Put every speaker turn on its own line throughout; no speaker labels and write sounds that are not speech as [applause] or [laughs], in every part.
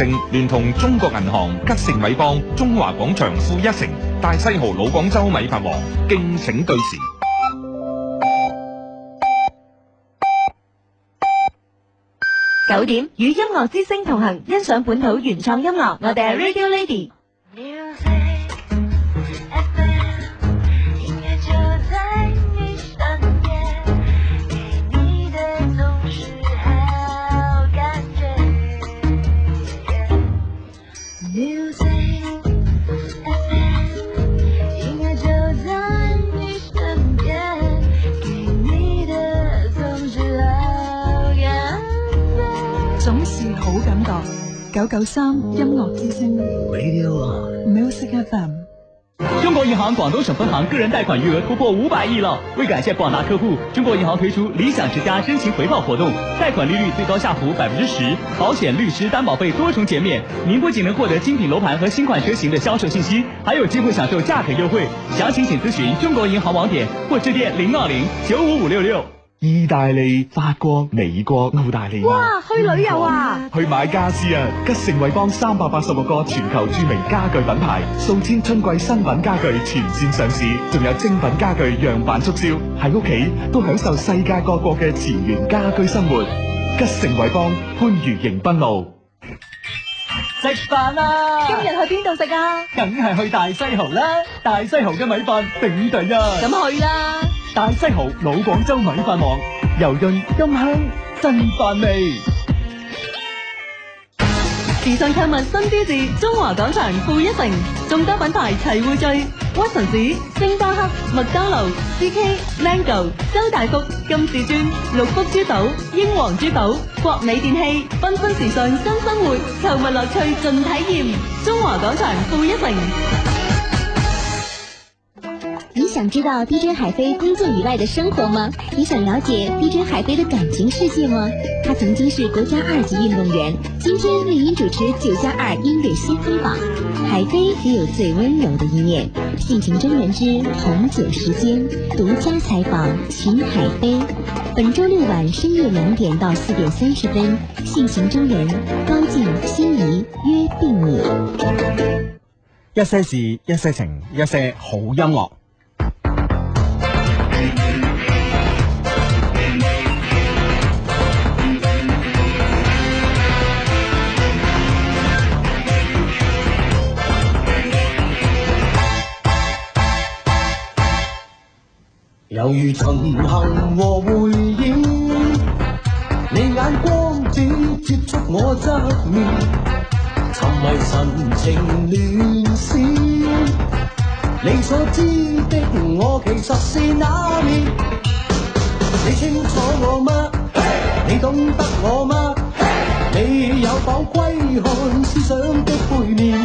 盛聯同中國銀行、吉盛偉邦、中華廣場負一城、大西豪老廣州米飯王敬請對時。
九點與音樂之聲同行，欣賞本土原創音樂。我哋係 Radio Lady。
Music FM，音乐就在你身边，给你的总是好感觉。Music FM，音乐就在你身边，给你的总是好感觉。
总是好感覺。九九三音樂之聲 Music FM。
中国银行广东省分行个人贷款余额突破五百亿了。为感谢广大客户，中国银行推出“理想之家”真情回报活动，贷款利率最高下浮百分之十，保险、律师、担保费多重减免。您不仅能获得精品楼盘和新款车型的销售信息，还有机会享受价格优惠。详情请咨询中国银行网点或致电零二零九五五六六。
意大利、法國、美國、澳大利亞。
哇，去旅遊啊！
去買家私啊！吉盛偉邦三百八十六個全球著名家具品牌，數千春季新品家具全線上市，仲有精品家具樣板促銷，喺屋企都享受世界各國嘅前沿家居生活。吉盛偉邦番禺迎賓路。
食飯啦！
今日去邊度食啊？
梗係去大西豪啦！大西豪嘅米飯頂第一。
咁去啦！
大西豪老廣州米飯王，油潤甘香真飯味。
時尚購物新標誌，中華廣場負一城，眾多品牌齊匯聚，屈臣氏、星巴克、麥當勞、CK、Mango、周大福、金至尊、六福珠寶、英皇珠寶、國美電器，繽紛時尚新生活，購物樂趣盡體驗。中華廣場負一城。
你想知道 DJ 海飞工作以外的生活吗？你想了解 DJ 海飞的感情世界吗？他曾经是国家二级运动员，今天为您主持九加二音乐先锋榜。海飞也有最温柔的一面，《性情中人之红酒时间》独家采访秦海飞。本周六晚深夜两点到四点三十分，《性情中人》高进心仪约定你。
一些事，一些情，一些好音樂。
猶如巡行和匯演，你眼光只接觸我側面，沉迷神情亂閃。你所知的我其實是那面，你清楚我嗎？你懂得我嗎？你有否窺看思想的背面？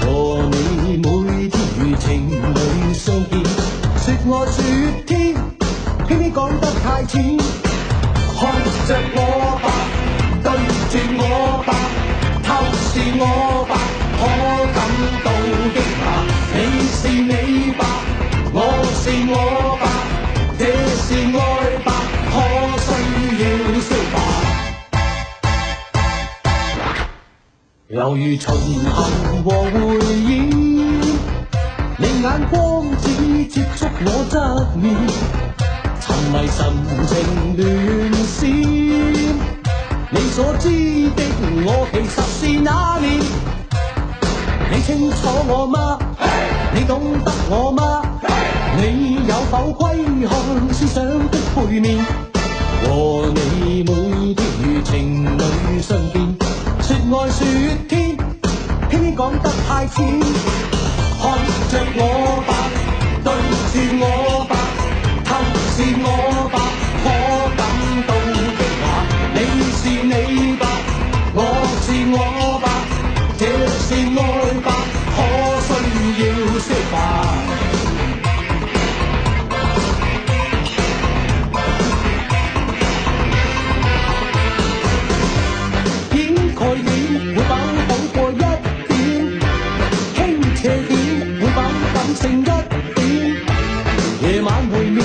和你每天如情侶相見，説我説天，偏偏講得太淺。看着我吧，對住我吧，透視我吧，可感到驚訝。你是你吧，我是我吧，這是愛吧，可需要消化。猶如巡行和匯演，你眼光只接觸我側面，沉迷神情亂閃。你所知的我其實是那面，你清楚我嗎？你懂得我嗎？你有否窺看思想的背面？和你每天如情侶相見，説愛説天，偏偏講得太淺。看着我吧，對住我吧，透視我吧，可感到極下。你是你吧，我是我吧，這是愛吧，可需要消化。掩蓋面會否好過一點？傾斜點會否感性一點？夜晚會面，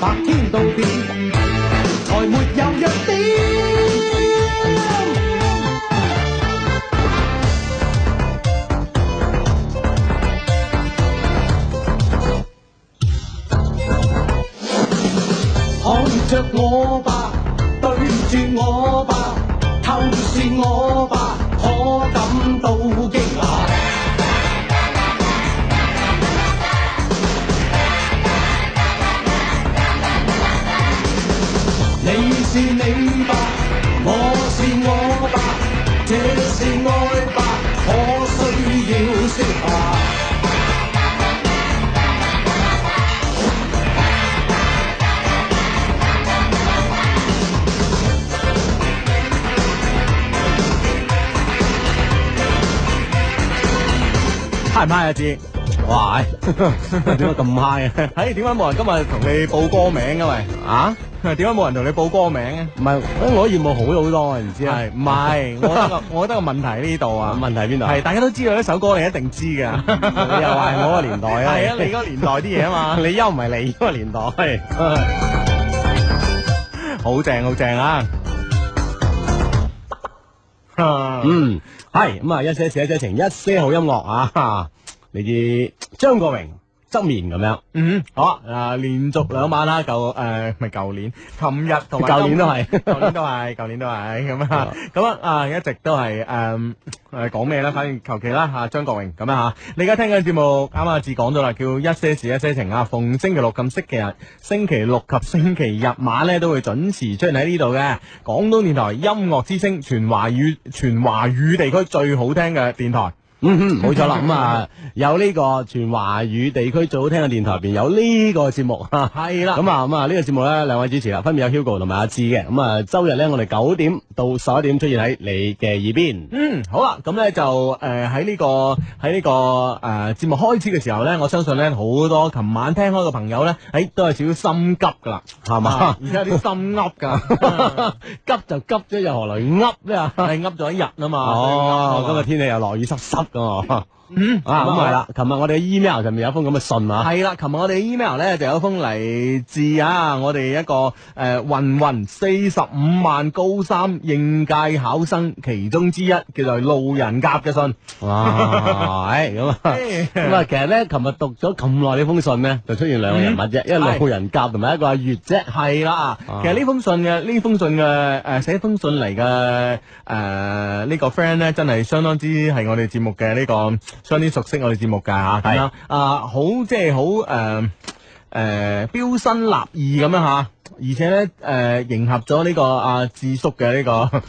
白天到變，才沒有弱點。嗨唔嗨啊？ [laughs] 志，
哇！點解咁 high 啊？
喺哎點解冇人今日同你報歌名嘅喂？
啊？
點解冇人同你報歌名啊？
唔係，因為我業務好咗好多，你唔知啊？
係唔係？我
[laughs]
覺得個我覺得個問題喺呢度啊，
問題邊度？
係大家都知道呢首歌，你一定知㗎。
你又話係我個年代啊？
係啊，你嗰個年代啲嘢啊嘛。
[laughs] 你又唔係你嗰個年代，
[laughs] 好正好正啊！
嗯，係咁啊，一些事，一些情，一些好音樂啊！你知張國榮側面咁樣，
嗯，好啊！啊，連續兩晚啦，舊
呃
誒咪舊年，琴日同埋
舊年都係
今舊年都 [laughs] 係，舊年都係咁啊，咁啊啊，一直都係誒誒講咩咧？反正求其啦啊嚇，張國榮咁樣嚇。你而家聽緊節目，啱啱阿志講咗啦，叫一些事一些情啊，逢星期六咁星期日、星期六及星期日晚咧都會準時出現喺呢度嘅廣東電台音樂之聲，全華語全華語地區最好聽嘅電台。
嗯
[laughs]
哼，冇錯啦。咁啊，有呢個全華語地區最好聽嘅電台入邊有呢個節目，係
啦
咁啊，咁啊，呢個節目咧兩位主持啦，分別有 Hugo 同埋阿志嘅。咁啊，周日咧我哋九點到十一點出現喺你嘅耳邊。
嗯，好啦，咁咧就誒喺呢個喺呢、個誒、呃、節目開始嘅時候咧，我相信咧好多琴晚聽開嘅朋友咧，誒、都有少少心急噶啦，
係嘛
啊而家有啲心噏
[laughs]
啊噶，
急就急啫，又何來噏咧
[laughs]
啊？
係噏咗一日啊嘛。
哦，
所以噏
今日
啊
天氣又落雨濕濕噶。
嗯
啊，咁
啊
係啦，琴日我哋嘅 email 上面有一封咁嘅信啊。
係啦，琴日我哋 email 咧就有一封嚟自啊，我哋一個誒、呃、雲雲四十五萬高三應屆考生其中之一，叫做路人甲嘅信。 [laughs]
哇，唉咁啊，咁啊，其實咧，琴日讀咗咁耐呢封信咧，就出現兩個人物啫，一個老人甲同埋一個阿月啫。
係嗯啦，
啊
其實呢封信嘅呢封信嘅誒寫封信嚟嘅誒呢個 friend 咧，真係相當之係我哋節目嘅呢、個相當之熟悉我哋節目㗎嚇，咁樣啊好即係好誒誒標新立異咁樣嚇。而且咧，誒、迎合咗呢、個阿智叔嘅呢、個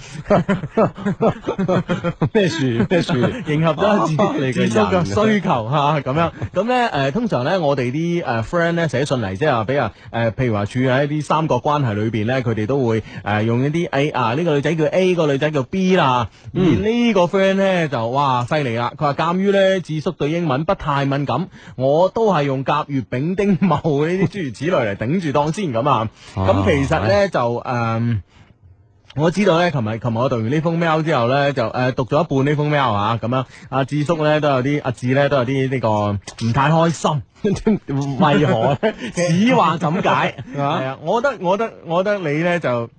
[laughs] 咩樹咩樹，迎合咗阿智
你個
智叔嘅
人
需需求嚇咁樣，咁咧誒通常咧我哋啲誒 friend 咧寫信嚟，即係話俾啊誒，譬如話處喺啲三角關係裏邊咧，佢哋都會誒、呃用一啲 A 啊呢個女仔叫 A，個女仔叫 B 啦，而呢個 friend 咧就哇犀利啦，佢話鑑於咧智叔對英文不太敏感，我都係用甲、乙、丙、丁、戊呢啲諸如此類嚟頂住當先咁啊，咁其實咧就誒。我知道咧，琴日琴日我讀完呢封 mail 之後咧，就誒、呃、讀咗一半呢封 mail 啊，咁樣阿智叔咧都有啲，阿志咧都有啲呢、個唔太開心， [laughs]
為何咧？只話咁解，
係啊，我覺得我覺得我覺得你咧就，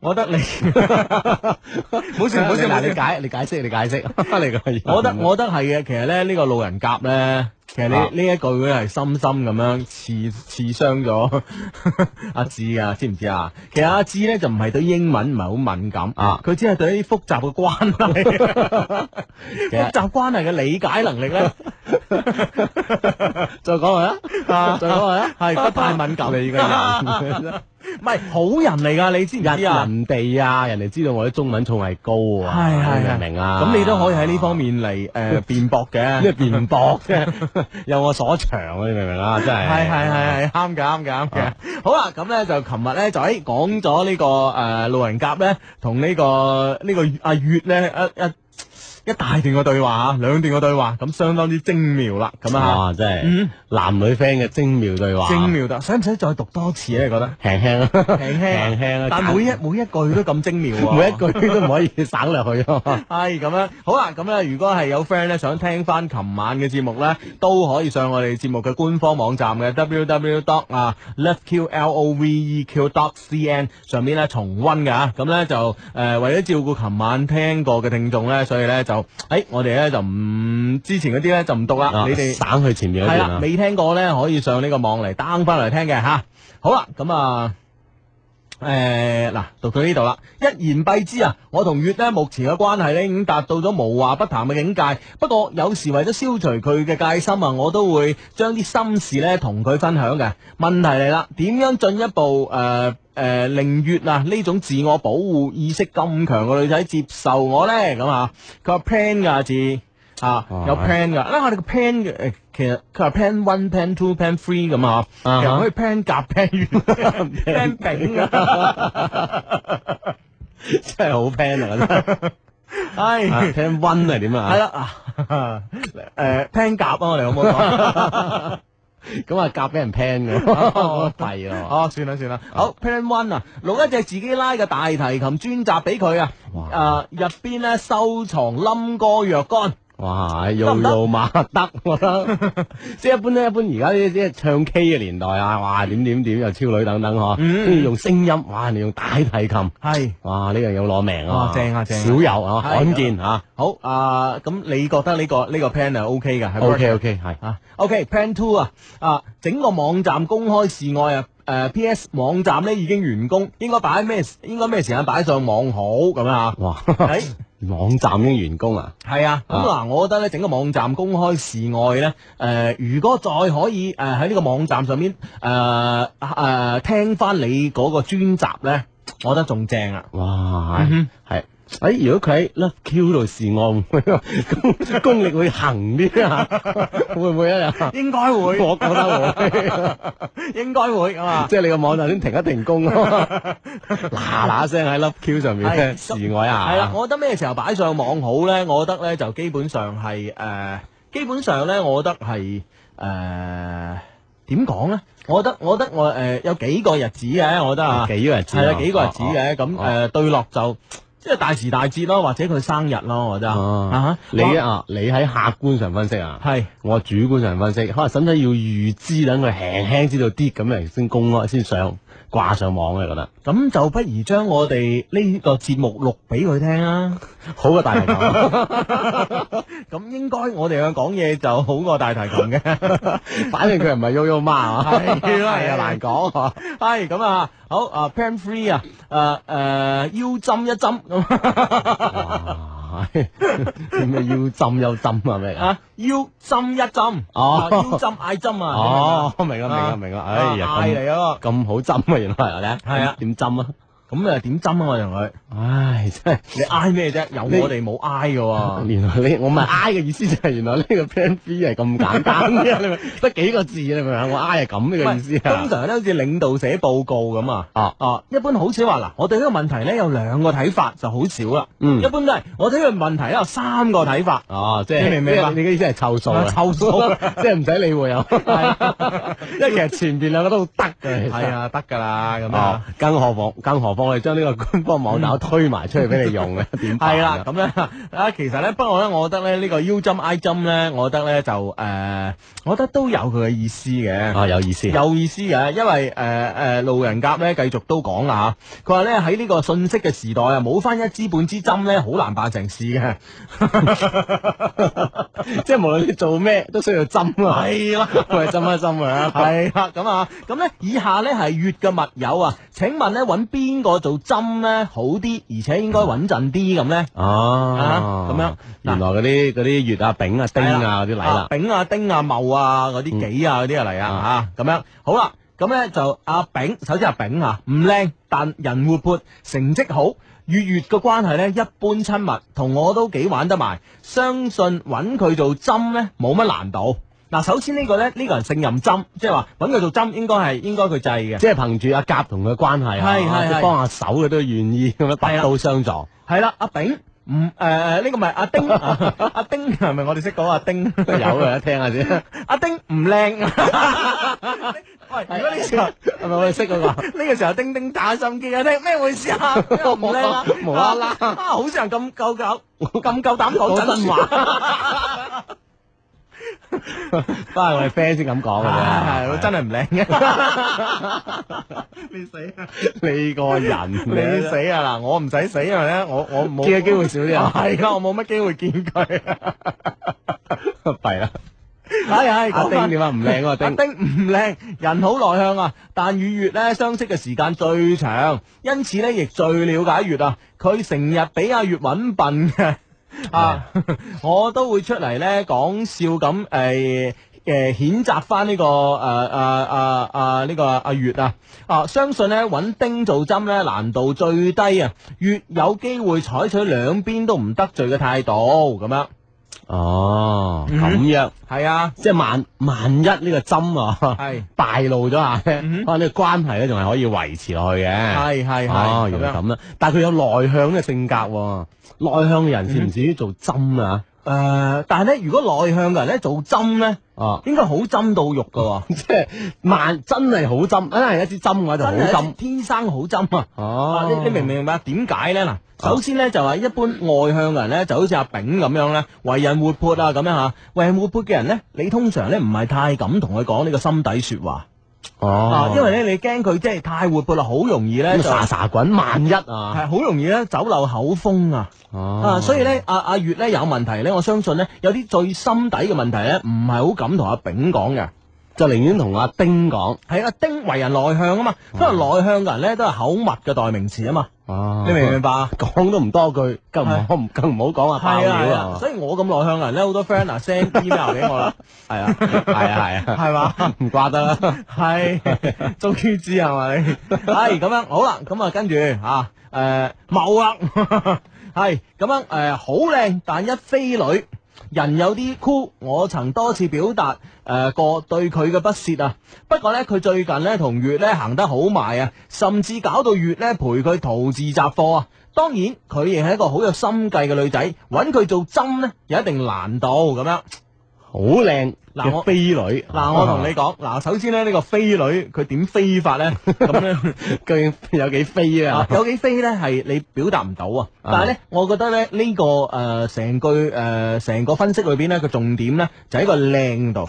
我覺得你 [laughs] 冇事冇事
嗱，
冇
你
事，
解，你解釋，你解
[laughs]
釋，你個人
我覺得我覺得係嘅，其實咧呢、個路人甲咧。其實呢
啊
呢一句咧係深深咁樣刺刺傷咗 [laughs] 阿志啊，知唔知啊？其實阿志咧就唔係對英文唔係好敏感
啊
佢只係對一啲複雜嘅關 [laughs] 係、
實
複雜關係嘅理解能力咧，
再講下啦，
[laughs] 啊
再講下啦，
係不太敏感你嘅人，
[laughs]
唔係好人嚟㗎，你知唔
人
知啊？
人哋啊，人哋知道我啲中文造詣高啊，
係係
你明
係
唔明啊？
咁你都可以喺呢方面嚟誒
[laughs]
辯駁嘅，
咩辯駁啫，有我所長啊，你明唔明啊？ [laughs] 真係
係係係係啱嘅啱嘅啱嘅
啊。
好啦，咁咧就琴日咧就誒講咗呢個誒路人甲咧同呢個呢個阿月咧一一一大段嘅對話啊，兩段嘅對話，咁相當之精妙啦，咁啊，
啊，真係
嗯
男女 friend 嘅精妙對話，
精妙得，使唔使再讀多次咧？你覺得？
輕輕啊。
輕輕
輕輕啊
但
簡
每一每一句都咁精妙喎，
[laughs] 每一句都唔可以省略佢啊嘛。
[laughs] 係咁樣，好啦，咁咧，如果係有 friend 咧想聽翻琴晚嘅節目咧，都可以上我哋節目嘅官方網站嘅 www dot 啊 loveq l o v e q dot c n 上面咧重温嘅啊，咁咧就誒、呃、為咗照顧琴晚聽過嘅聽眾咧，所以咧就誒、哎我哋咧就唔之前嗰啲咧就唔讀啦，
啊
你哋
省佢前面嗰
係
段
啦，
啊。
未聽過咧，可以上呢個網嚟 down 翻嚟聽嘅吓。好啦，咁啊。誒嗱、讀到呢度啦，一言蔽之啊，我同月呢目前嘅關係呢已經達到咗無話不談嘅境界。不過有時為咗消除佢嘅戒心啊，我都會將啲心事呢同佢分享嘅。問題嚟啦，點樣進一步誒？呃誒、令月啊呢種自我保護意識咁強嘅女仔接受我呢？咁啊，佢話 plan 㗎字啊，有 plan 㗎，啦我哋個 plan 嘅誒其實佢話 plan one、plan two、plan three 咁啊，其
啊哈
實可以 plan 甲、plan 乙、plan 丙啊。 [laughs]
真係好 friend 啊！
唉
啊聽温係點啊？
系啦，啊诶，听夹啊，我哋好唔好講？
咁啊夾俾人 plan 嘅，弊咯。
[laughs] 哦，算啦算啦，好 Plan One 啊，錄一隻自己拉嘅大提琴專輯俾佢啊，啊入邊咧收藏冧歌若干，
哇，又又馬得，我
[laughs]
覺得即係一般咧，一般而家呢啲即係唱 K 嘅年代啊，哇點點點又超女等等嗬，
嗯
跟住用聲音，哇你用大提琴，
係
哇呢樣有攞命
哇
啊，
正啊正啊
少有啊，
係
罕見啊
好啊，咁你覺得呢個呢個 plan 係 OK 嘅係 work 嘅
，OK OK 係。
啊，OK Plan Two 啊，啊整個網站公開示愛啊。誒、P.S. 網站咧已經完工，應該擺咩時應該咩時間擺上網好咁啊？ [laughs]
哇！
係
網站已經完工啊！
係啊，咁嗱、
啊
我覺得咧整個網站公開示愛咧，誒、如果再可以誒呃喺呢個網站上面誒誒聽翻你嗰個專集咧，我覺得仲正啊！
哇，係诶，如果佢喺 Love Q 度示愛，會唔會功 [laughs] 功力會行
[laughs]
啲啊？會唔會啊？
應該會， [laughs]
我覺得會，
應該會啊嘛。
即係你個網站先停一停工啊，嗱嗱聲喺 Love Q 上面咧
係
示愛一下。
系啦，我覺得咩時候擺上網好咧？我覺得咧就基本上係诶、呃基本上咧，我覺得係诶點講咧？我覺得我覺得我诶、呃有幾個日子嘅，我覺得啊，
幾個日子
係啦
啊
幾個日子嘅，咁
哦
诶對落就即係大時大節咯，或者佢生日咯，我覺得
哦
啊，
你啊，你喺客觀上分析啊，
係
我主觀上分析，可能使唔使要預知，等佢輕輕知道啲咁嚟先公開，先上掛上網嘅覺得
咁就不如將我哋呢個節目錄俾佢聽啊！
[laughs] 好過大提啊
[laughs]
琴。
咁應該我哋嘅講嘢就好過大提琴 [laughs] 嘅。
反正佢唔係悠悠媽啊， [laughs]
係啦
係啊難講啊。
系咁啊，好啊，Plan Three 啊，呃诶诶，腰針一針咁
[laughs] 哇咩要針又針啊咩啊？
啊，腰針一針，
哦
啊腰針嗌針啊，
哦，明啦明
啊
啦明啦，哎呀
嗌
咁
嚟啊
咁好針啊，原來咧
係啊
點針啊？
咁啊點針啊我同佢，
唉，真係
你嗌咩啫？有我哋冇嗌嘅
[laughs]
喎，
原來呢，我咪 I 嘅意思就係原來呢個 Plan B 係咁簡單嘅，你明得幾個字你明唔明？我 I 係咁呢個意思啊
通。常咧好似領導寫報告咁啊，
啊
啊，一般好少話嗱，我對呢個問題咧有兩個睇法就好少啦，
嗯
一般都係我對呢個問題咧有三個睇法，
哦，即係
你明唔明白
即係你嘅意思係湊數啊， [laughs]
湊數啊
即係唔使理會啊， [laughs] 因為其實前邊兩個都得嘅，其實
係啊，得㗎啦，咁
哦
啊。，
更何況更何況我哋將呢個官方網站推埋出去俾你
[laughs]
用咧，點辦
系啦，
啊？
咁咧啊，其實咧，不過咧，我覺得咧，呢個腰針 I 針咧，我覺得咧就诶、呃我覺得都有佢嘅意思嘅。
啊有意思，
有意思嘅，因為誒誒、呃路人甲咧繼續都講啦嚇，佢話咧喺呢個信息嘅時代啊，冇翻一支半支針咧，好難辦成事嘅。 [laughs]
即係無論你做咩都需要針啊，
係啦。
我哋針一針 [laughs] 啊，
係啦，咁啊，咁咧以下咧係粵嘅密友啊，請問咧揾邊個做針咧好啲，而且應該穩陣啲咁咧？
哦
啊，咁樣
原來嗰啲嗰啲月啊、丙啊、丁啊嗰啲嚟啦，
丙啊、丁啊、茂啊嗰啲幾啊嗰啲啊嚟啊吓，咁樣好啦。咁咧就阿丙，首先阿丙啊，唔靚，但人活潑，成績好，與月嘅關係咧一般親密，同我都幾玩得埋，相信揾佢做針咧冇乜難度。嗱，首先呢個咧，呢個人勝任針，即係話揾佢做針應該係應該佢制嘅。
即係憑住阿甲同佢嘅關係啊，
係係
即係
係
幫下手佢都願意咁樣
係
拔
啦
刀相助，
係啦，阿丙唔誒呢個咪阿
[laughs]
丁，啊阿丁係咪我哋識講阿丁？有
有嘅，聽下先， [laughs]
阿丁唔靚。喂，如果呢個時候
係咪我哋識嗰個？
呢個時候丁丁打心機啊，聽咩回事啊？唔靚啊，
無啦啦
啊，好少人咁夠夠咁夠膽講真話，
不過我哋 friend 先咁講嘅
係
啫
我，真係唔靚嘅，
[laughs] 你個人
你死啊嗱，我唔使死因為咧，我我冇
見嘅機會少啲啊
係啦，我冇乜機會見佢，
[laughs] 弊啦，
係係
阿
講
丁
翻
點啊？唔靚啊，阿
阿
丁。
丁 [laughs] 唔靚，人好內向啊，但與月咧相識嘅時間最長，因此咧亦最了解月啊。佢成日俾阿月揾笨嘅啊， [laughs] 我都會出嚟咧講笑咁誒。誒譴責翻呢、個誒誒誒誒呢個阿月啊啊！相信咧揾丁做針咧難度最低啊，月有機會採取兩邊都唔得罪嘅態度咁樣。哦，
嗯哼
咁樣，
系啊，
即係萬萬一呢個針啊
系
[laughs] 敗露咗啊，可
嗯哼
能呢個關係咧仲係可以維持落去嘅。
系系系
哦，
咁啊
原來
样。
咁啦，但係佢有內向嘅性格喎，內向嘅人至唔至於做針啊？
诶，呃但系咧，如果內向嘅人咧做針咧，
哦，
應該好針到肉噶，
即
[laughs]
係萬真係好針，真係一支針嘅話就好
真係
針
一。天生好針啊！
哦
啊，你你明唔明白點解咧？嗱，首先咧就話一般外向嘅人咧，就好似阿炳咁樣咧，為人活潑啊咁樣吓，為人活潑嘅人咧，你通常咧唔係太敢同佢講呢個心底说話
哦
啊，，因為咧你驚佢即係太活潑啦，好容易咧
咁
就
沙沙滾，萬一啊，
係好容易咧走漏口風啊。
啊
啊，所以咧，阿阿月咧有問題咧，我相信咧有啲最心底嘅問題咧，唔係好敢同阿炳講嘅。
就寧願同阿丁講。
係阿丁為人內向啊嘛，通常內向嘅人咧都係口密嘅代名詞啊嘛，
哦
你明唔明白啊？
[laughs] 講都唔多句，更唔好更唔好講話爆
係
料
啊，係
啊
啊，！所以我咁內向嘅人咧，好多 friend 啊 send email 俾我啦，
係啊，係啊，係啊，
係嘛？
唔掛得啦。
係，做 Q 知係咪？係咁樣，好啦，咁啊跟住啊，誒某啊， [laughs] 係咁樣誒好靚，但一飛女。人有啲酷，我曾多次表達誒、呃、過對佢嘅不屑啊。不過呢，佢最近呢同月呢行得好埋啊，甚至搞到月呢陪佢淘字雜貨啊。當然，佢亦係一個好有心計嘅女仔，揾佢做針呢有一定難度咁樣。
好靚
嗱
嘅
我
飛女，
嗱，我同
[laughs]
你講，嗱，首先咧呢個飛女佢點飛法咧？咁咧
[laughs] 究竟有幾飛啊
啊？有幾飛咧係你表達唔到啊！但係咧，我覺得咧呢個誒成句誒成個分析裏邊咧個重點咧就喺個靚度，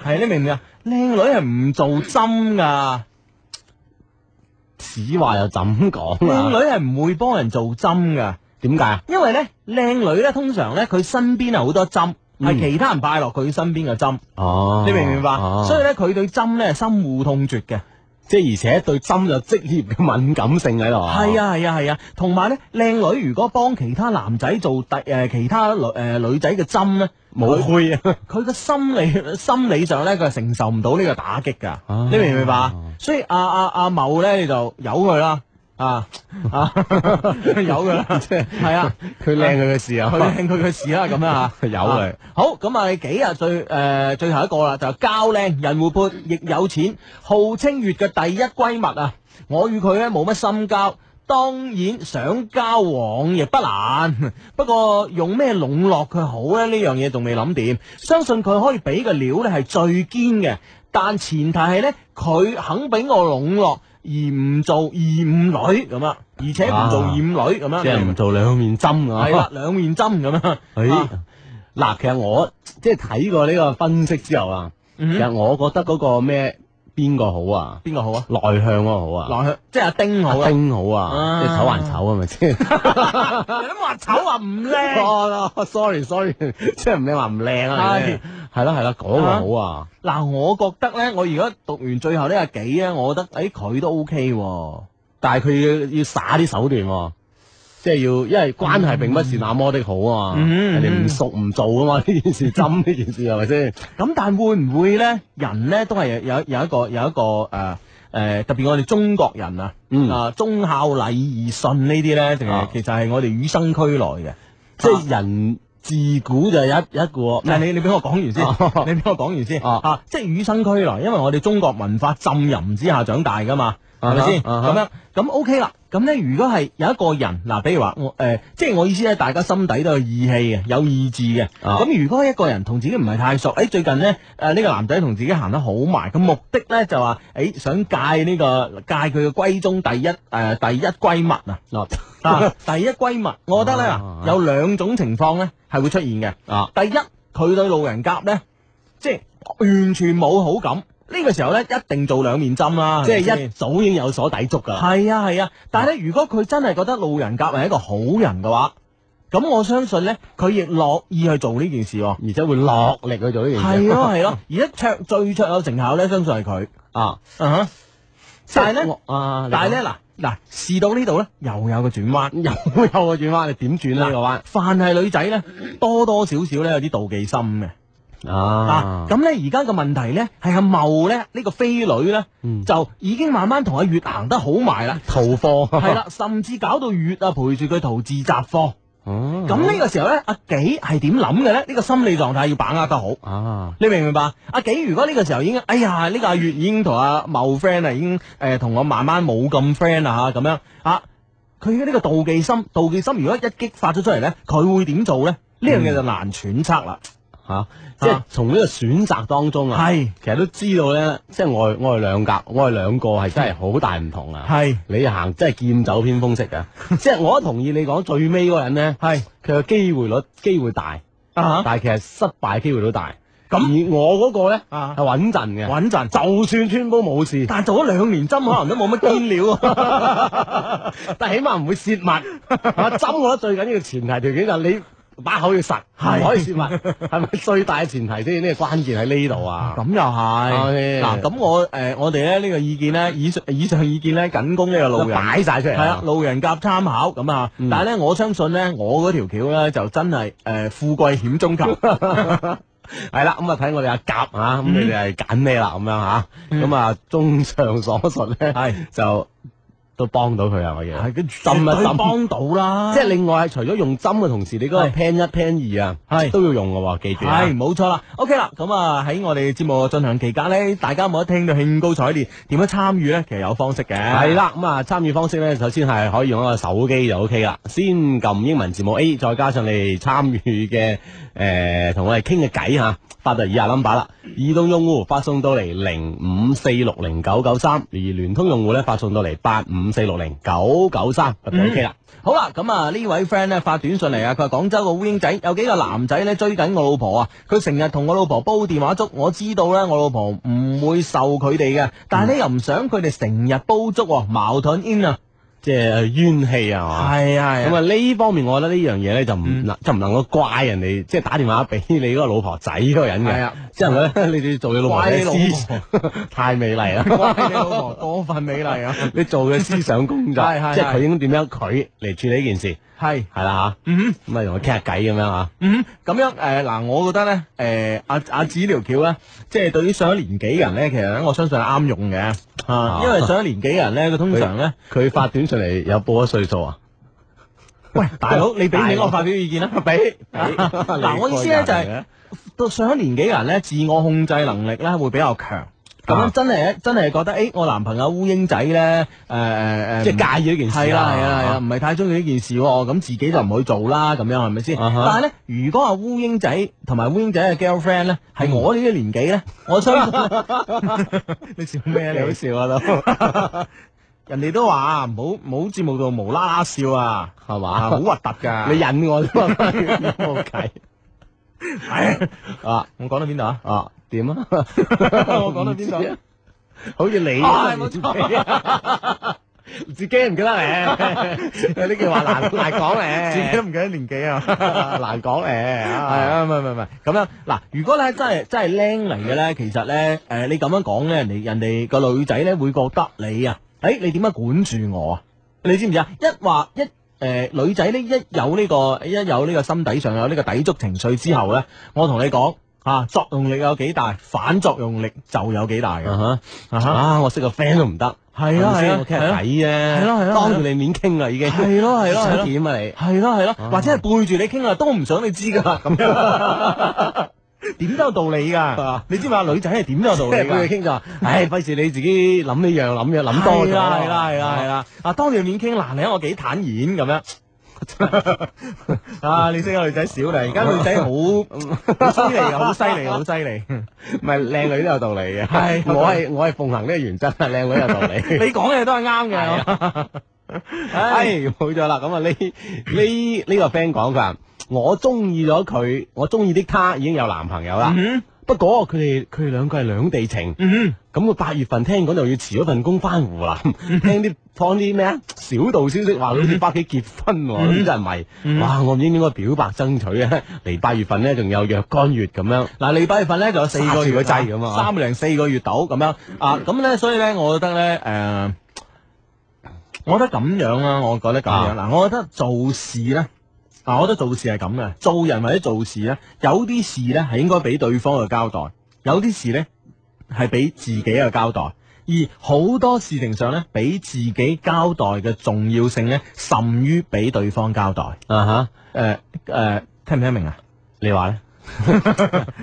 係你明唔明啊？靚女係唔做針
啊
㗎，
此話又怎講
靚女
啊？
係唔會幫人做針㗎，
點解啊？
因為咧靚女咧通常咧佢身邊係好多針，係
嗯
其他人擺落佢身邊嘅針，
哦
你明唔明白？所以咧佢對針咧係深惡痛絕嘅。
即係而且對針有職業嘅敏感性喺度。
系，啊系啊系啊，同埋咧，靚女如果幫其他男仔做第诶、其他女诶、女仔嘅針咧，
冇
佢
灰啊。
[laughs] 佢嘅心理 [laughs] 心理上咧，佢係承受唔到呢個打擊㗎，
啊
你明唔明白？所以阿阿阿某咧，你就由佢啦，啊啊 [laughs]
[laughs]
由佢啦，係啊，
佢靚佢嘅事啊
佢，靚佢嘅事啦，咁啊
由 [laughs] 佢。
好咁啊，幾日最诶、呃最後一個啦，就係交靚人活潑，亦有錢，號稱月嘅第一閨蜜啊！我與佢咧冇乜深交。當然想交往亦不難， [laughs] 不過用咩籠絡佢好咧？呢樣嘢仲未諗掂，相信佢可以俾嘅料咧係最堅嘅，但前提係咧佢肯俾我籠絡，而唔做二五女咁啊，而且唔做二五女咁樣，
即係唔做兩面針啊。
係啦，兩面針咁樣。
哎
啊
嗱，其實我即係睇過呢個分析之後啊，其實
嗯，
我覺得嗰個咩邊個好啊？
邊個好啊？
內向嗰個好啊，
落去 [laughs] 即係阿丁好
阿
啦。
丁好啊，
啊
即係醜還醜啊，咪先？
[laughs] 你都話醜話唔
[laughs]
靚。
哦哦，sorry sorry，即 [laughs] 係唔靚話唔靚啊，
係
係係啦係啦，嗰個好啊，
嗱，我覺得咧，我而家讀完最後呢個幾咧，我覺得誒佢都 OK 喎。
但係佢要要耍啲手段喎。即係要，因為關係並不是那麼的好啊，
嗯
人哋唔熟唔做
[laughs]
啊嘛，呢件事針呢件事係咪先？
咁但會唔會咧？人咧都係有有有一個有一個誒誒、呃特別我哋中國人啊，
嗯
啊忠孝禮義信呢啲咧，其實
啊
其實係我哋與生俱來嘅。
即係人自古就有一一個
但係你你俾我講完先，
哦
[laughs] 你俾我講完先
哦
啊！即係與生俱來，因為我哋中國文化浸淫之下長大噶嘛，係
啊哈
咪先？
啊哈
咁樣咁 OK 啦。咁咧，如果係有一個人嗱，比如話我誒，即係我意思咧，大家心底都有義氣嘅，有意志嘅。
啊
咁如果一個人同自己唔係太熟，誒最近咧誒呢個男仔同自己行得好埋，咁目的咧就話誒想戒呢個戒佢嘅閨中第一誒呃第一閨蜜啊。
嗱
啊， [laughs] 第一閨蜜，我覺得咧
啊
嗱有兩種情況咧係會出現嘅。
啊，
第一，佢對路人甲咧，即係完全冇好感，呢個時候咧一定做兩面針啦，
即係
係咪
一
先。
早已經有所抵觸㗎啦。
係啊係啊，但係咧，如果佢真係覺得路人甲係一個好人嘅話，咁我相信咧，佢亦樂意去做呢件事喎。
而且會落力去做呢件事。
係咯係咯，而家卓最卓有成效咧，相信係佢。
啊，
啊哈 [laughs] 但係咧，
我啊，
但係咧嗱嗱，事到呢度咧，又有個轉彎。
你講，又有個轉彎，你點轉呢個彎？
凡係女仔咧，多多少少咧有啲妒忌心嘅。啊，咁咧而家嘅問題咧係阿茂咧呢、呢個飛女咧，
嗯，
就已經慢慢同阿月行得好埋啦
逃課
係啦，甚至搞到月啊陪住佢淘字雜貨。哦
咁呢個時候咧，阿幾係點諗嘅咧？呢、個心理狀態要把握得好，
啊，
你明唔明白？阿幾如果呢個時候已經，哎呀，呢、個阿月已經同阿茂 friend 啊，已經誒同、我慢慢冇咁 friend 啦嚇，咁樣啊，佢嘅呢個妒忌心，妒忌心如果一激發咗出嚟咧，佢會點做咧？呢樣嘢就難揣測啦。
吓，即係
啊
從呢個選擇當中啊，
係
其實都知道咧，即係我我哋兩格，我哋兩個係真係好大唔同啊。
係
你行真係劍走偏鋒式
[laughs]
啊！即係我同意你講最尾嗰個人咧，係佢嘅機會率機會大，
啊
但係其實失敗機會都大。
咁
而我嗰個咧
啊
係穩陣嘅，
穩陣
就算穿煲冇事，
但係做咗兩年針，可能都冇乜堅料啊。
[laughs] 但起碼唔會泄密。啊針我覺得最緊要嘅前提條件就係你把口要實，唔可以泄密，
[laughs]
係咪最大嘅前提先？呢個關鍵喺呢度啊！
咁又係
係
嗱，咁我誒我哋咧呢個意見咧，以上以上意見咧，僅供呢個路人
擺晒出嚟
係啊，路人甲參考咁啊。
嗯
但係咧，我相信咧，我嗰條橋咧就真係誒
呃
富貴險中 [laughs] 求。
系啦，咁啊睇我哋阿甲啊，
嗯
咁你哋係揀咩啦？咁樣吓，咁啊綜上所述咧，系就都幫到佢啊，我嘢。
跟
針啊針
幫到啦，
即係另外，除咗用針嘅同時，你嗰個 pan 一 pan 二啊，
係
都要用嘅喎，記住啊。
係冇錯啦。OK 啦，咁啊喺我哋節目進行期間咧，大家有冇得聽到興高采烈，點樣參與咧？其實有方式嘅。
係啦，咁啊參與方式咧，首先係可以用一個手機就 OK 啦，先撳英文字母 A，再加上你參與嘅誒同我哋傾嘅偈嚇，發到以下 number 啦。移動用戶發送到嚟零五四六零九九三，而聯通用戶咧發送到嚟八五四六零九九三，咁就 OK 啦。
好啦，咁啊呢位 friend 咧發短信嚟啊，佢話廣州個烏蠅仔有幾個男仔咧追緊我老婆啊，佢成日同我老婆煲電話粥，我知道咧我老婆唔會受佢哋嘅，但係咧又唔想佢哋成日煲粥喎，矛盾 in 啊，
即係冤氣啊係嘛。
係啊
咁
咁
啊
啊
呢方面，我覺得呢樣嘢咧就唔
嗯
能就唔能夠怪人哋，即係打電話俾你嗰個老婆仔嗰個人
係
嘅
啊，
即係咧你 [laughs] 哋做你老婆
怪你
嘅
老婆
思想 [laughs] 太美
[laughs]
麗啦。
怪你老婆過分美麗啊，
[laughs] 你做嘅思想工
[laughs]
作，
係係
即係
係
佢應該點樣佢嚟處理呢件事，
係
係啦
嗯
吓，咁啊同佢傾下偈咁樣吓，
嗯咁樣誒嗱，我覺得咧誒阿阿子條橋咧，即係對於上咗年紀嘅人咧，其實呢我相信係啱用嘅，啊因為上咗年紀嘅人咧，佢通常咧。
佢發短信嚟有報咗歲數啊，
喂，大佬，你俾唔俾
大佬
我發表意見啊
[laughs]
啦？俾 [laughs] 嗱，我意思咧就係、到上咗年紀嘅人咧，自我控制能力咧會比較強。咁
啊
樣真係真係覺得，誒、我男朋友烏蠅仔咧，誒誒誒，
即係介意呢件事啊
係啦係啦係啦，唔係太中意呢件事喎，咁自己就唔去做啦，咁樣係咪先？
啊哈
但係咧，如果阿烏蠅仔同埋烏蠅仔嘅 girlfriend 咧，
嗯
係我呢啲年紀咧，我相信
[laughs]
[laughs] 你笑咩啊？你好笑啊都， [laughs] 人哋都話唔好唔好節目度無啦啦笑啊，
係
啊好
嘛，
核突㗎！
[laughs] 你引我啫
[laughs]
嘛，冇計 [laughs] 啊
我講到邊度啊？
啊點啊，
[laughs] 我講到邊度
唔知啊？好似哎你
啊冇
[laughs] 自己唔記
[laughs]
得咧，呢句話難難講咧，
唔記得年紀啊！
[laughs] 難講咧，
係
係
啊，唔係唔係唔係咁樣嗱。如果咧真係真係僆嚟嘅咧，其實咧誒、你咁樣講咧，人哋人哋個女仔咧會覺得你啊，誒、你點解管住我啊？你知唔知啊？一話一誒、女仔呢，一有呢、個一有呢個心底上有呢個抵觸情緒之後咧，我同你講啊，作用力有幾大，反作用力就有幾大嘅。
啊
啊
哈
哈
啊！我識個 friend 都唔得，
係啊
咪
係
先
啊
我傾下偈啫，
係咯係咯
當住你面傾啊啦已經，
係咯係咯係咯
[laughs] 想點啊你？
係咯係咯，或者係背住你傾啊，都唔想你知㗎啦，咁樣點都有道理㗎
啊。
你知嘛？女仔係點都有道
[laughs]
理
即係佢哋
㗎。
傾就話，唉，費事你自己諗呢樣諗嘢諗多咗，
係啦係啦係啦係啦。啊，當住面傾嗱，你睇我幾坦然咁
[laughs]
樣。啊！你識個女仔少嚟，而家女仔好
[laughs]
好犀利㗎，好犀利，好犀利。
唔係靚女都有道理嘅， [laughs]
係
我係我係奉行呢個原則，啊靚女有道
[laughs] 你
理。啊
講嘅都係啱嘅。[laughs]
唉
唉，，
冇咗啦，咁啊呢呢呢個 friend 講佢話，我中意咗佢，我中意的他已經有男朋友啦，
嗯
不過佢哋佢哋兩個係兩地情。
嗯，
咁佢八月份聽講就要辭咗份工翻湖南，聽啲放啲咩啊小道消息話好
嗯
似北京結婚喎，咁就唔係，哇！我唔應唔應該表白爭取啊？嚟八月份咧仲有若干月咁樣，
嗱，你八月份咧就有四個月
揸住個掣咁啊
三零四個月到咁樣啊，咁咧所以咧，我覺得咧，誒、我覺得咁樣啦，我覺得咁
啊
樣嗱，我覺得做事咧，啊，我覺得做事係咁嘅，做人或者做事咧，有啲事咧係應該俾對方嘅交代，有啲事咧係俾自己嘅交代。而好多事情上咧，俾自己交代嘅重要性咧，甚於俾對方交代。
啊哈，
诶诶，聽唔聽明啊？
你話咧？ [laughs]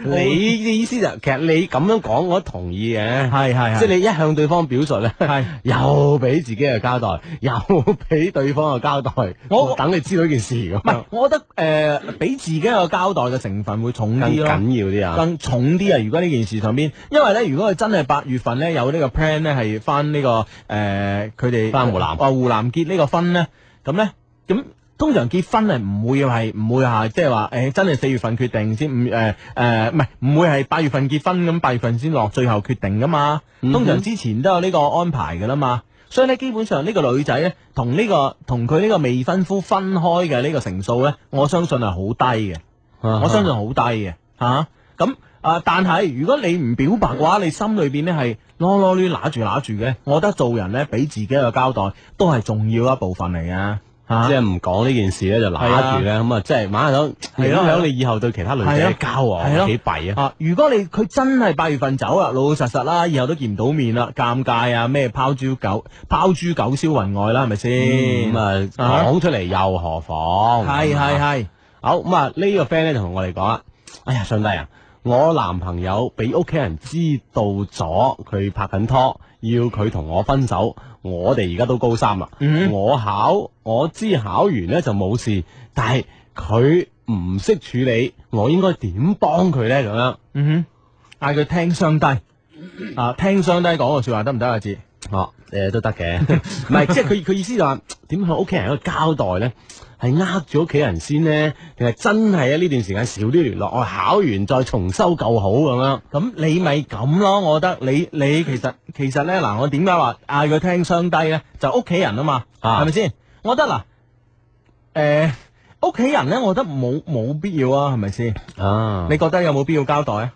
你嘅意思就其實你咁樣講，我都同意嘅。
係係
即
即係
係你一向對方表述咧，
你係。
[laughs] 又俾自己嘅交代，又俾對方嘅交代，
我
等你知道呢件事咁
唔係
樣，，
我覺得誒俾、自己一個交代嘅成分會重
更
啲
緊
咯。
要啲啊！
更重啲啊！如果呢件事上邊，因為咧，如果佢真係八月份咧有呢個 plan 咧，係翻呢個誒佢哋
返湖南
哦湖南結呢個婚咧，咁咧咁通常結婚係唔會係唔會係即係話誒真係四月份決定先五誒誒唔係唔會係八月份結婚咁八月份先落最後決定噶嘛，
嗯哼
通常之前都有呢個安排噶啦嘛。所以咧，基本上呢個女仔咧，同呢、個同佢呢個未婚夫分開嘅呢個成數咧，我相信係好低嘅。
我
我相信好低嘅吓。咁啊，但係如果你唔表白嘅話，你心裏邊咧係囉囉攣揦住揦住嘅，我覺得做人咧俾自己一個交代都係重要一部分嚟嘅吓。
即係唔講呢件事咧，就揦住咧，咁啊，即係馬下手
係
影
咯
響你以後對其他女
係
仔
啊
嘅交
係
往，
咯
幾弊啊！
啊！如果你佢真係八月份走啦，啊老老實實啦，以後都見唔到面啦，尷尬啊！咩拋豬狗拋豬狗燒雲外啦，係咪先？
咁啊，
啊
講出嚟又何妨？啊
係係係
好咁啊！呢個 friend 咧就同我哋講啊，哎呀，上帝啊！我男朋友俾屋企人知道咗佢拍緊拖，要佢同我分手。我哋而家都高三啦，
嗯
我考我知考完呢就冇事，但係佢唔識處理，我應該點幫佢呢？咁樣
嗯哼，嗌佢聽雙低啊，聽雙低講個說話得唔得啊？志
哦，誒、都得嘅， [laughs] 唔係即係佢佢意思就話點向屋企人一個交代咧，係呃住屋企人先呢？定係真係啊？呢段時間少啲聯絡，
哦
我考完再重修舊好咁樣。
咁你咪咁咯，我覺得你你其實其實咧嗱，我點解話嗌佢聽雙低咧？就屋企人啊嘛，
啊
係咪先？我覺得嗱，誒屋企人咧，我覺得冇冇必要啊，係咪先？
啊
你覺得有冇必要交代啊？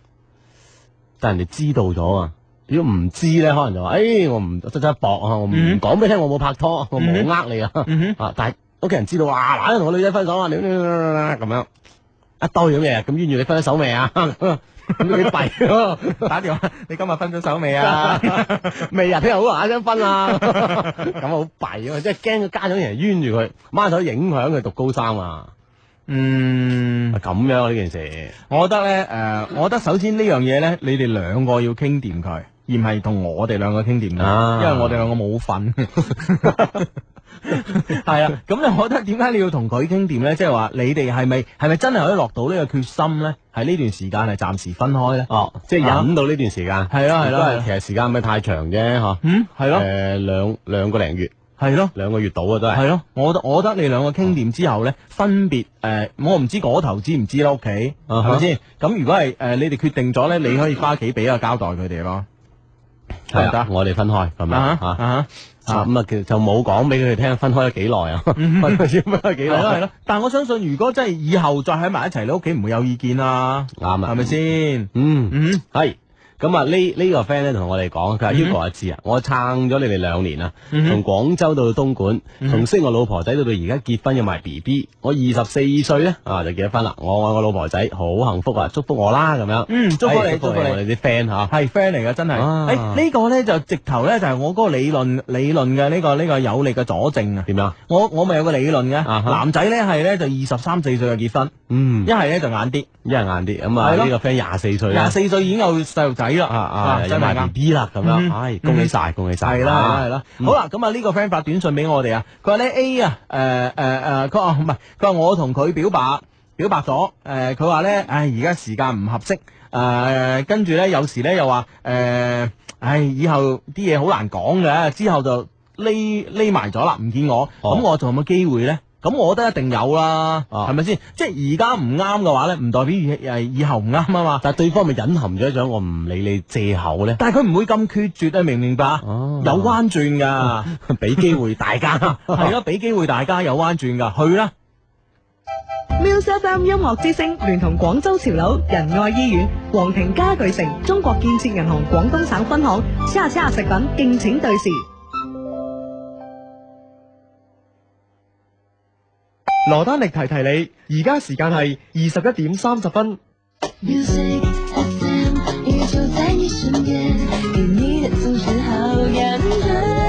但人哋知道咗啊。如果唔知咧，可能就話：，誒、我唔得得搏啊，我唔
嗯
講俾你聽，我冇拍拖，我冇呃你啊。
嗯
啊，但係屋企人知道，哇，嗱，同個女仔分手啊，你你你你你咁樣一堆咁嘢，咁冤住你分咗手未啊？ [laughs] 咁你弊咯，
哼，打電話，你今日分咗手未啊？
[laughs] 未啊，聽日好啊， [laughs] 想分啊，咁好弊啊，即係驚個家長人冤住佢，孖手影響佢讀高三啊，
嗯，
咁樣啊呢件事，
我覺得咧誒、我覺得首先呢樣嘢咧，你哋兩個要傾掂佢，而唔係同我哋兩個傾掂佢，
啊
因為我哋兩個冇份。係啊，咁你我覺得點解你要同佢傾掂咧？即係話你哋係咪係咪真係可以落到呢個決心咧？喺呢段時間係暫時分開咧？
哦，即係忍到呢段時間，
係咯係咯
都
係咯
其實時間唔係太長啫，嗬，
嗯，係咯，
誒兩兩個零月，
係咯。
兩個月到啊都係。
係咯，我覺得我覺得你兩個傾掂之後咧，分別誒、呃我唔知嗰頭知唔知啦，屋企
啊
係
哈
咪先？咁如果係誒、呃你哋決定咗咧，你可以翻屋企俾個交代佢哋咯，
系
得唔得
啦，啊我哋分開咁樣
啊哈
啊
啊哈
啊咁啊，其實就冇講俾佢哋聽分開咗幾耐
[laughs]
啊，分開咗分開
嗯
幾
係咯係
耐，啊
咯，但我相信如果真係以後再喺埋一齊，你屋企唔會有意見啦，
啱啊
係，咪先？
嗯，
嗯，
係。咁啊，呢呢個 friend 咧同我哋講，佢話
嗯
Hugo 阿志啊，我撐咗你哋兩年啦，
嗯
從廣州到東莞，
嗯
從識我老婆仔到到而家結婚有埋 B B，我二十四歲咧啊就結咗婚啦，我愛我老婆仔，好幸福啊，祝福我啦咁樣，
嗯，祝福
哎
你，祝福你。
我哋啲 friend 吓，
係 friend 嚟嘅，真係。
啊
誒呢個咧就直頭咧就係我嗰個理論理論嘅呢個呢個有力嘅佐證啊！
點樣？
我我咪有個理論嘅，
啊哈
男仔咧係咧就二十三四歲就結婚，
嗯
一，係咧就晏啲，
一人晏啲，咁啊
係咯
呢個 friend 廿四歲啦
廿。四歲已經有細路仔啦，
啊啊，有
真係
埋
啱
B。B 啦，咁
嗯
樣，唉，恭喜晒，恭喜晒，
係啦係啦係
啦，
啦，
嗯
好啦，咁啊呢個 friend 發短信俾我哋啊，佢話咧 A 啊，誒誒誒，佢哦話唔係，佢話我同佢表白，表白咗，誒佢話咧，唉而家時間唔合適，誒跟住咧有時咧又話誒，唉以後啲嘢好難講嘅，之後就匿匿埋咗啦，唔見我，
哦
咁我仲有冇機會咧？咁我覺得一定有啦，
啊
係咪先？即係而家唔啱嘅話咧，唔代表以誒以後唔啱啊嘛。
但係對方咪隱含咗一種我唔理你借口咧，
但係佢唔會咁決絕啊，明唔明白？
哦
有彎轉㗎。
[laughs] 俾機會
[laughs]
大家，
系咯，俾機會大家有彎轉噶，去啦。
Music FM 音樂之聲聯同廣州潮樓仁愛醫院、皇庭家具城、中國建設銀行廣東省分行、叉叉食品敬請對時。
羅丹力提提你，而家時間係二十一點三十分。
Music FM，宇宙在你身边，给你的总是好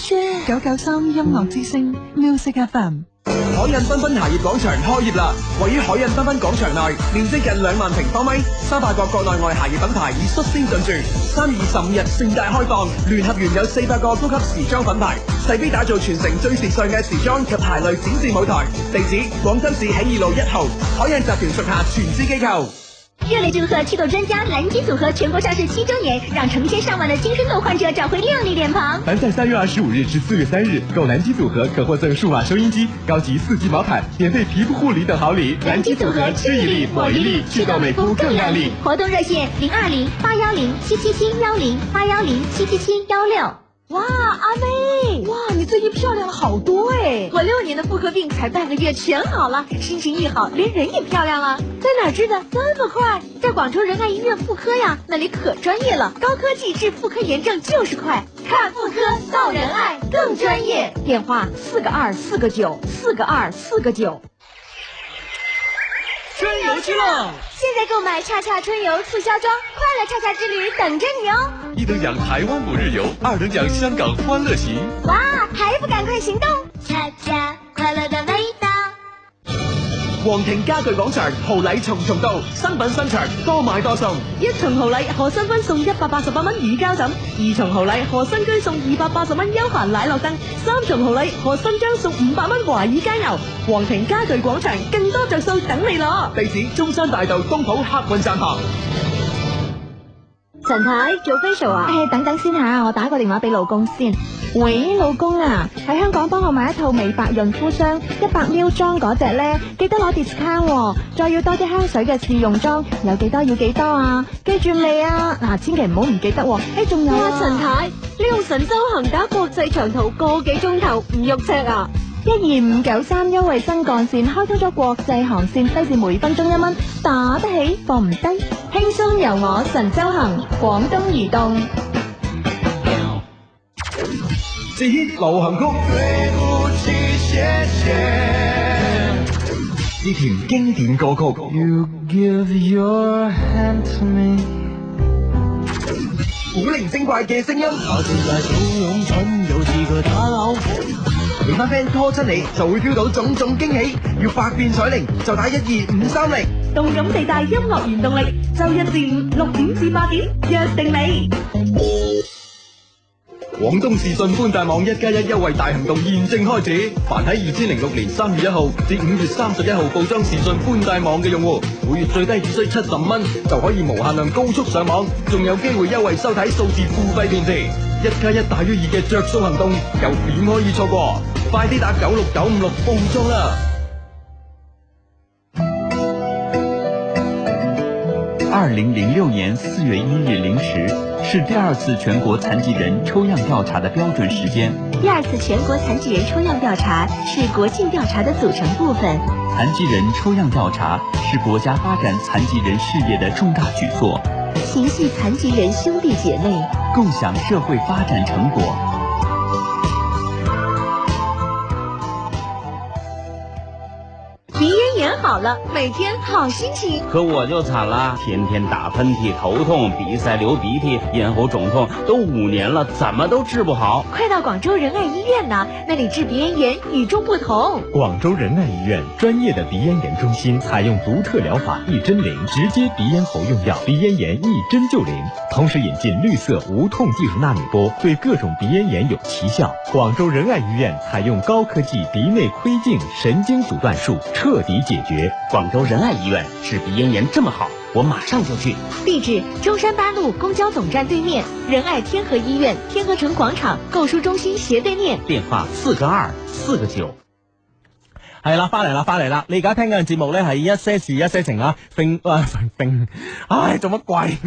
靴。
九九三音樂之聲 Music FM。
海印繽紛鞋業廣場開業啦！位於海印繽紛廣場內，面積近兩萬平方米，三百個國內外鞋業品牌已率先進駐。三月二十五日盛大開放，聯合原有四百個高級時裝品牌，勢必打造全城最時尚嘅時裝及鞋類展示舞台。地址：廣州市起義路一號。海印集團屬下全資機構。
热烈祝贺祛痘专家蓝金组合全国上市七周年，让成千上万的青春痘患者找回靓丽脸庞。
凡在三月二十五日至四月三日购南极组合，可获赠数码收音机、高级四季毛毯、免费皮肤护理等好礼。
蓝
极
肌组合吃一粒抹一粒，祛痘美肤更靓丽。。活动热线零二零八幺零七七七幺零八幺零七七七幺六。
哇，阿妹！哇，你最近漂亮了好多哎！我六年的妇科病才半个月全好了，心情一好，连人也漂亮了。在哪儿治的这么快？在广州仁爱医院妇科呀，那里可专业了，高科技治妇科炎症就是快。看妇科到仁爱更专业，电话四个二四个九四个二四个九。
春游去了。
现在购买叉叉春游促销装，快乐叉叉之旅等着你哦！
一等奖台湾五日游，二等奖香港欢乐行。
哇，还不赶快行动！
恰恰快乐的味道。
皇庭家具廣場豪禮重重到，新品新場多買多送。
一重豪禮何新婚送一百八十八蚊乳膠枕，二重豪禮何新居送二百八十蚊休閒奶酪凳，三重豪禮何新章送五百蚊華爾街牛。皇庭家具廣場更多着數等你攞。
地址中山大道東圃客運站旁。
陈太做 facial 啊？诶、等等先吓，我打个电话俾老公先。喂，老公啊，喺香港幫我買一套美白潤膚霜，一百 ml 裝嗰只呢，記得攞 discount，、喎。再要多啲香水嘅試用裝，有幾多要幾多啊？記住未啊？嗱、千祈唔好唔記得、喎。诶、仲有啊，陳太，你用神州恒打國際長途個幾鐘頭唔肉赤啊？一二五九三優惠新幹線開通咗國際航線，低至每分鐘一蚊，打得起放唔低，輕鬆由我神州行，廣東移動。
至於流行曲，呢條經典歌曲。
You give your hand to me，
古靈精怪嘅聲音，
我是個小勇蠢，又是個打老虎。
連班 friend 拖親你就會 feel 到種種驚喜。要百變彩鈴就打一二五三零。
動感地帶音樂原動力，周一至五六點至八點，約定你。
廣東視訊寬帶網一加一優惠大行動現正開始，凡喺二千零六年三月一號至五月三十一號報裝視訊寬帶網嘅用戶，每月最低只需七十蚊就可以無限量高速上網，仲有機會優惠收睇數字付費電視。一加一大於二嘅着數行動，又點可以錯過？快啲打九六九五六報裝啦！
二零零六年四月一日零时是第二次全国残疾人抽样调查的标准时间。
第二次全国残疾人抽样调查是国庆调查的组成部分。
残疾人抽样调查是国家发展残疾人事业的重大举措，
情系残疾人兄弟姐妹，
共享社会发展成果。
鼻炎演好了，每天好心情。
可我就惨啦，天天打喷嚏、头痛、鼻塞、流鼻涕、咽喉肿痛，都五年了，怎么都治不好。
快到广州仁爱医院呐，那里治鼻炎炎与众不同。
广州仁爱医院专业的鼻咽炎中心，采用独特疗法一针灵，直接鼻咽喉用药，鼻咽炎一针就灵。同时引进绿色无痛技术纳米波，对各种鼻咽炎有奇效。广州仁爱医院采用高科技鼻内窥镜神经阻断术，彻底解决。
广州仁爱医院治鼻咽炎这么好，我马上就去。
地址：中山八路公交总站对面，仁爱天河医院天河城广场购书中心斜对面。
电话四个二四个九。系啦，翻嚟啦，翻嚟啦！你而家听紧嘅节目咧係一些事一些情啊，並啊並，唉做乜 [laughs] 鬼？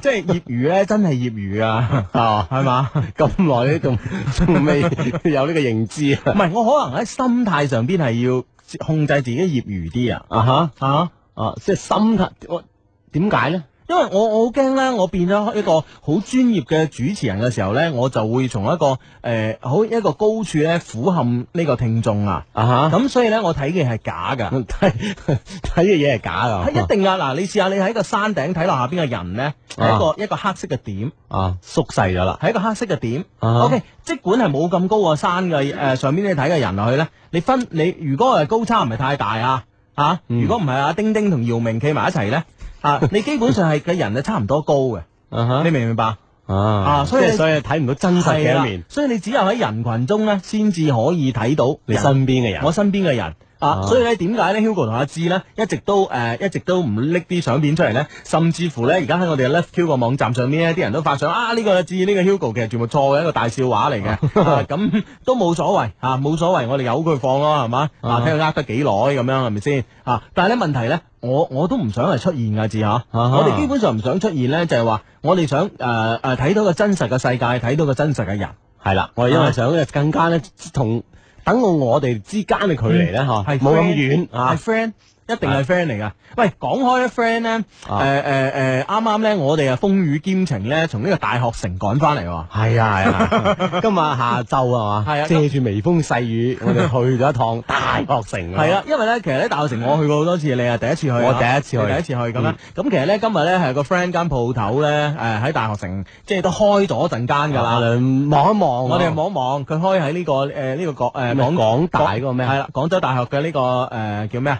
即係業餘咧，真係業餘啊，啊係嘛？咁耐都仲仲 [laughs] 未有呢個認知啊？唔係，我可能喺心態上邊係要控制自己業餘啲啊，啊哈啊啊！即係心態，我點解咧？因為我我好驚咧，我變咗一個好專業嘅主持人嘅時候咧，我就會從一個誒好、一個高處咧俯瞰呢個聽眾啊。
啊
咁所以咧，我睇嘅係假噶，
[laughs] 睇睇嘅嘢係假噶，
係一定噶。嗱，你試下你喺個山頂睇落下邊嘅人咧，係一個一個黑色嘅點，
啊縮細咗啦。
係一個黑色嘅點。
啊
O K，即管係冇咁高個山嘅，誒、上邊你睇嘅人落去咧，你分你如果係高差唔係太大啊，啊，
嗯
如果唔係啊，丁丁同姚明企埋一齊咧，啊，你基本上係嘅人就差唔多高嘅，
[laughs] 啊哈
你明唔明白？
啊，
啊所以
即係
你
所以睇唔到真實嘅一面，
所以你只有喺人群中咧，先至可以睇到
你
人
身邊嘅人
我身邊嘅人。
啊
啊，所以咧，點解咧，Hugo 同阿志咧，一直都誒、呃一直都唔拎啲相片出嚟咧，甚至乎咧，而家喺我哋嘅 Left Q 個網站上面咧，啲人都發相啊，呢、個志，呢、個 Hugo 其實全部錯嘅一個大笑話嚟 [laughs] 嘅，啊咁、都冇所謂啊，冇所謂，我哋由佢放咯，係嘛？
啊
啊，睇佢呃得幾耐咁樣，係咪先？啊，但係咧問題咧，我我都唔想係出現㗎，志嚇，
啊
我哋基本上唔想出現咧，就係話我哋想誒
呃
誒睇到個真實嘅世界，睇到個真實嘅人。
係啦，我哋
啊
因為想咧更加咧同等到我哋之間嘅距離咧，嗬，
嗯係
冇咁
friend，
遠啊
係，friend，一定係 friend 嚟噶。喂，講開咧 friend 咧，
啊
誒誒誒，啱啱咧我哋啊風雨兼程咧，從呢個大學城趕翻嚟喎。
係啊係
[laughs]
啊，今日下晝啊
係
嘛，
啊
借住微風細雨，我哋去咗一趟大學城
[laughs]
啊，
係啦，因為咧，其實咧大學城我去過好多次，你係第一次去啊，
我第一次去嗯
你第一次去咁樣。咁其實咧今日咧係個 friend 間鋪頭咧，誒喺大學城即係都開咗陣間㗎
啊我
啦。
哋望一望，啊
我哋望一望，佢開喺呢個誒呢個廣誒
咩
廣
廣大嗰個咩
係啦，廣州大學嘅呢個誒叫咩啊？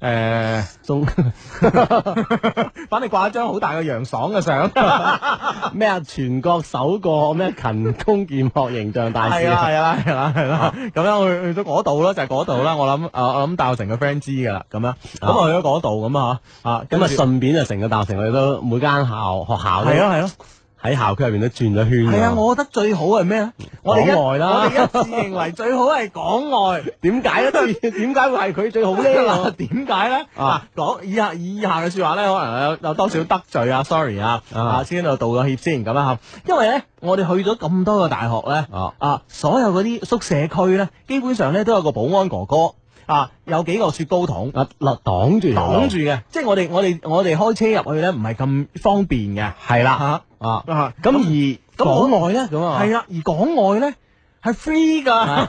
誒
[laughs] 中
反正掛一張好大嘅楊爽嘅相。
[laughs] 咩啊？全國首個咩勤工儉學形象大使
係啦
啊！
係啦係啦係啦，咁樣去去咗嗰度啦，就係嗰度啦。我諗啊，我諗大學城嘅 friend 知噶啦，咁樣咁我去咗嗰度咁啊啊，
啊咁啊，
順
順便就成個大學城，我哋都每間校學
係
校都
咯係咯，啊
喺校區入邊都轉咗圈㗎
係啊！我覺得最好係咩咧？我哋一
港外啦
我哋一致認 [laughs] 為最好係港外。
[laughs] 點
[laughs]
解咧？點解會係佢最好咧？
嗱，啊點解咧？嗱
啊，
講以下以下嘅説話咧，可能有有多少得罪啊，sorry 啊，
啊
啊，先喺度道個歉先咁啦嚇。因為咧，我哋去咗咁多個大學咧，
啊
啊，所有嗰啲宿舍區咧，基本上咧都有個保安哥哥，啊，有幾個雪糕筒。
啊，嗱，擋住條路
擋住嘅，即係我哋我哋我哋開車入去咧，唔係咁方便嘅。
係啦
吓
啊！
啊，
咁
咁
而
咁我
港外咧咁啊，
係啦，而港外咧係 free 噶，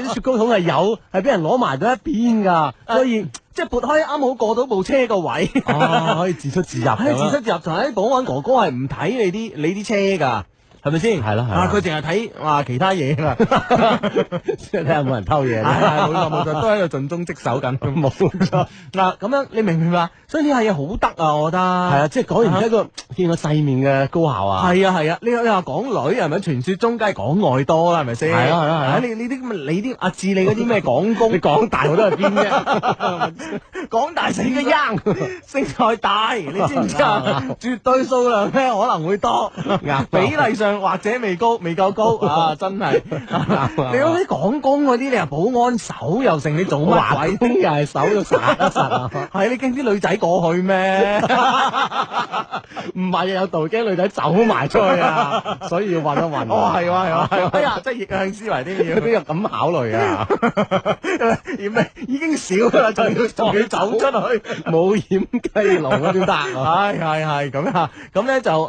你啲雪糕筒係有，係俾人攞埋咗一邊㗎，所
所
以
以即係撥開啱好過到部車個位，
[laughs] 啊可以自出自
[laughs]
入咁啊
係
樣
自出自入，同埋啲保安哥哥係唔睇你啲你啲車噶，係咪先？
係咯係咯
啊佢淨係睇哇其他嘢
[laughs]
啦，
睇下有冇人偷嘢
係
呢。
係冇錯冇錯，都喺度盡忠職守
[laughs]
緊，冇錯。嗱咁樣你明唔明白？所以呢下嘢好得啊，我覺得。
係啊，即係講完一個見過世面嘅高校啊，
係啊係啊，你你話港女係咪？傳說中梗係港外多啦，係咪先？
係啊係啊係啊
你你啲咁嘅你啲阿志你嗰啲咩港工，
[laughs] 你港大我都係邊啫？
[laughs] 港大死嘅
[laughs]
秧，勝在大，你知唔知啊？絕對數量咧可能會多，比例上或者未高，未夠
[laughs]
高啊！真係，你嗰啲港工嗰啲，你話保安手又成，你做乜
華
鬼？
工又係手都殺一殺啊！
[laughs] 係你驚啲女仔過去
[laughs]
咩？
唔係啊，有道驚女仔走埋出
[laughs]
去啊，所以要混一混。
哦，係喎，係喎，
[laughs]
係喎，哎呀，真係逆向思維啲嘢，都要咁考慮 [laughs] 啊！而咩已經少啦，仲要仲要走出去，
冇掩雞籠啊，點得啊？
[laughs] 係係係咁啊！咁咧就誒誒、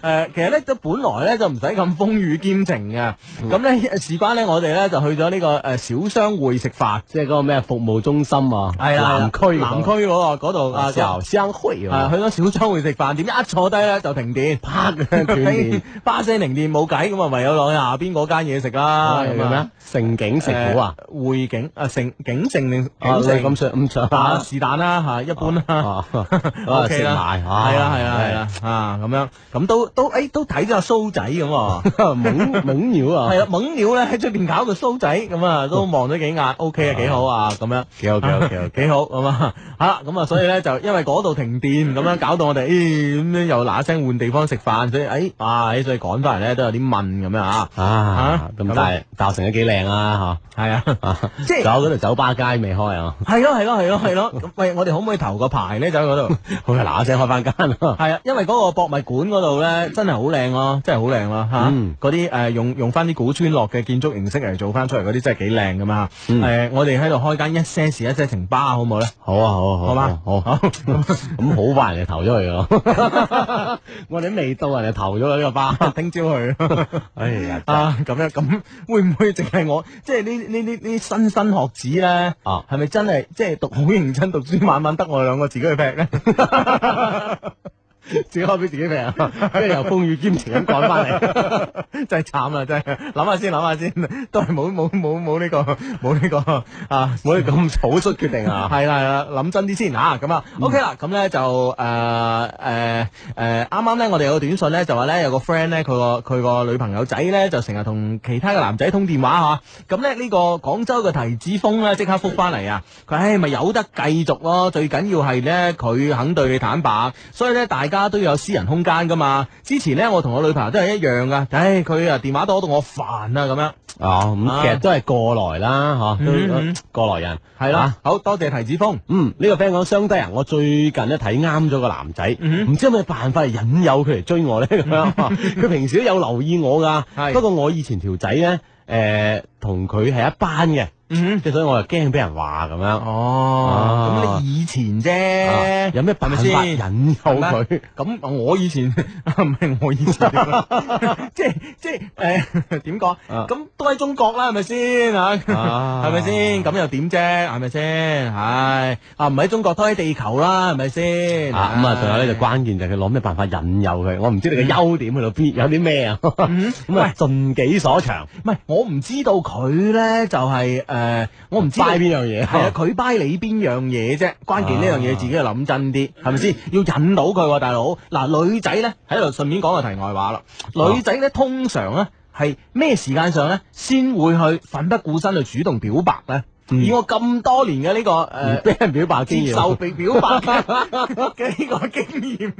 呃其實咧都本來咧就唔使咁風雨兼程嘅。
嗯
咁咧、事關咧，我哋咧就去咗呢、個誒、呃小商會食飯。
即係嗰個咩服務中心啊，
係啊
南區
南區嗰、個嗰度啊，
由相會
啊
啊，
去咗小商會食飯，點知一坐低咧就停電，啪斷
電，
巴西停電冇計，咁啊唯有落去下邊嗰間嘢食啦。
係
咁啊
咩？盛景食府啊，
誒，匯景啊，城景盛定
啊
景
你
盛
咁上咁上
啊，
下
是但啦吓，一般啦。
啊
[laughs] O
啊，
K
食
啦，
埋
係
啊，
啦係啦係啦啊咁樣，咁都都誒都睇咗阿蘇仔咁喎，
係，啊
[laughs]
懵懵料啊，
係啦，猛料咧喺出邊搞個蘇仔咁啊，都望咗幾眼，O K 啊，幾好啊咁樣。
嗯幾好幾好幾好。
啊幾好咁啊，好啦，咁啊，所以咧就因為嗰度停電咁樣，搞到我哋，咦咁樣又就嗱聲換地方食飯，所以誒啊，所以趕翻嚟咧都有啲問咁樣啊。
啊，咁
咁
但係大學城都幾靚啊，
係啊，
嚇，
即係
[laughs] 仲有嗰條酒吧街未開啊，
係咯係咯
[laughs]
係咯係咯。咁喂，我哋可唔可以投個牌咧？就喺嗰度。
好啊嗱嗱聲開翻間啊，
[laughs] 係啊，因為嗰個博物館嗰度咧，真係好靚咯，真係好靚咯嚇
嗯。
嗰啲誒用用翻啲古村落嘅建築形式嚟做翻出嚟嗰啲，真係幾靚噶嘛。
嗯
誒，我哋喺度開間一些事一些情吧，好唔好咧？
好啊好啊好
好
啊
嘛，
好好， [laughs] 咁好快人哋投咗去
[laughs]
咯， [laughs] 我哋都未到人哋投咗去呢個巴，
聽朝去。
[laughs] 哎呀，
[laughs]
真係
啊，咁樣咁會唔會淨係我？即係呢呢呢呢新新學子咧，
啊
係咪真係即係讀好認真讀書，晚晚得我兩個自己去劈 [laughs] 咧？
自己開俾自己平，
啊
跟住又風雨兼程咁趕翻嚟。
真係慘啦！真係諗下先，諗下先，都係冇冇冇冇呢個冇呢個啊！
冇你咁草率決定啊！
[laughs]
嗯
係啦係啦，諗真啲先吓，咁啊，OK 啦，咁咧就呃誒誒誒，呃啱啱咧我哋有個短信咧就話咧有個 friend 咧佢個佢個女朋友仔咧就成日同其他嘅男仔通電話吓，咁咧呢個廣州嘅提子峰咧即刻覆翻嚟啊，佢唉咪有得繼續咯，最緊要係咧佢肯對你坦白，所以咧大家都有私人空間噶嘛。之前咧我同我女朋友都係一樣噶，唉佢啊電話多到我煩啊咁樣。
哦，咁
啊
其實都係過來啦，嚇，
嗯嗯
都過來人
係
啊
啦，好多謝提子峰。
嗯，呢個 friend 講相低啊，我最近咧睇啱咗個男仔，
嗯
唔知有咩辦法嚟引誘佢嚟追
[laughs]
我咧咁樣。佢平時都有留意我㗎，
係
不過我以前條仔咧，誒同佢係一班嘅，
嗯
即係所以我又驚俾人話咁樣。
哦，咁、
啊
你以前
啊
啫，
有咩辦法
係咪先
引誘
係
佢？
咁我以前 [laughs] 唔係我以前，即係即係
[laughs]
誒點講？
啊
咁都喺中國啦，係咪先啊？
啊
[laughs] 係咪先？咁又點啫？係咪先？唉，啊唔喺中國都喺地球啦，係咪先？
啊，咁啊，仲有
唉
呢就關鍵就係佢攞咩辦法引誘佢，我唔知你嘅優點去到邊， [laughs] 有啲咩啊？咁啊，盡己所長，
唔係，我唔知道佢咧就係、呃我唔知道
拜邊樣嘢
係啊，佢 buy 你邊樣嘢啫？關鍵呢樣嘢自己要諗真啲，
啊
係咪先？要引到佢喎，大佬。嗱，女仔咧喺度順便講個題外話啦。
哦
女仔咧通常咧係咩時間上咧先會去奮不顧身去主動表白咧？以我咁多年嘅呢、個誒。呃
俾人嗯表白經
接
驗。
受被表白
[laughs]
嘅嘅呢個經驗，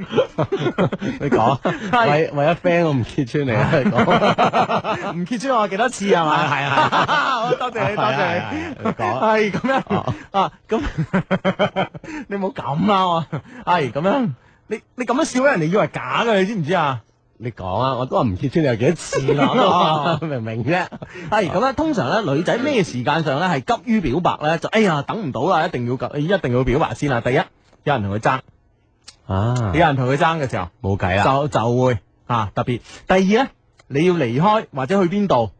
你講，
係
為為咗 friend 我唔揭穿你啊！你講
[laughs] 唔揭穿我幾多次係嘛？係 [laughs] 啊，多謝你，多謝你。
你講，
係哎咁樣啊，咁 [laughs] 你冇咁啊，我係咁樣，你你咁樣笑人哋以為假嘅，你知唔知啊？
你講啊！我都話唔揭穿你有幾多次
[laughs]
啦
啦，
明唔明啫？
係咁咧，啊通常咧女仔咩時間上咧係急於表白咧，就哎呀等唔到啦，一定要急，哎一定要表白先啊啦。第一，有人同佢爭，
啊
有，人同佢爭嘅時候，
冇計啦，
就就會啊特別。第二咧，你要離開或者去邊度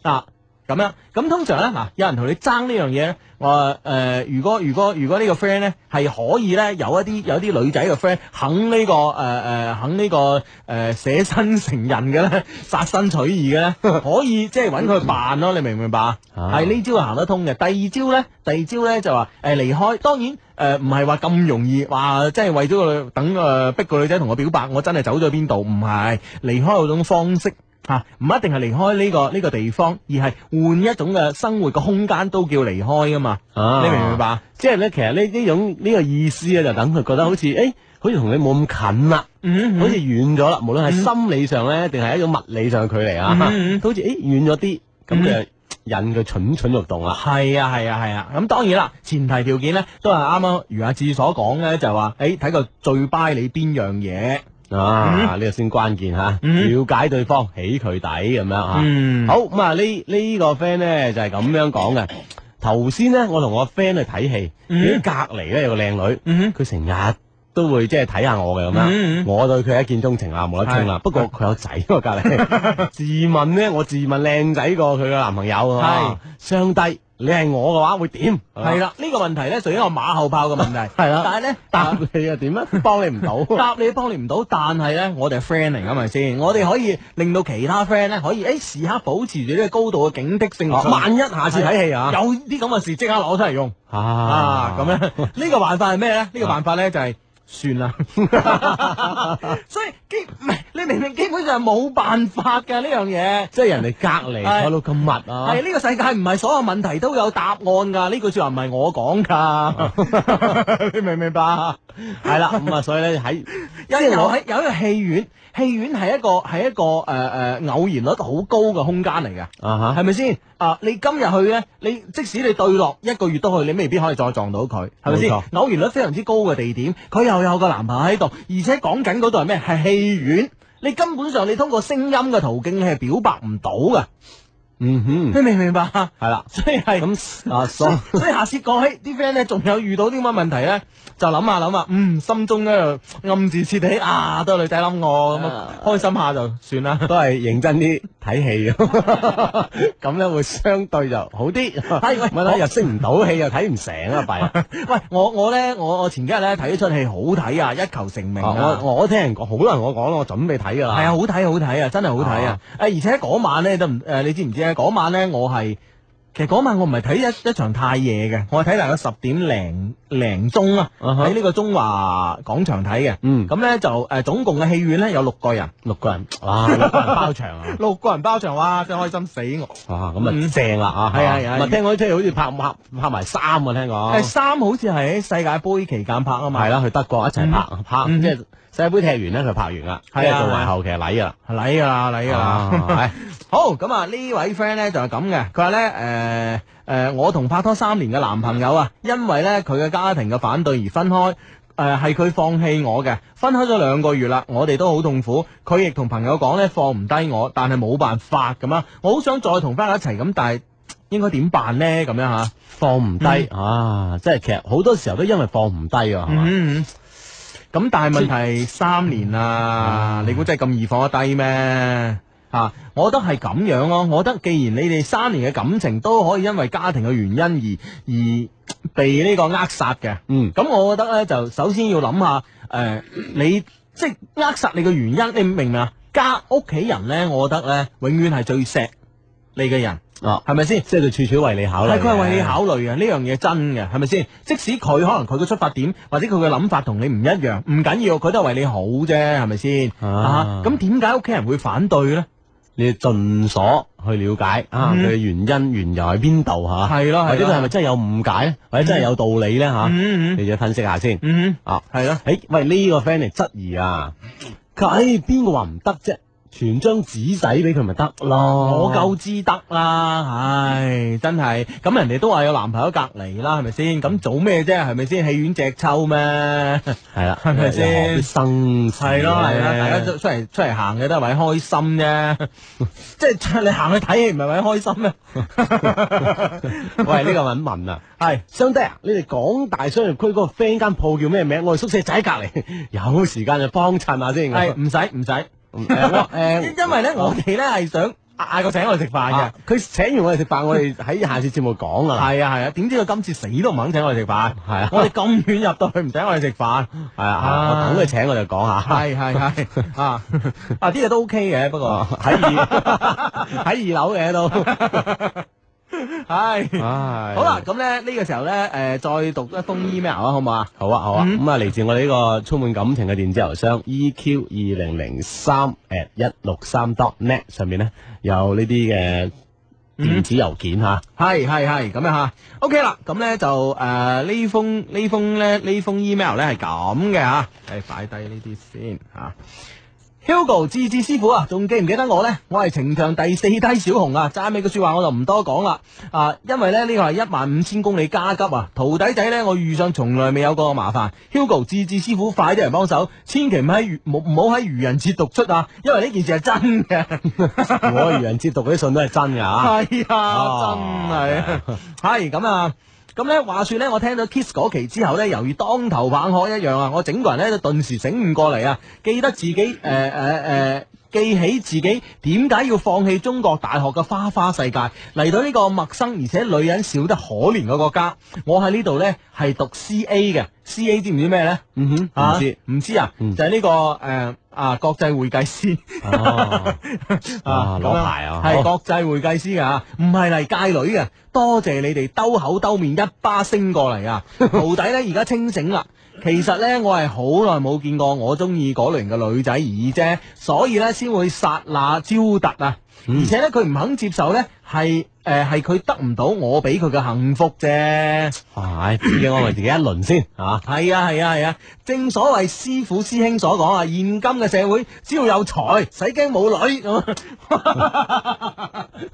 啊？咁樣咁通常咧嗱、有人同你爭呢樣嘢咧，我誒、呃如果如果如果呢個 friend 咧係可以咧有一啲有啲女仔嘅 friend 肯呢、個誒誒、呃肯呢、個誒、呃、捨身成人嘅咧，殺身取義嘅咧， [laughs] 可以即係揾佢扮咯，你明唔明白啊？係呢招係行得通嘅。第二招咧，第二招咧就話誒離開，當然呃誒唔係話咁容易，話即係為咗個女等誒、呃逼個女仔同我表白，我真係走咗邊度？唔係離開嗰種方式。吓，唔、一定係離開呢、個呢、個地方，而係換一種嘅生活嘅空間都叫離開噶嘛？
啊
你明唔明？白？
即係咧，其實呢呢種呢個意思咧，就等佢覺得好似誒，好似同你冇咁近啦，
嗯
好似遠咗啦。無論係心理上咧，定係一種物理上嘅距離啊，
嗯嗯
都好似誒遠咗啲，咁
嗯
就引佢蠢蠢欲動啦。
係啊係啊係啊，咁、當然啦，前提條件咧都係啱啱如阿志所講咧，就係話誒睇個最 buy 你邊樣嘢。
啊，呢個先關鍵吓，
嗯
了解對方，起佢底咁樣啊。
嗯
好咁啊，呢呢個 friend 咧就係咁樣講嘅。頭先咧，我同我 friend 去睇戲，
嗯
咦隔離咧有個靚女，
嗯
佢成日都會即係睇下我嘅咁樣，
[laughs] 嗯嗯
我對佢一見鍾情啦，啊冇得傾啦。
係
不過佢有仔喎
[laughs]
隔離，自問咧我自問靚仔過佢嘅男朋友，啊
係
相低。你係我嘅話會點？
係啦，呢、個問題咧屬於我馬後炮嘅問題，
[laughs] 係啦
但係咧
答你又
[laughs]
點啊？幫你唔到。
答你幫你唔到，但係咧，我哋係 friend 嚟噶，係咪先？我哋可以令到其他 friend 咧，可以誒時刻保持住呢個高度嘅警惕性。
哦萬一下次睇戲
有
啊，
啲咁嘅事即刻攞出嚟用啊！咁
[laughs]
樣呢個辦法係咩咧？呢個辦法咧就係算啦。所以基唔係你明明基本上係冇辦法嘅呢樣嘢。
即係人哋隔離
係
坐到咁密啊，
係呢個世界唔係所有問題都有答案㗎，呢句说話唔係我講
[laughs]
㗎，你明唔明白？
係啦，咁啊，所以咧喺
有
即係
有
我
喺有一個戲院，戲院係一個係一個诶诶、呃偶然率好高嘅空間嚟嘅，
啊
係咪先？啊，你今日去咧，你即使你對落一個月都去，你未必可以再撞到佢，係咪先
冇錯？
偶然率非常之高嘅地點，佢又有個男朋友喺度，而且講緊嗰度係咩？係戲院。你根本上你通過聲音嘅途徑，你係表白唔到㗎，
嗯哼，
你明唔明白啊？
係啦，
所以係
咁啊，所
所以所以下次講起啲 friend 咧，仲有遇到啲乜問題咧，就諗下諗下，嗯，心中咧暗自徹底啊，都係女仔諗我咁啊，開心下就算啦。
都係認真啲睇
[laughs]
戲咁，咁咧會相對就好啲。
係喂
唔係啦，又識唔到戲，又睇唔成啊，弊啊！
[laughs] 喂，我我咧，我我前幾日咧睇一出戲好睇啊，一球成名
啊
啊。
我我聽人講，好多人我講啦，我準備睇㗎啦。
係啊，好睇好睇啊，真係好睇啊！誒，而且嗰晚咧都唔誒，你知唔知咧？嗰晚咧我係其實嗰晚我唔係睇一一場太夜嘅，我係睇大概十點零零鐘啊，
啊哈
喺呢個中華廣場睇嘅。
嗯，
咁咧就誒、總共嘅戲院咧有六個人，
六個人，哇，六個人包場
[laughs]
啊！
六個人包場，哇！真係開心死我。
哇，咁啊
嗯
正啦啊！
係啊係啊
咪聽講出嚟好似拍拍拍埋三啊，聽
誒
講
三好似係喺世界盃期間拍啊嘛。
係啦，去德國一齊拍拍，
嗯
即係世界盃踢完咧，佢拍完啦，即
係啊
係做
係
埋
啊
後期禮㗎啦。
係，禮㗎啦，禮㗎啦。
啊
[laughs] 好咁啊！呢位 friend 咧就係咁嘅，佢話咧誒誒，我同拍拖三年嘅男朋友啊，因為咧佢嘅家庭嘅反對而分開。誒呃係佢放棄我嘅，分開咗兩個月啦，我哋都好痛苦。佢亦同朋友講咧放唔低我，但係冇辦法咁啊！我好想再同翻佢一齊咁，但係應該點辦呢？咁樣嚇，
嗯放唔低啊！即係其實好多時候都因為放唔低啊，係嘛？
嗯，咁但係問題三年
嗯
啦，你估真係咁易放得低咩？啊，我覺得係咁樣咯。我覺得既然你哋三年嘅感情都可以因為家庭嘅原因而而被呢個扼殺嘅，
嗯，
咁我覺得呢，就首先要諗下，誒、你即係扼殺你嘅原因，你明唔明啊？家屋企人呢，我覺得呢，永遠係最錫你嘅人，
哦
係咪先？
即係佢處處為你考慮
係
嘅，
佢係為你考慮嘅，呢樣嘢真嘅，係咪先？即使佢可能佢嘅出發點或者佢嘅諗法同你唔一樣，唔緊要，佢都係為你好啫，係咪先？
啊
啊，咁點解屋企人會反對呢？
你要盡所去了解啊，
嗯
佢嘅原因緣由喺邊度嚇？
係咯
或者
係咯
佢係咪真係有誤解咧？或者真係有道理咧嚇？
嗯嗯
你要分析下先。
嗯，
啊，
係咯，
诶，喂，呢個 friend 嚟質疑啊，佢話诶邊個話唔得啫？傳張紙仔俾佢咪得咯？
我夠知得啦，唉，真係咁人哋都話有男朋友隔離啦，係咪先？咁做咩啫？係咪先？戲院隻抽咩？嗯
係啦，
係咪先
又何必生事
係咯係啦，
咧
大家都出嚟 [laughs] 出嚟行嘅都係為開心啫， [laughs] 即係 [laughs] 你行去睇戲唔係為開心咩？
[laughs] 喂呢個文文啊。
係。
相弟啊，你哋港大商業區嗰個 friend 間鋪叫咩名？我哋宿舍仔隔離， [laughs] 有時間就幫襯下先。嗯
系唔使唔使，
誒
[laughs] 因因為咧我哋咧係想嗌個請我哋食飯嘅
啊，佢請完我哋食飯，我哋喺下次節目講噶啦。
係啊係啊，點知佢今次死都唔肯請我哋食飯，
係啊
我哋咁遠入到去唔請我哋食飯，
係啊係啊，我等佢請我就啊講
[laughs]
下。
係係係
[laughs]
啊啊啲嘢都 OK 嘅，不過
喺二 [laughs] 喺二樓
[laughs]
嘅都，
係
唉
好啦，，咁咧呢個時候咧誒再讀一封 email 啊，好唔好啊？
好啊，好啊，
嗯
咁啊，嚟自我哋呢個充滿感情嘅電子郵箱 EQ 二零零三 at 一六三 dot net 上面咧有呢啲嘅電子郵件啊吓，
嗯係係係咁樣吓，OK 啦，咁咧就誒呢封呢封咧呢封 email 咧係咁嘅啊吓，誒擺低呢啲先吓。Hugo 志志師傅啊，仲記唔記得我呢？我係情場第四低小紅啊，讚美嘅说話我就唔多講啦。啊，因為咧呢個係一萬五千公里加急啊，徒弟仔呢，我遇上從來未有過嘅麻煩。Hugo 志志師傅快啲嚟幫手，千祈唔喺愚唔唔好喺愚人節讀出啊，因為呢件事係真嘅。
[laughs] 我愚人節讀嗰啲信都係真噶
[laughs]
吓。
系啊，
啊
真 [laughs] 系系咁啊！咁咧，話說咧，我聽到 Kiss 嗰期之後咧，猶如當頭棒喝一樣啊！我整個人咧就頓時醒悟過嚟啊，記得自己呃誒誒誒，記起自己點解要放棄中國大學嘅花花世界，嚟到呢個陌生而且女人少得可憐嘅國家。我喺呢度咧係讀 CA 嘅，CA 知唔知咩咧？
嗯
啊
哼，唔知。
唔知啊？
嗯
就係呢個誒啊國際會計師。 [laughs]
哦，啊
咁
攞
樣
牌啊好
係國際會計師啊，唔係嚟界女
[laughs]
嘅。多謝你哋兜口兜面一巴升過嚟啊！徒弟呢而家清醒啦，其實呢，我係好耐冇見過我中意嗰類型嘅女仔而已啫，所以呢，先會剎那招突啊！而且呢，佢唔肯接受呢，係诶系佢得唔到我俾佢嘅幸福啫。
唉，自己安慰自己一輪先啊！
係啊係啊係啊！正所謂師傅師兄所講啊，現今嘅社會只要有財，使驚冇女咁啊。啊
[laughs] 呢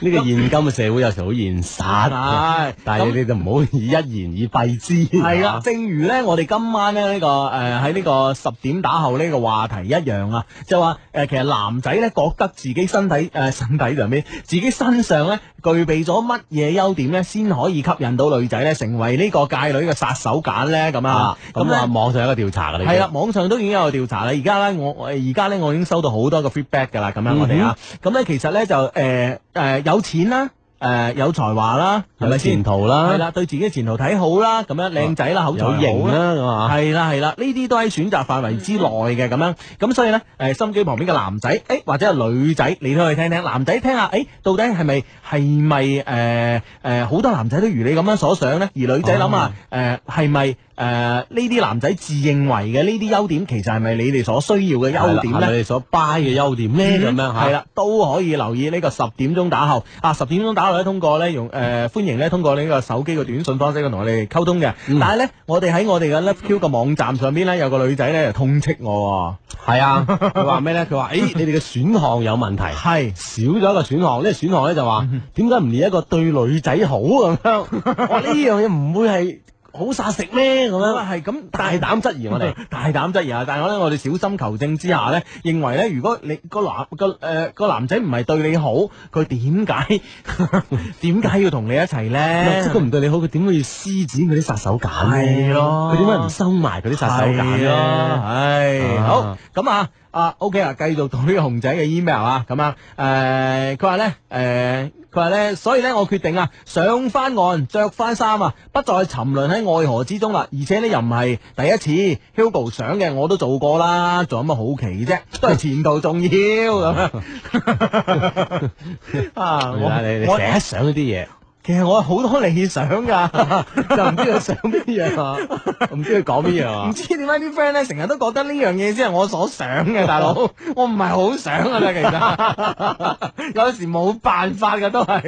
個現今嘅社會有時好現實
係，
但係你哋就唔好以一言以蔽之。
系啦
啊，，
正如咧，我哋今晚咧呢、個个诶喺呢個十點打後呢個話題一樣啊，就話诶、呃其實男仔咧覺得自己身體诶、呃身體上邊，自己身上咧具備咗乜嘢優點咧，先可以吸引到女仔咧成為呢個界女嘅殺手鐧咧咁啊
啊，，咁啊
咧。
網上有一個調查㗎啦，已經
係啦，，網上都已經有調查啦。而家咧，我我而家咧，我已經收到好多嘅 feedback 㗎啦。咁樣我哋啊，咁咧、其實咧就誒誒、呃呃有錢啦，誒、有才華啦，係
有
咪先
前？途
系
啦，
啦，對自己嘅前途睇好啦，咁樣靚仔啦，口才
有型
好啦。
啦，咁啊，
係啦係啦，呢啲都喺選擇範圍之內嘅咁樣，咁所以呢，诶、心機旁邊嘅男仔，诶、或者係女仔，你都可以聽聽，男仔聽下，诶、到底係咪係咪诶诶，好、多男仔都如你咁樣所想呢？而女仔諗下，诶係咪诶呢啲男仔自認為嘅呢啲優點，其實係咪你哋所需要嘅優點
係啦係
呢？嗯
咪你所 buy 嘅優點咧，咁樣嚇。
系啦，都可以留意呢個十點鐘打後啊，十點鐘打後咧，通過咧用
嗯
诶、歡迎咧通過呢個手機嘅短信方式去同我哋溝通嘅。
嗯
但係咧，我哋喺我哋嘅 Love Q 嘅網站上邊咧，有個女仔咧就痛斥我
系啊，佢話咩咧？佢話：，
[laughs]
诶、你哋嘅選項有問題，
喎，係嗯
少咗一個選項。呢、個選項咧就話：點解唔列一個對女仔好
[laughs]
咁樣？我呢樣嘢唔會係好殺食咩？咁
咁
樣
啊係咁
大膽質疑
[laughs]
我哋。
大膽質疑啊！但係咧，我哋小心求證之下咧，認為咧，如果你個男個誒、呃個男仔唔係對你好，佢點解 [laughs] 點解要同你一齊咧？
即係佢唔對你好，佢點會要施展佢啲殺手鐧
係
咧？
咯
佢點解唔收埋佢啲殺手鐧
係
咧？
咯，唉，
啊
好咁啊。啊，OK 啦，繼續讀呢個熊仔嘅 email 啊，咁啊，誒，佢話咧，誒，佢話咧，所以咧，我決定啊，上翻岸，着翻衫啊，不再沉淪喺愛河之中啦，啊而且咧又唔係第一次，Hugo 想嘅我都做過啦，仲有乜好奇 [laughs] 啫，都係前途重要
[laughs]
咁
À,
啊，啊，
係啦，你你
我
成 [laughs] 日想呢啲嘢，
其實我好多理想㗎，就唔知佢想邊樣啊。
唔知佢講邊
[laughs]
樣
唔
啊？
知點解啲 friend 咧成日都覺得呢樣嘢先係我所想嘅，大
[laughs]
佬，我唔係好想噶啦，其
[laughs]
實有時冇辦法嘅都係，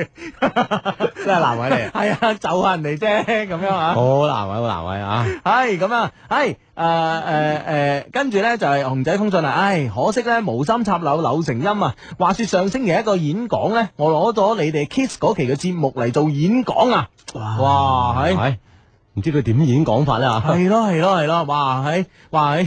真係難為你。係啊，就下人哋啫，咁樣啊。
好難為，好難為啊！
系咁啊，系诶
à,
诶诶，跟住呢就係熊仔封信啦，唉，可惜呢，無心插柳柳成
à.
荫啊！話說上星期一個演講呢，我攞咗你哋 Kiss 嗰期嘅節目嚟做演講
à.
啊，哇，係。
係唔知佢點演講法咧啊？
系咯系咯系咯，哇喺哇喺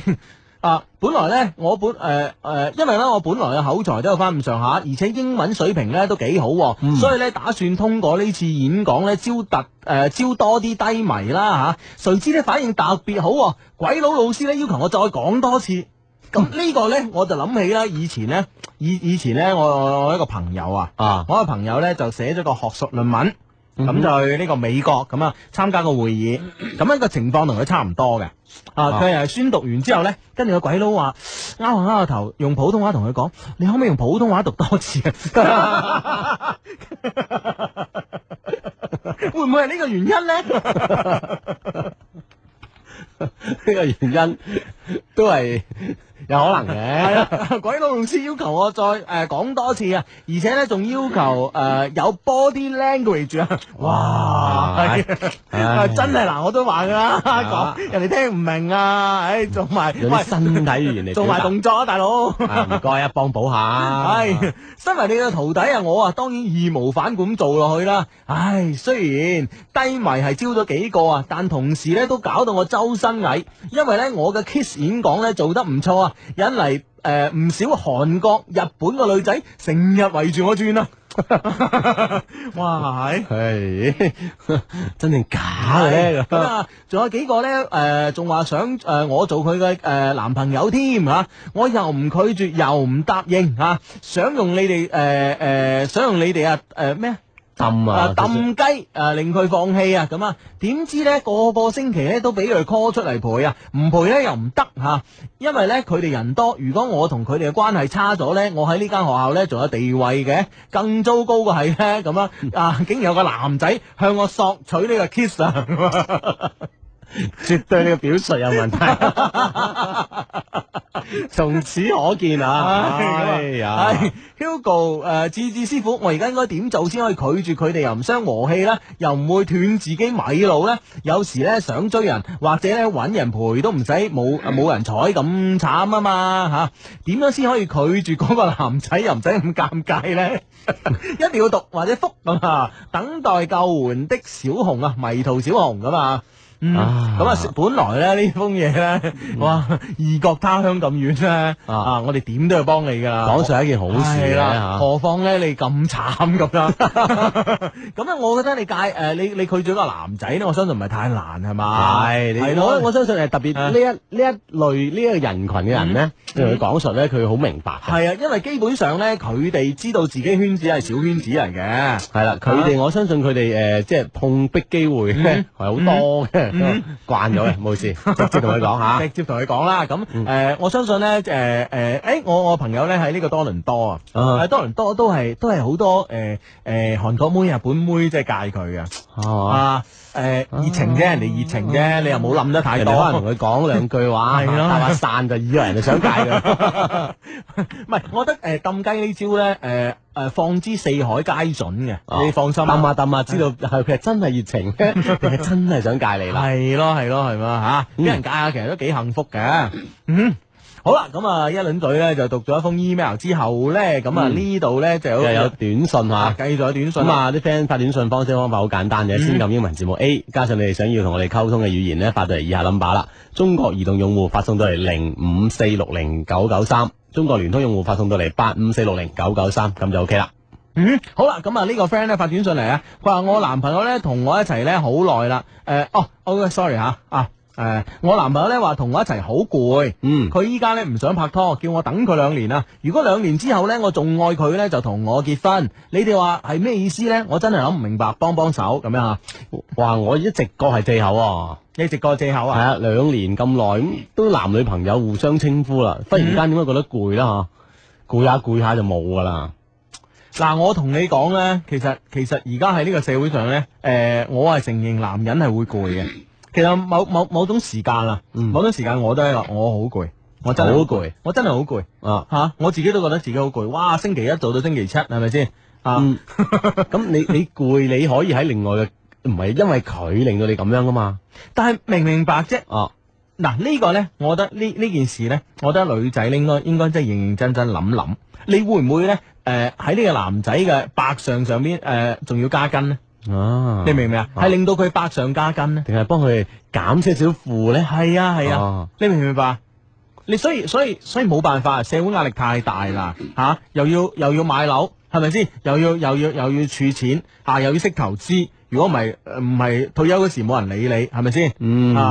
À,
啊！本來呢，我本誒誒、呃呃因為呢，我本來嘅口才都有翻咁上下，而且英文水平呢都幾好、喎。所以呢，打算通過呢次演講呢，招特誒、呃招多啲低迷啦嚇、誰知呢反應特別好、喎，鬼佬老師呢要求我再講多次。咁呢個呢，我就諗起啦，以前呢，以以前呢，我我我一個朋友啊，
啊，
我一個朋友呢，就寫咗個學術論文。
嗯
咁、就去呢個美國咁啊，參加個會議，咁樣個情況同佢差唔多嘅。啊，
啊
佢又宣讀完之後呢，跟住個鬼佬啊話，拗下拗下頭，用普通話同佢講，你可唔可以用普通話讀多次啊？ [laughs] 會唔會係呢個原因呢？
[laughs] 呢個原因都係有可能嘅。
係啊， [laughs] 鬼佬老師要求我再誒講、多次啊，而且呢，仲要求誒、呃有 body language 啊！哇， [laughs]
唉
係啊
唉
真係嗱，我都話㗎啦，
啊
講人哋聽唔明啊，唉，做埋
用啲
喂
身體語言嚟
[laughs] 做埋動
動
作啊，大佬。
啊，唔該啊，幫補下。
唉，身為你嘅徒弟啊，我啊當然義無反顧咁做落去啦。唉， [laughs] 雖然低迷係招咗幾個啊，但同時咧都搞到我周身蟻，因為咧我嘅 Kiss 演講咧做得唔錯啊，引嚟誒唔少韓國、日本嘅女仔成日圍住我轉啊！哇，係。
係 [laughs] 真定假嘅
係
咧？
咁啊，仲有幾個咧？誒、仲話想誒、呃我做佢嘅誒男朋友添嚇、我又唔拒絕，又唔答應嚇、想用你哋誒誒，想用你哋啊誒咩啊？
氹
啊
啊，
抌雞啊，令佢放棄啊，咁啊，點知呢？個個星期呢都俾佢 call 出嚟陪啊，唔陪呢又唔得嚇，因為呢，佢哋人多，如果我同佢哋嘅關係差咗呢，我喺呢間學校呢仲有地位嘅，更糟糕嘅係呢，咁啊啊，竟然有個男仔向我索取呢個 kiss 啊！
绝对你嘅表述有
[laughs]
问题。從此可見啊！哎呀，
系 Hugo 诶、呃，志志師傅，我而家應該點做先可以拒絕佢哋，又唔傷和氣呢？又唔會斷自己米路呢？有時呢，想追人或者呢揾人陪都唔使冇冇人睬咁慘啊嘛吓，點樣先可以拒絕嗰個男仔又唔使咁尷尬呢？一定要讀或者覆咁啊！等待救援的小紅啊，迷途小紅咁啊！嗯，
啊嗯
咁啊，本來咧呢封嘢咧，哇，異國他鄉咁遠咧，
啊
啊，我哋點都要幫你噶啦，
講上一件好事
係
嘅
啦，
啊吓，
何況咧你咁慘咁啦， [laughs] 咁咧我覺得你介誒你你拒絕一個男仔咧，我相信唔係太難係嘛，
係你
係
我
咯，
我相信係特別
啊
呢一嗯呢一類呢一個人群嘅人
嗯
咧，你同佢講述咧，佢好明白嘅。
係啊，因為基本上咧佢哋知道自己圈子係小圈子嚟嘅，啊
系啦，佢哋我相信佢哋诶，即係碰壁機會
嗯
咧係好多嘅，慣咗
[laughs]
嘅，冇事，直接同佢講吓。嗯
直接同佢講啦。咁誒、呃我相信咧，誒誒，誒、我我朋友咧喺呢個多倫多啊，
啊
喺多倫多都係都係好多誒誒韓國妹、日本妹即係介佢嘅
啊
啊。誒、熱情啫，人哋熱情啫，你又冇諗得太
人
多。
哋可能同佢講兩句話，
係咯
搭下散就以為人哋想戒
[laughs]
佢。
唔係，我覺得誒呃抌雞呢招咧，誒、誒、放之四海皆準嘅，
哦
你放心
氹
啊。
下氹下，知道係佢係真係
[laughs]
熱情，定係真係想戒你啦。
係咯係咯係嘛嚇，俾人
嗯
介下其實都幾幸福嘅。嗯，好啦，咁啊一輪隊咧就讀咗一封 email 之後咧，咁啊
嗯
呢度咧就有
又有短信
啊，嗯
吓。
繼續有短信
咁
啦。
啊，啲 friend 發短信方式方法好簡單嘅，先撳英文字母 A，加上你哋想要同我哋溝通嘅語言呢，發到嚟以下 number 啦。中國移動用戶發送到嚟零五四六零九九三，中國聯通用戶發送到嚟八五四六零九九三，咁就 OK 啦。
嗯，好啦，咁啊呢個 friend 咧發短信嚟啊，佢話我男朋友咧同我一齊咧好耐啦，誒、哦，哦，sorry 吓啊，誒、我男朋友咧話同我一齊好攰。
嗯，
佢依家咧唔想拍拖，叫我等佢兩年啦。如果兩年之後呢，我仲愛佢呢，就同我結婚。你哋話係咩意思呢？我真係諗唔明白，幫幫手咁樣啊！
哇！我一直覺係借口喎。
一直個借口
系
啊！
啊，兩年咁耐，咁都男女朋友互相稱呼啦，
嗯
忽然間點解覺得攰啦吓？攰下攰下就冇噶啦，
嗱，我同你講呢，其實其實而家喺呢個社會上呢，诶、我係承認男人係會攰嘅。其實某某某種時間啊，
嗯
某種時間我都係話我好攰，我真係
好
好
攰
我真係好攰
啊！
吓，我自己都覺得自己好攰。哇，星期一做到星期七，係咪先啊？
嗯咁你你攰，你可以喺另外嘅，唔係因為佢令到你咁樣噶嘛？
但係明唔明白啫？
啊，
嗱呢個呢，我覺得呢呢件事呢，我覺得女仔應該應該真係認認真真諗諗，你會唔會呢？誒喺呢個男仔嘅百上上邊誒，仲、要加斤呢？
啊，
你明唔明啊？係令到佢百上加斤呢？
定係幫佢減些少負咧？
係啊係啊，
啊
你明唔明白？你所以所以所以冇辦法，社會壓力太大啦嚇、又要又要買樓，係咪先？又要又要又要儲錢啊，又要識投資。如果唔係呃唔係退休嗰時冇人理你，係咪先？啊，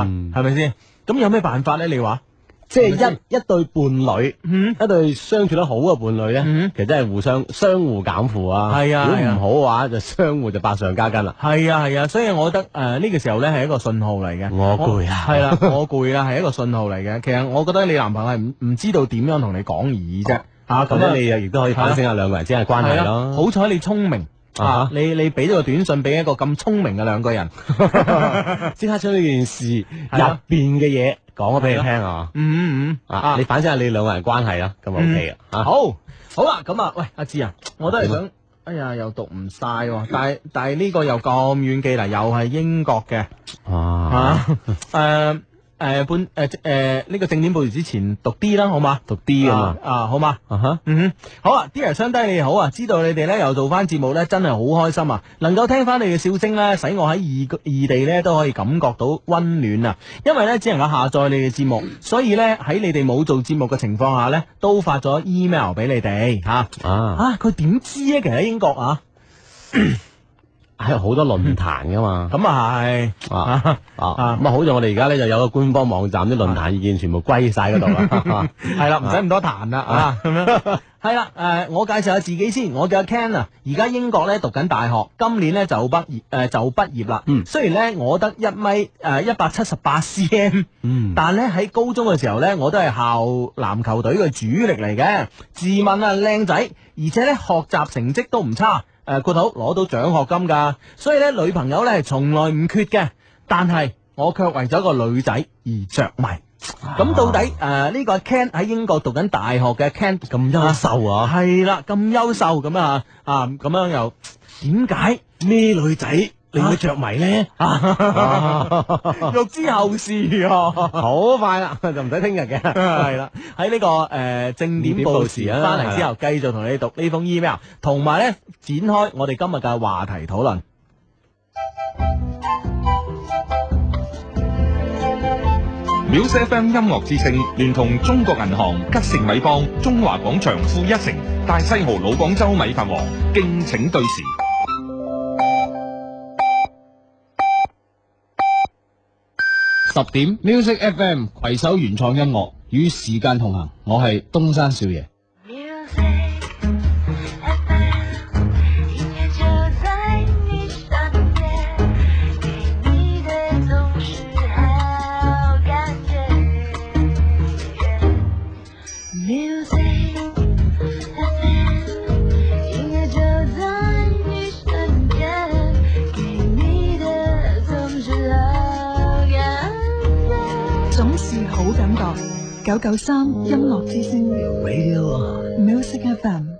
嗯，
係咪先？咁有咩辦法呢？你話？
即係一一對伴侶，
嗯
一對相處得好嘅伴侶咧
嗯，
其實真係互相相互減負啊。
係啊
如果
係啊
唔好嘅話，就相互就百上加斤啦。
系啊系啊，所以我覺得诶呢、個時候呢係一個信號嚟嘅。
我攰啊
系啦，我攰啦，係一個信號嚟嘅。其實我覺得你男朋友係唔唔知道點樣同你講而已
[laughs]
啫。啊，
咁
咁
咧，
你
你又亦都可以反省下兩個人之間嘅關
係
係
啦，
咯。
好彩你聰明
啊哈
啊！你你俾咗個短信俾一個咁聰明嘅兩個人，
[laughs] 即刻將呢件事
[laughs]
入
係啊
邊嘅嘢講咗俾你聽啊！
嗯嗯嗯
啊，
啊嗯
你，反省下你兩個人關係啦，咁啊 OK 啦嚇。
好好啦，咁啊，喂，阿志啊，我都係
點啊
想。哎呀，又讀唔晒喎，但係但係呢個又咁遠寄嚟，又係英國嘅，
啊，
啊，誒誒本誒誒呢個正點報完之前讀啲啦，好嘛？
讀啲咁啊
啊，啊，好嘛？
啊哈，
嗯哼，好啊！Dear 相低你好啊，知道你哋咧又做翻節目咧，真係好開心啊！能夠聽翻你嘅笑聲咧，使我喺異異地咧都可以感覺到温暖啊！因為咧只能夠下載你嘅節目，所以咧喺你哋冇做節目嘅情況下咧，都發咗 email 俾你哋吓。
啊，
啊，佢點知咧？其實喺英國
[coughs]
啊，
喺好多論壇噶嘛，
咁啊係
啊
啊
啊，咁啊好在我哋而家咧就有個官方網站，啲論壇意見全部歸晒嗰度 [laughs] 啦。
系啦，唔使咁多彈啦啊，咁樣係啦，诶，我介紹下自己先，我叫阿 Ken 啊，而家英國咧讀緊大學，今年咧就畢業诶就畢業啦。
嗯
雖然咧我得一米诶一百七十八 cm，
嗯，
但咧喺高中嘅時候咧，我都係校籃球隊嘅主力嚟嘅，自問啊靚仔，而且咧學習成績呃都唔差，诶括號攞到獎學金㗎，所以咧女朋友咧係從來唔缺嘅，但係我卻為咗一個女仔而着迷。咁到底誒呢個 Ken 喺英國讀緊大學嘅 Ken 咁優秀啊？係啦，咁優秀咁啊啊咁樣又點解
咩女仔你會着迷咧？
[laughs] 欲知後事啊？
好快啦， [laughs] 就唔使聽日嘅。
系啦，喺呢、個个诶正點報時
點報時啊
翻嚟之後，繼續同你讀呢封 email，同埋咧展開我哋今日嘅話題討論。
Music FM 音樂之聲聯同中國銀行、吉盛米幫、中華廣場負一城、大西豪老廣州米飯王敬請對時。
十点 Music FM 携手原创音乐，与时间同行。我系东山少爷。
总是好感觉。九九三音乐之声，Music FM。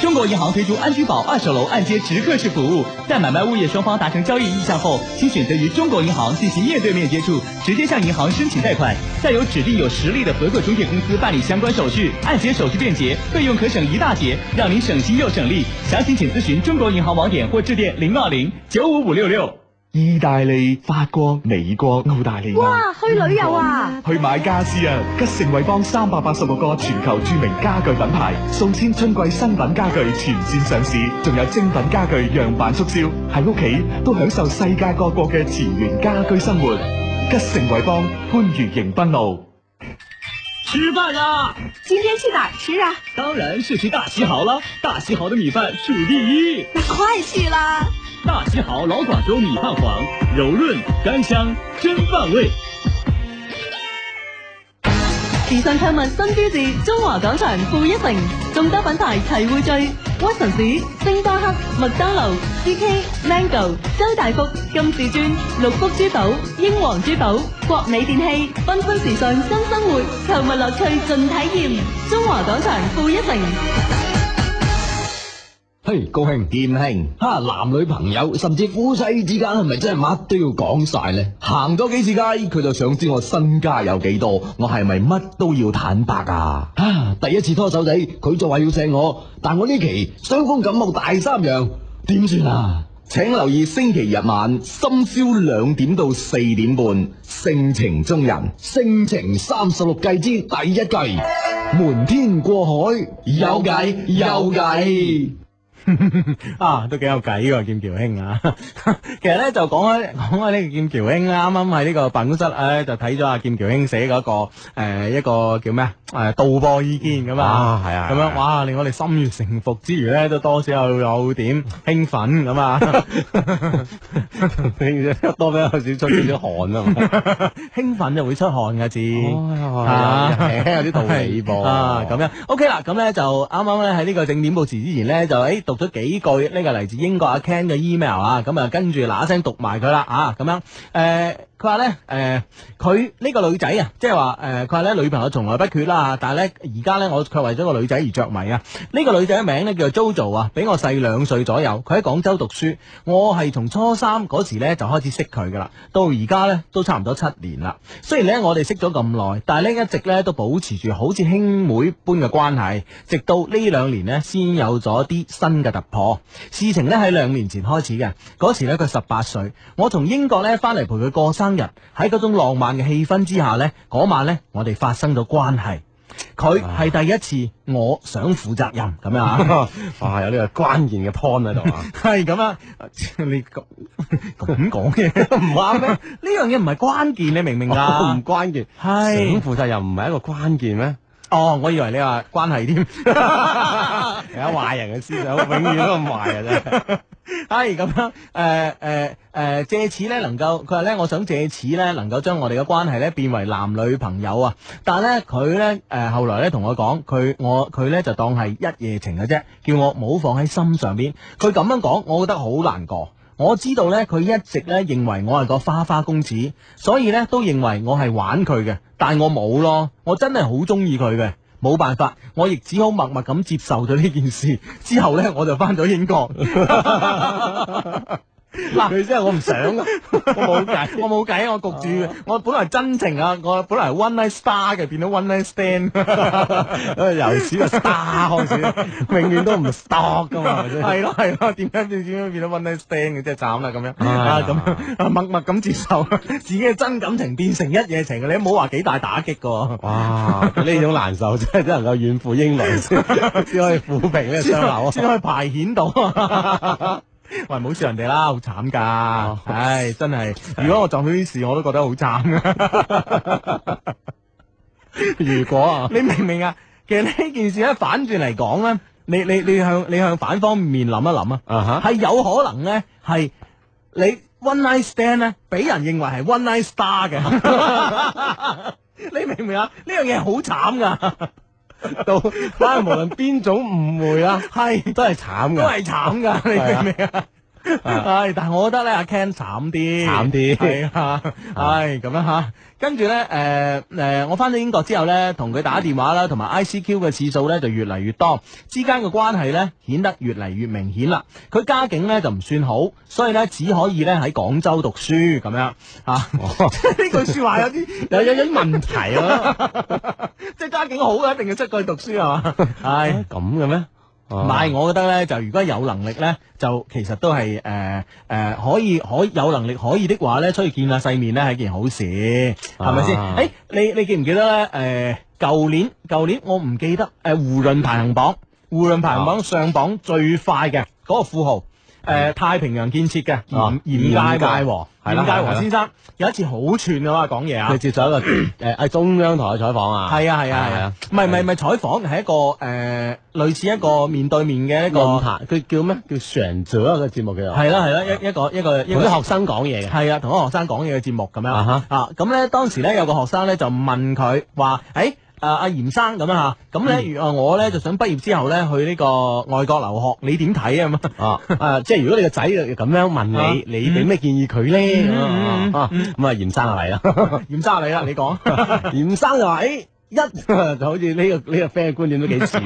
中国银行推出安居宝二手楼按揭直客式服务，在买卖物业双方达成交易意向后，请选择与中国银行进行面对面接触，直接向银行申请贷款，再由指定有实力的合作中介公司办理相关手续，按揭手续便捷，费用可省一大截，让您省心又省力。详情请咨询中国银行网点或致电零二零九五五六六。
意大利、法國、美國、澳大利亞。啊
哇，去旅遊啊！
去買家私啊！吉盛偉邦三百八十六個全球著名家具品牌，數千春季新品家具全線上市，仲有精品家具樣板促銷，喺屋企都享受世界各國嘅前沿家居生活。吉盛偉邦番禺迎賓路。
吃饭啦！
今天去哪儿吃啊？
当然是去大西豪啦！大西豪的米饭数第一。
那快去啦！
大西豪老广州米饭皇，柔润干香，真饭味。
时尚购物新标志，中华广场负一城，众多品牌齐汇聚，屈臣氏、星巴克、麦当劳、CK、Mango、周大福、金至尊、六福珠宝、英皇珠宝、国美电器，缤纷时尚新生活，购物乐趣尽体验。中华广场负一城，
嘿，高兄，剑兄，哈，男女朋友甚至夫妻之間，係咪真係乜都要講晒呢？行咗幾次街，佢就想知我身家有幾多，我係咪乜都要坦白啊？啊，第一次拖手仔，佢就話要錫我，但我呢期傷風感冒大三陽，點算啊？請留意星期日晚深宵兩點到四點半，性情中人，性情三十六計之第一計，瞞天過海，有計有計。
[laughs] 啊，都幾有計喎，劍橋兄啊！ [laughs] 其實咧就講開講開呢個劍橋兄啦，啱啱喺呢個辦公室咧就睇咗阿劍橋兄寫嗰、個、呃、一個叫咩啊誒導播意見咁啊，係啊，咁樣哇令我哋心悅誠服之餘咧，都多少有有點興奮咁啊，
[laughs] 多俾有少出少汗啊！
[laughs] 興奮就會出汗嘅字。
啊，有啲道理噃。
啊，咁樣 OK 啦，咁咧就啱啱咧喺呢個正點報時之前咧，就誒讀咗幾句呢個嚟自英國阿 Ken 嘅 email 啊，咁啊跟住嗱一聲讀埋佢啦啊，咁樣誒。佢話咧，誒佢呢個女仔啊，即係話誒，佢話咧女朋友從來不缺啦，但係咧而家咧我卻為咗個女仔而着迷啊！呢、個女仔嘅名咧叫做 JoJo 啊，比我細兩歲左右，佢喺廣州讀書，我係從初三嗰時咧就開始識佢噶啦，到而家咧都差唔多七年啦。雖然咧我哋識咗咁耐，但係咧一直咧都保持住好似兄妹般嘅關係，直到呢兩年呢，先有咗啲新嘅突破。事情呢，喺兩年前開始嘅，嗰時呢，佢十八歲，我從英國呢翻嚟陪佢過生日，喺嗰種浪漫嘅氣氛之下呢，嗰晚呢，我哋發生咗關係。佢
啊
係第一次，我想負責任咁樣啊，
[laughs] 哇，有呢個關鍵嘅 point 喺度啊！
[laughs] 係咁啊，你咁
[laughs]
咁講嘅唔啱咩？呢樣嘢唔係關鍵，你明唔明
哦
啊
唔？關鍵，
係
[laughs]
[laughs]
想負責任唔係一個關鍵咩？
哦，我以為你話關係添，
而家壞人嘅 [laughs] 思想永遠都咁壞啊！真係。
係咁樣，誒誒誒，借此咧能夠，佢話咧，我想借此咧能夠將我哋嘅關係咧變為男女朋友啊，但係咧佢咧誒後來咧同我講，佢我佢咧就當係一夜情嘅啫，叫我唔好放喺心上邊，佢咁樣講，我覺得好難過。我知道呢，佢一直呢認為我係個花花公子，所以呢都認為我係玩佢嘅，但我冇咯，我真係好中意佢嘅。冇辦法，我亦只好默默咁接受咗呢件事。之後呢，我就翻咗英國。 [laughs] 嗱，佢真係我唔想啊，我冇計，我冇計，啊我焗住，我本來真情啊，我本來 one night star 嘅，變咗 one night stand，由 [laughs] 此個 star 開始，永遠都唔 stop 噶嘛，係咯係咯，點解變點解變咗 one night stand 嘅，真係慘啦咁樣啊咁樣，默默咁接受自己嘅真感情變成一夜情，你都冇話幾大打擊噶，
哇！呢種難受真係只能夠遠赴英倫先先可以撫平呢個
先
傷
可
口啊
以！先可以排遣到 [laughs] 啊。喂，唔好笑人哋啦，好慘噶！唉，真係，如果我撞到呢啲事，我都覺得好慘啊！ [laughs]
如果啊，
你明唔明啊？其實呢件事咧，反轉嚟講咧，你你你向你向反方面諗一諗啊，
啊哈，
係有可能咧，係你 one night stand 咧，俾人認為係 one night star 嘅。你明唔明啊？呢樣嘢好慘噶，
到反正無論邊種誤會啦，
係
都係慘
都
嘅。
係慘噶，你明唔明啊？唉，但係我覺得咧，阿 Ken 慘啲，
慘啲
係啊，唉，咁樣吓。跟住咧，誒誒，我翻到英國之後咧，同佢打電話啦，同埋 ICQ 嘅次數咧就越嚟越多，之間嘅關係咧顯得越嚟越明顯啦。佢家境咧就唔算好，所以咧只可以咧喺廣州讀書咁樣啊。呢句説話有啲有有有啲問題啊，即係家境好嘅一定要出國去讀書啊係
[laughs]
嘛？唉。
咁嘅咩？啊
唔係，我覺得咧就如果有能力咧，就其實都係誒誒可以可以有能力可以的話咧，出去見下世面咧係一件好事，係咪先？誒、
啊
你你記唔記得咧？誒、舊年舊年我唔記得誒、呃胡潤排行榜，胡潤排行
啊
榜上榜最快嘅嗰、個富豪。誒、太平洋建設嘅嚴
嗯啊
嚴介
嚴介
和
和，係啦
嚴介
係
和
啦
先生有一次好串啊嘛講嘢啊
佢，接
[clears throat]
受一個誒喺中央台嘅採訪啊，
係啊係啊係啊，唔係唔係唔係採訪係一個誒、類似一個面對面嘅一個
論壇，佢叫咩？叫常者啊個節目叫做，啊
系啦系啦，一一個一個一
同
個
啲學生講嘢嘅。
係啊，同啲學生講嘢嘅節目咁樣
啊哈
啊，咁咧當時咧有個學生咧就問佢話，誒啊阿嚴生咁樣嚇，咁
嗯
咧如啊我咧就想畢業之後咧去呢個外國留學，你點睇啊嘛？
啊啊！即係如果你個仔咁樣問
啊
你，你俾咩建議佢咧？咁
嗯嗯嗯
啊啊咁啊，嚴生啊嚟啦，
[laughs] 嚴生你啦，你
[laughs]
講
嚴生就話：，誒一 [laughs] 就好似呢個呢個 friend 嘅觀點都幾似。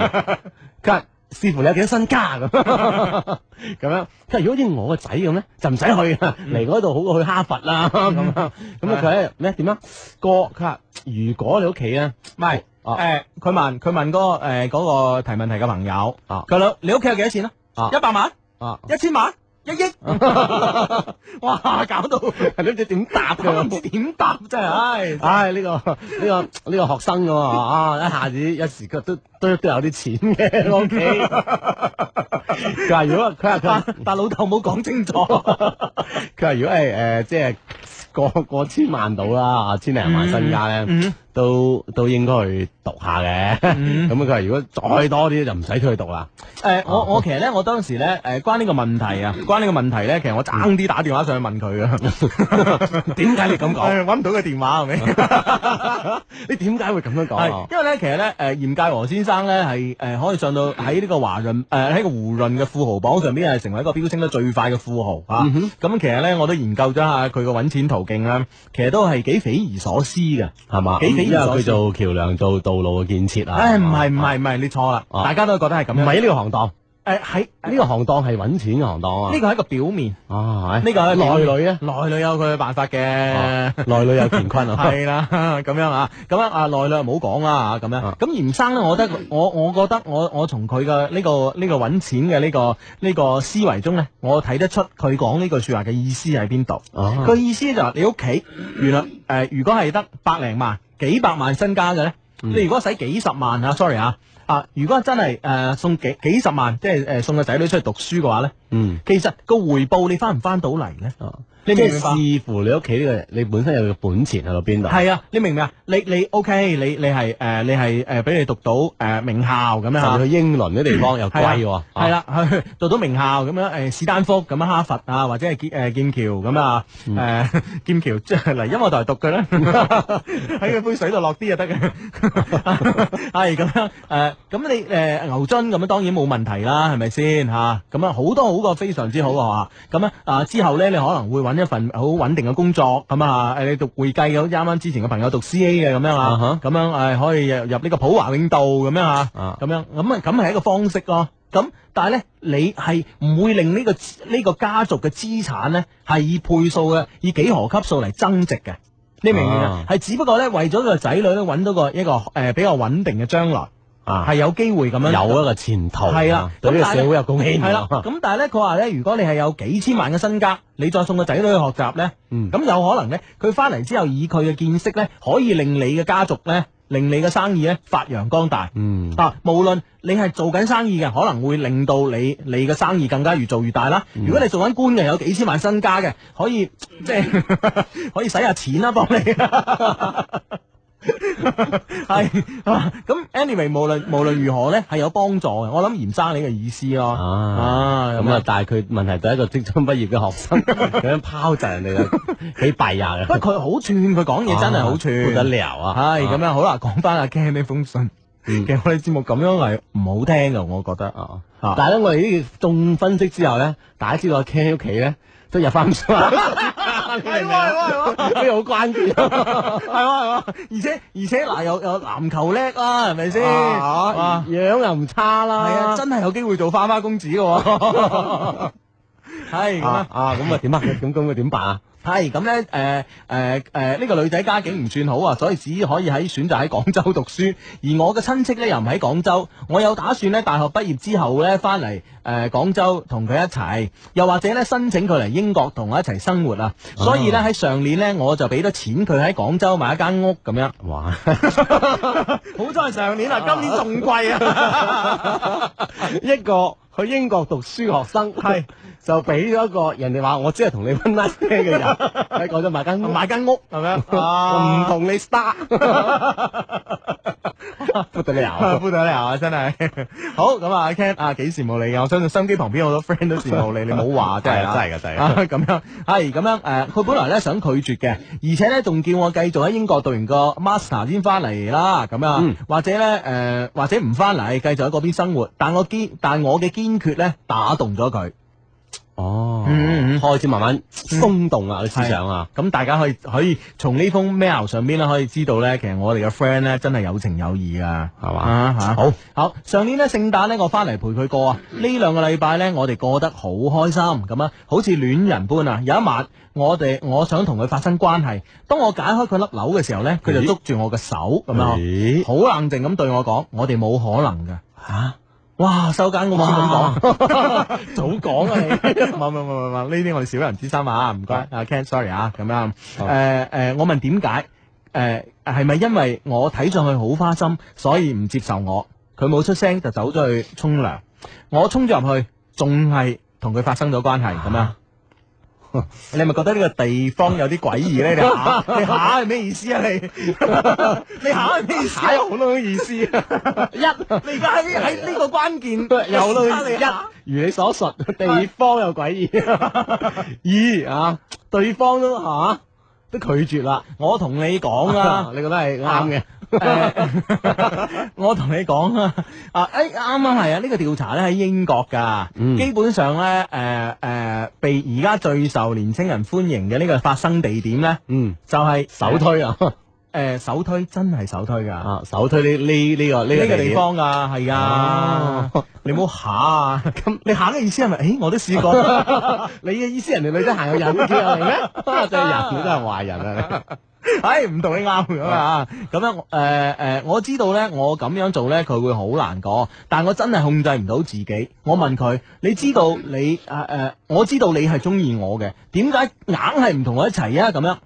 佢話：視乎你有幾多身家咁 [laughs] 咁樣。佢話：如果好似我個仔咁咧，就唔使去啊
嗯
嚟嗰度好過去哈佛啦咁樣。咁啊，佢咧咩點啊？個佢話：如果你屋企咧，
唔係
啊
誒，佢問佢問嗰個誒嗰個提問題嘅朋友，
啊
佢老你屋企有幾多錢啊
啊？
一百萬、
啊，
一千萬、一
[laughs]
億，哇！搞到
你唔知點答
我唔
佢。
知點答真係，唉。
唉，呢、個呢、個呢、個學生㗎嘛，啊，一下子一時都都都都有啲錢嘅屋企。佢話如果佢話佢
但
話
但啊老豆冇講清楚，
佢話如果係誒、呃即係過過千萬到啦，啊千零萬身家咧，
嗯
都都應該去讀下嘅。咁佢話如果再多啲就唔使佢去讀啦。
嗯
啊
誒、我我其實咧，我當時咧，誒、關呢個問題啊，關呢個問題咧，其實我爭啲打電話上去問佢
[laughs]
啊。點解你咁講？揾唔到個電話係咪？
你點解會咁樣講
係
啊？
因為咧，其實咧，誒、嚴介和先生咧係誒可以上到喺呢個華潤誒喺、個胡潤嘅富豪榜上邊係成為一個飆升得最快嘅富豪
嗯
啊。咁、其實咧，我都研究咗下佢個揾錢途徑啦，其實都係幾匪夷所思嘅。
係嘛？
幾匪夷
因為
所思
佢做橋梁做道路嘅建設啊。
唉，唔係唔係唔係，你錯啦，
啊
大家都覺得係咁
唔
樣。
係呢個行當，
誒喺
呢個行當係揾錢嘅行當啊
呢。個係一個表面，
啊，係
呢個係
內裏咧。
內裏有佢嘅辦法嘅。
內裏有乾
[laughs]
坤啊！
系啦，咁樣啊，咁樣啊，內裏唔好講啦，咁樣。
啊
咁嚴生咧，我覺得我我覺得我我從佢嘅呢個呢、個揾錢嘅呢、個呢、個思維中咧，我睇得出佢講呢句説話嘅意思喺邊度。
啊
佢、意思就係你屋企原來誒、如果係得百零萬、幾百萬身家嘅咧，
嗯
你如果使幾十萬啊，sorry 啊。啊！如果真係誒、送幾幾呃十萬，即係誒、送個仔女出去讀書嘅話咧，
嗯，哦
其實個回報你翻唔翻到嚟咧？你
即
明唔
係
明白？
視乎你屋企呢個你本身有嘅本錢去到邊度。
系啊，你明唔明啊？你你 OK，你你係诶，你係诶，俾你讀到诶名校咁樣
就
吓
去。英倫啲地方又貴喎，啊
系啊啦，去讀啊 [laughs] 到名校咁樣，诶史丹福咁樣哈佛啊，或者係劍诶劍橋咁啊，
嗯
诶 [laughs] 劍橋即係嚟音樂台讀嘅啦， [laughs] 喺佢杯水度落啲就得嘅， [laughs] 係咁樣诶，咁你诶牛津咁樣當然冇問題啦，係咪先吓？咁啊好多好過非常之好啊，咁啊啊之後咧你可能會揾一份好穩定嘅工作，咁啊誒你讀會計嘅，好似啱啱之前嘅朋友讀 CA 嘅咁樣
啊哈
啊，咁樣誒可以入入呢個普華永道咁樣啊。
啊
咁樣咁啊，咁係一個方式咯。咁但係咧，你係唔會令呢、個呢、個家族嘅資產咧係以倍數嘅，以幾何級數嚟增值嘅。你明唔明啊
啊？
係只不過咧，為咗個仔女咧揾到個一個誒、呃比較穩定嘅將來，
啊
係有機會咁樣
有一個前途，
係啦
啊對呢
咁
個
但係
社會有貢獻。啊
係
[laughs]
啦，咁但係咧，佢話咧，如果你係有幾千萬嘅身家，你再送個仔女去學習咧，咁、
嗯
有可能咧，佢翻嚟之後以佢嘅見識咧，可以令你嘅家族咧，令你嘅生意咧發揚光大。
嗯，
啊，無論你係做緊生意嘅，可能會令到你你嘅生意更加越做越大啦。如果你做緊官嘅，有幾千萬身家嘅，可以即係可以使下錢啦，幫你。係啊咁，anyway，無論無論如何咧，係有幫助嘅。我諗嚴生你嘅意思咯。
啊，咁啊，但係佢問題對一個即將畢業嘅
[laughs]
學生咁樣拋擲人哋嘅，幾弊啊！
不過佢好串，佢講嘢真係好串，
啊不得了啊！嗯
唉，哎咁樣好啦，講翻阿 Ken 呢封信，其實我哋節目咁樣係唔好聽嘅，我覺得啊。啊
但係咧，我哋呢眾分析之後咧，大家知道阿 Ken 屋企咧都入翻咗， [laughs] 係喎係啊呢個好關鍵。啊
系嘛系嘛，而且而且嗱又又籃球叻啦，係咪先？
啊
哇，
樣又唔差
係
啦，
啊，真係有機會做花花公子嘅喎。 [laughs] 係咁
啊
啊，
啊咁啊點啊？咁咁佢點辦啊？
係咁咧，诶诶诶，誒呢個女仔家境唔算好啊，所以只可以喺選擇喺廣州讀書。而我嘅親戚咧又唔喺廣州，我有打算咧大學畢業之後咧翻嚟诶廣州同佢一齊，又或者咧申請佢嚟英國同我一齊生活啊。所以咧喺上年咧我就俾咗錢佢喺廣州買一間屋咁樣。
哇！
好在上年啊，今年仲貴 [laughs] 啊！
一個去英國讀書嘅學生，係就俾咗一個人哋話我只係同你温 night
[laughs]
嘅人喺廣州買間屋，
買間屋係
[laughs]
咪
唔
啊？
同你 star，不得了。
[laughs] 不得了啊！真係 [laughs] 好咁啊，阿 Ken 啊，幾羨慕你嘅，我相信心機旁邊好多 friend 都羨慕你，你冇話真係
係啊
啊
真係㗎真係㗎
啊咁樣係咁樣誒，呃佢本來咧想拒絕嘅，而且咧仲叫我繼續喺英國讀完個 master 先翻嚟啦，咁
嗯
樣或者咧誒，或者唔翻嚟，繼續喺嗰邊生活。但我堅但我嘅堅決咧打動咗佢。
哦，
嗯嗯嗯
開始慢慢鬆動啦，啲思想啊，
咁大家可以可以從呢封 mail 上邊咧可以知道咧，其實我哋嘅 friend 咧真係有情有義噶，
係嘛
啊嚇
好
好，上年咧聖誕咧我翻嚟陪佢過啊，呢兩個禮拜咧我哋過得好開心咁啊，好似戀人般啊。有一晚我哋我想同佢發生關係，當我解開佢粒紐嘅時候咧，佢就
咦
捉住我嘅手咁樣啊，
咦啊
好冷靜咁對我講：我哋冇可能嘅。
嚇，
哇！收間我唔知點講。
早講啊你，
[laughs] 唔唔唔唔唔，呢啲我哋小人之心啊，唔該啊，Ken，sorry 啊，咁樣。
好
誒誒，我問點解？誒係咪因為我睇上去好花心，所以唔接受我？佢冇出聲就走咗去沖涼，我沖咗入去，仲係同佢發生咗關係咁樣。 [laughs] 你係咪覺得呢個地方有啲詭異咧？你下 [laughs] 你下係咩意思啊？ [laughs] 你你下係咩意思啊？有好多意思啊！ [laughs] 一，你而家喺喺呢個關 [laughs] 鍵
有咯
你下
如你所述，地方又詭異，咦啊，對方都嚇都拒絕啦，，
我同你講啦
你覺得係啱嘅。
誒 [laughs] 我同你講啊，啊，誒啱啱係啊，呢個調查咧喺英國㗎，
嗯
基本上咧誒誒，被而家最受年青人歡迎嘅呢個發生地點咧，
嗯，
就係
首推啊，
誒首推，真係首推㗎。
啊，首推呢呢呢個呢
呢
個
個地方啊，係啊，你唔好下啊！咁你下嘅意思係咪？誒，我都試過。
[laughs] 你嘅意思，人哋女仔行
[laughs]
去引叫嚟咩？真係人，真係壞人 [laughs] 啊！
[laughs] 唉，唔同你啱咁啊！咁樣誒誒、呃我知道咧，我咁樣做咧，佢會好難過，但我真係控制唔到自己。我問佢：你知道你誒誒、呃我知道你係中意我嘅，點解硬係唔同我一齊啊？咁樣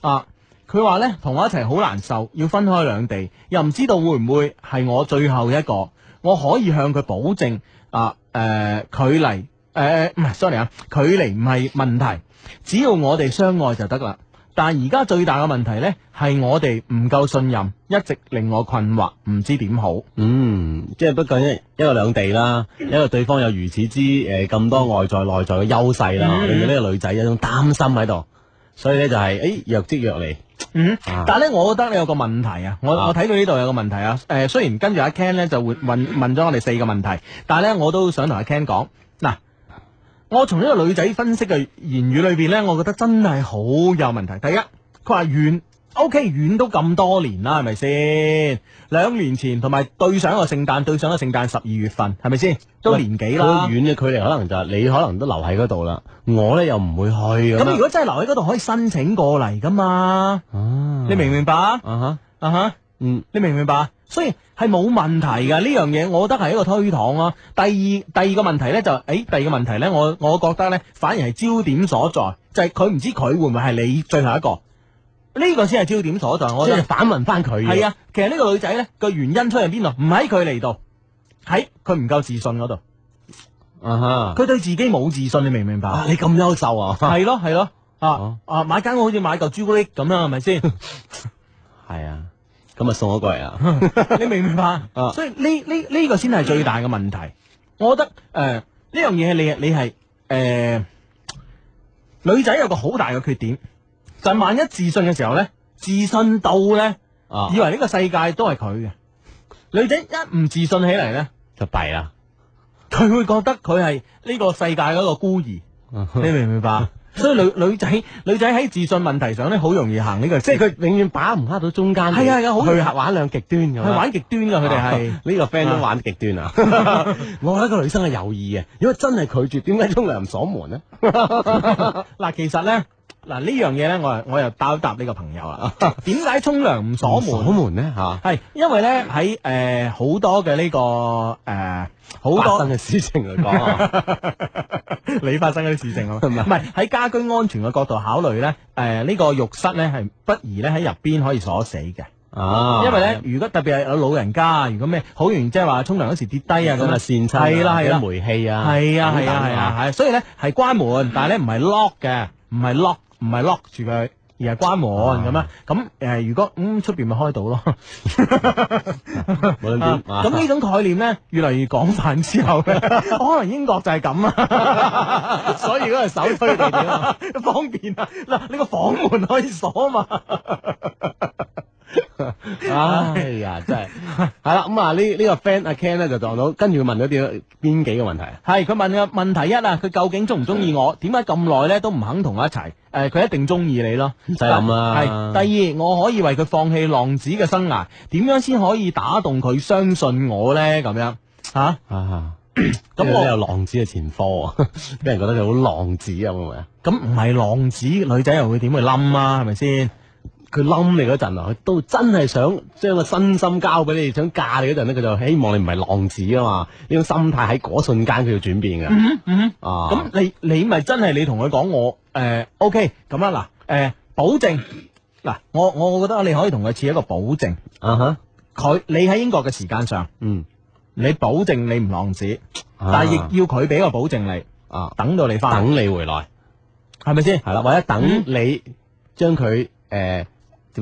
啊？佢話咧，同我一齊好難受，要分開兩地，又唔知道會唔會係我最後一個。我可以向佢保證啊，誒、佢嚟诶唔係 sorry 啊，距離唔係問題，只要我哋相愛就得啦。但係而家最大嘅問題呢，係我哋唔夠信任，一直令我困惑，唔知點好。
嗯，即係不過一一個兩地啦，一個對方有如此之誒咁、多外在內在嘅優勢啦，
嗯
令到呢個女仔有一種擔心喺度，所以咧就係、誒若即若離。
嗯
啊，
但係咧，我覺得你有個問題啊，我
啊
我睇到呢度有個問題啊，誒、雖然跟住阿 Ken 咧就會問問咗我哋四個問題，但係咧我都想同阿 Ken 講，嗱，我從呢個女仔分析嘅言語裏邊咧，我覺得真係好有問題。第一，佢話遠，OK，遠都咁多年啦，係咪先？兩年前同埋對上一個聖誕，對上一個聖誕十二月份，係咪先？都年幾啦
好。遠嘅距離，可能就係你可能都留喺嗰度啦，我咧又唔會去咁啊
咁如
樣。
果真係留喺嗰度，可以申請過嚟噶嘛？
啊
你明唔明白啊？
啊哈，
啊哈。
嗯。
你明唔明白？啊所以係冇問題㗎，呢樣嘢，我覺得係一個推搪啊。第二第二個問題呢，就誒、哎第二個問題呢，我我覺得呢，反而係焦點所在，就係佢唔知佢會唔會係你最後一個，呢、個先係焦點所在。我
即
覺
係
得
反問翻佢嘅。
係啊，其實呢個女仔呢，個原因出喺邊度？唔喺佢嚟度，喺佢唔夠自信嗰度，
啊哈，
佢對自己冇自信，你明唔明白？
啊你咁優秀啊，
係咯係咯，啊
哦
啊買間屋好似買嚿朱古力咁樣，係咪
[laughs]
先？
係啊，咁啊送咗過嚟啊。
[laughs] 你明唔明白？
啊
所以呢呢呢个先係最大嘅問題。我覺得诶呢樣嘢你你係诶、女仔有個好大嘅缺點，就係萬一自信嘅時候咧，自信到咧
啊，
以為呢個世界都係佢嘅。女仔一唔自信起嚟咧，
就弊啦。
佢會覺得佢係呢個世界嗰個孤兒，
[laughs]
你
即
明唔明白？所以女女仔女仔喺自信問題上咧，好容易行呢個即
係佢永遠把唔握到中間，
係啊係啊好
去玩兩極端咁
係
啊。
玩極端㗎，佢哋係。
啊呢個 friend 都玩極端
[laughs]
啊！我覺得個女生係有意嘅，啊如果真係拒絕，點解沖涼唔鎖門呢？
[laughs] 嗱，其實咧，嗱呢樣嘢咧，我又我又答一答呢個朋友啦。點解沖涼唔鎖
鎖
門？
門呢？嚇，
係因為咧喺誒好多嘅呢、個誒好、
發
多
生嘅事情嚟講啊，
[laughs] 你發生嗰啲事情啊，唔係喺家居安全嘅角度考慮咧，誒、呢、個浴室咧係不宜咧喺入邊可以鎖死嘅，
啊
因為咧如果特別係有老人家，如果咩好容易即係話沖涼嗰時跌低啊
咁
咁
啊
啊。
跣親啊，
係啦係啦
或者煤氣啊，
係啊
等
係
等
啊係啊，係啊，所以咧係關門，但係咧唔係 lock 嘅，唔係 lock 唔係 lock 住佢，而係關門咁啊。咁誒，如果咁出邊咪開到咯。
無論
啊
點啊
咁呢種概念咧，越嚟越廣泛之後
[laughs]
咧，可能英國就係咁啊。 [laughs] 所以嗰個手推地點啊方便啊。嗱，你個房門可以鎖嘛。
[laughs] 唉哎呀，真係係啦。咁啊，呢呢個 friend 阿 Ken 咧就撞到，跟住佢問咗啲邊幾個問題啊？嗯
係佢問嘅問題一啊，佢究竟中唔中意我？點解咁耐咧都唔肯同我一齊？誒、佢一定中意你咯。
唔使諗嗯啦。啊
係第二，我可以為佢放棄浪子嘅生涯，點樣先可以打動佢相信我呢？咁樣吓，啊
啊，
咁
咁
我
我有浪子嘅前科啊， [laughs] 俾人覺得你好浪子啊，會唔會啊？
咁唔係浪子，女仔又會點會冧啊？係咪先？
佢冧你嗰陣啊，佢都真係想將個身心交俾你，想嫁你嗰陣咧，佢就希望你唔係浪子啊嘛。呢種心態喺嗰瞬間佢要轉變嘅。
嗯
啊，
咁、你你咪真係你同佢講我誒、o k 咁啦嗱誒，保證嗱，我我覺得你可以同佢設一個保證，
啊哈，
佢你喺英國嘅時間上，
嗯，
你保證你唔浪子，但
但
係
係亦
亦要佢俾個保證你，
啊，
等到你翻，
等你回來
係咪先？
係啦，或者等你將佢誒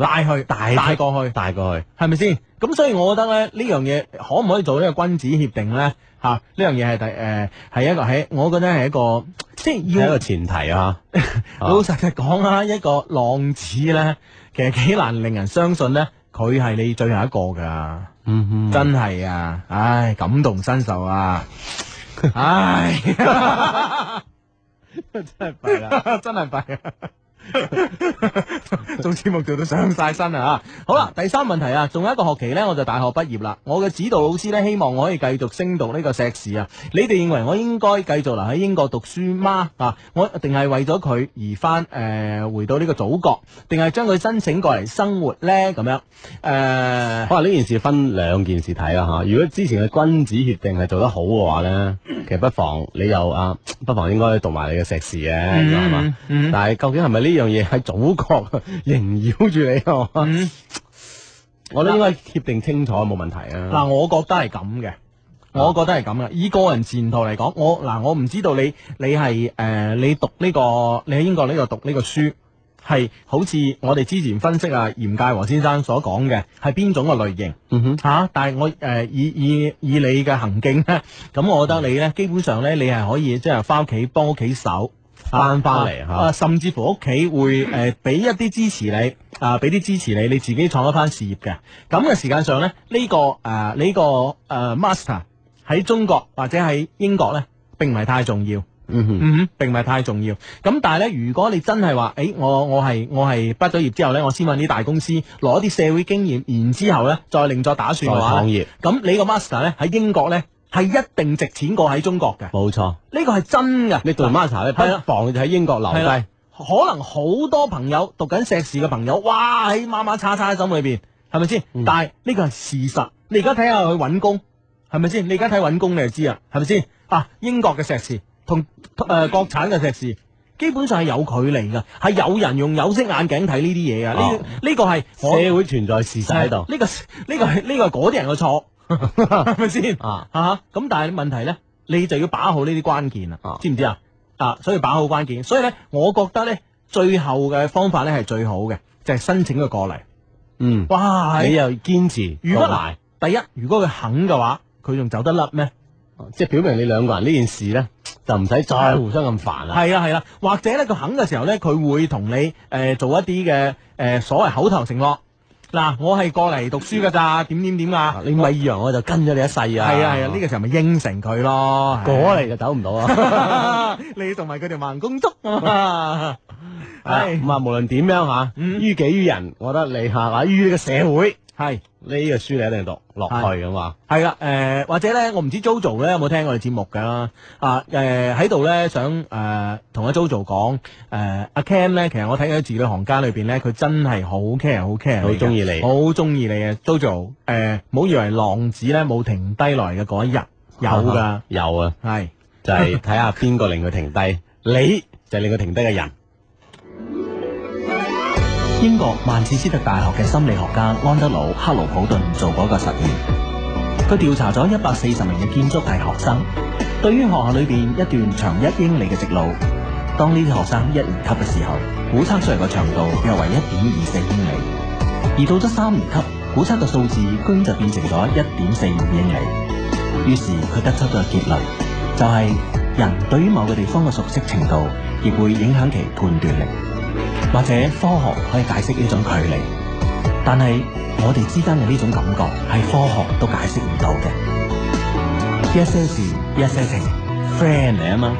拉去
帶
帶過去。
帶過去。
係咪先？咁所以我覺得咧，呢樣嘢可唔可以做呢個君子協定咧？吓、呢樣嘢係第诶係一個喺，我覺得係一個即係
係一
要
個前提啊，啊
[laughs] 老實實講啦，一個浪子咧，其實幾難令人相信咧，佢係你最後一個噶，
嗯哼
真係啊！唉，感同身受啊！唉，真係弊啦， [laughs] 真係弊啊！做節目做到上晒身啊！好啦，第三問題啊，仲有一個學期呢，我就大學畢業啦。我嘅指導老師呢，希望我可以繼續升讀呢個碩士啊。你哋認為我應該繼續留喺英國讀書嗎？啊，我定係為咗佢而翻誒、呃回到呢個祖國，定係將佢申請過嚟生活呢？咁樣誒。呃
可能呢件事分兩件事睇啦嚇。如果之前嘅君子協定係做得好嘅話咧，
嗯
其實不妨你又啊，不妨應該讀埋你嘅碩士嘅，
嗯
係嘛？但係究竟係咪呢樣嘢喺祖 [laughs] 國
嗯
萦繞住你係嘛我覺得應該協定清楚冇問題啊。
嗱，我覺得係咁嘅。我覺得係咁嘅。以個人前途嚟講，我嗱我唔知道你你係誒、呃你讀呢、個你喺英國呢個讀呢個書。係好似我哋之前分析啊，嚴介和先生所講嘅係邊種嘅類型
嗯哼，
吓、啊但係我誒、呃以以以你嘅行徑咧，咁我覺得你咧基本上咧，你係可以即係翻屋企幫屋企手。
翻返嚟嚇
啊，甚至乎屋企會誒俾、一啲支持你啊，俾啲支持你，你自己創一番事業嘅。咁嘅時間上咧，呢、個誒呢、個誒、呃 master 喺中國或者喺英國咧，並唔係太重要。
嗯哼，
嗯哼，並唔係太重要。咁但係咧，如果你真係話，誒、我我係我係畢咗業之後咧，我先揾啲大公司攞啲社會經驗，然之後咧再另作打
再
算嘅話
創
呢，
業，
咁你個 master 咧喺英國咧係一定值錢過喺中國嘅，
冇錯。
呢個係真嘅。
哦你讀完 master 咧，
係啊
不妨就喺英國留
係啦
低。
可能好多朋友讀緊碩士嘅朋友，哇喺馬馬叉叉喺心裏邊，係咪先？
嗯
但係呢個係事實。你而家睇下佢揾工，係咪先？你而家睇揾工你就知啊，係咪先？啊，英國嘅碩士同誒、呃、國產嘅碩士。基本上係有距離㗎，係有人用有色眼鏡睇呢啲嘢㗎。呢
哦
呢個係我
社會存在事實喺度
呢個呢個係呢個係嗰啲人嘅
[laughs]
錯，係咪先？
啊，
啊，咁但係問題呢，你就要把好呢啲關鍵啦，
啊
知唔知啊？啊，所以把好關鍵，所以呢，我覺得呢，最後嘅方法呢係最好嘅，就係、申請佢過嚟。
嗯，
哇！
你又堅持，
如果
過埋
嗱，第一，如果佢肯嘅話，佢仲走得甩咩？
哦即係表明你兩個人呢件事咧，就唔使再互相咁煩啦。
係啦係啦，啊或者呢，佢肯嘅時候呢，佢會同你誒、呃做一啲嘅誒所謂口頭承諾。嗱，我係過嚟讀書㗎咋，點點點啊！
你咪以為我就跟咗你一世啊！
係啊係啊，呢、個時候咪應承佢咯。係
果嚟就走唔到啊！
[laughs] 你同埋佢哋盲公竹啊嘛，
係咁啊，無論點樣吓，
嗯
於己於人，我覺得你吓或者於呢個社會，
係
呢個書你一定讀落去咁嘛。
係啦，誒或者咧，我唔知 JoJo 咧有冇聽我哋節目㗎啦，啊誒喺度咧想誒同阿 JoJo 講，誒阿 Ken 咧，其實我睇佢喺字裏行間裏邊咧，佢真係好 care 好 care，
好中意你
好中意你嘅 JoJo，誒唔好以為浪子咧冇停低來嘅嗰一日，有㗎，
[laughs] 有啊，
係
就係睇下邊個令佢停低，你就係令佢停低嘅人。
英國曼徹斯特大學嘅心理學家安德魯克魯普頓做過一個實驗，佢調查咗一百四十名嘅建築系學生，對於學校裏邊一段長一英里嘅直路，當呢啲學生一年級嘅時候，估測出嚟嘅長度約為一點二四英里，而到咗三年級，估測嘅數字居然就變成咗一點四五英里。於是佢得出咗結論，就係、人對於某個地方嘅熟悉程度，亦會影響其判斷力。或者科學可以解釋呢種距離，但係我哋之間嘅呢種感覺係科學都解釋唔到嘅。一些事，一些情，friend 嚟啊嘛。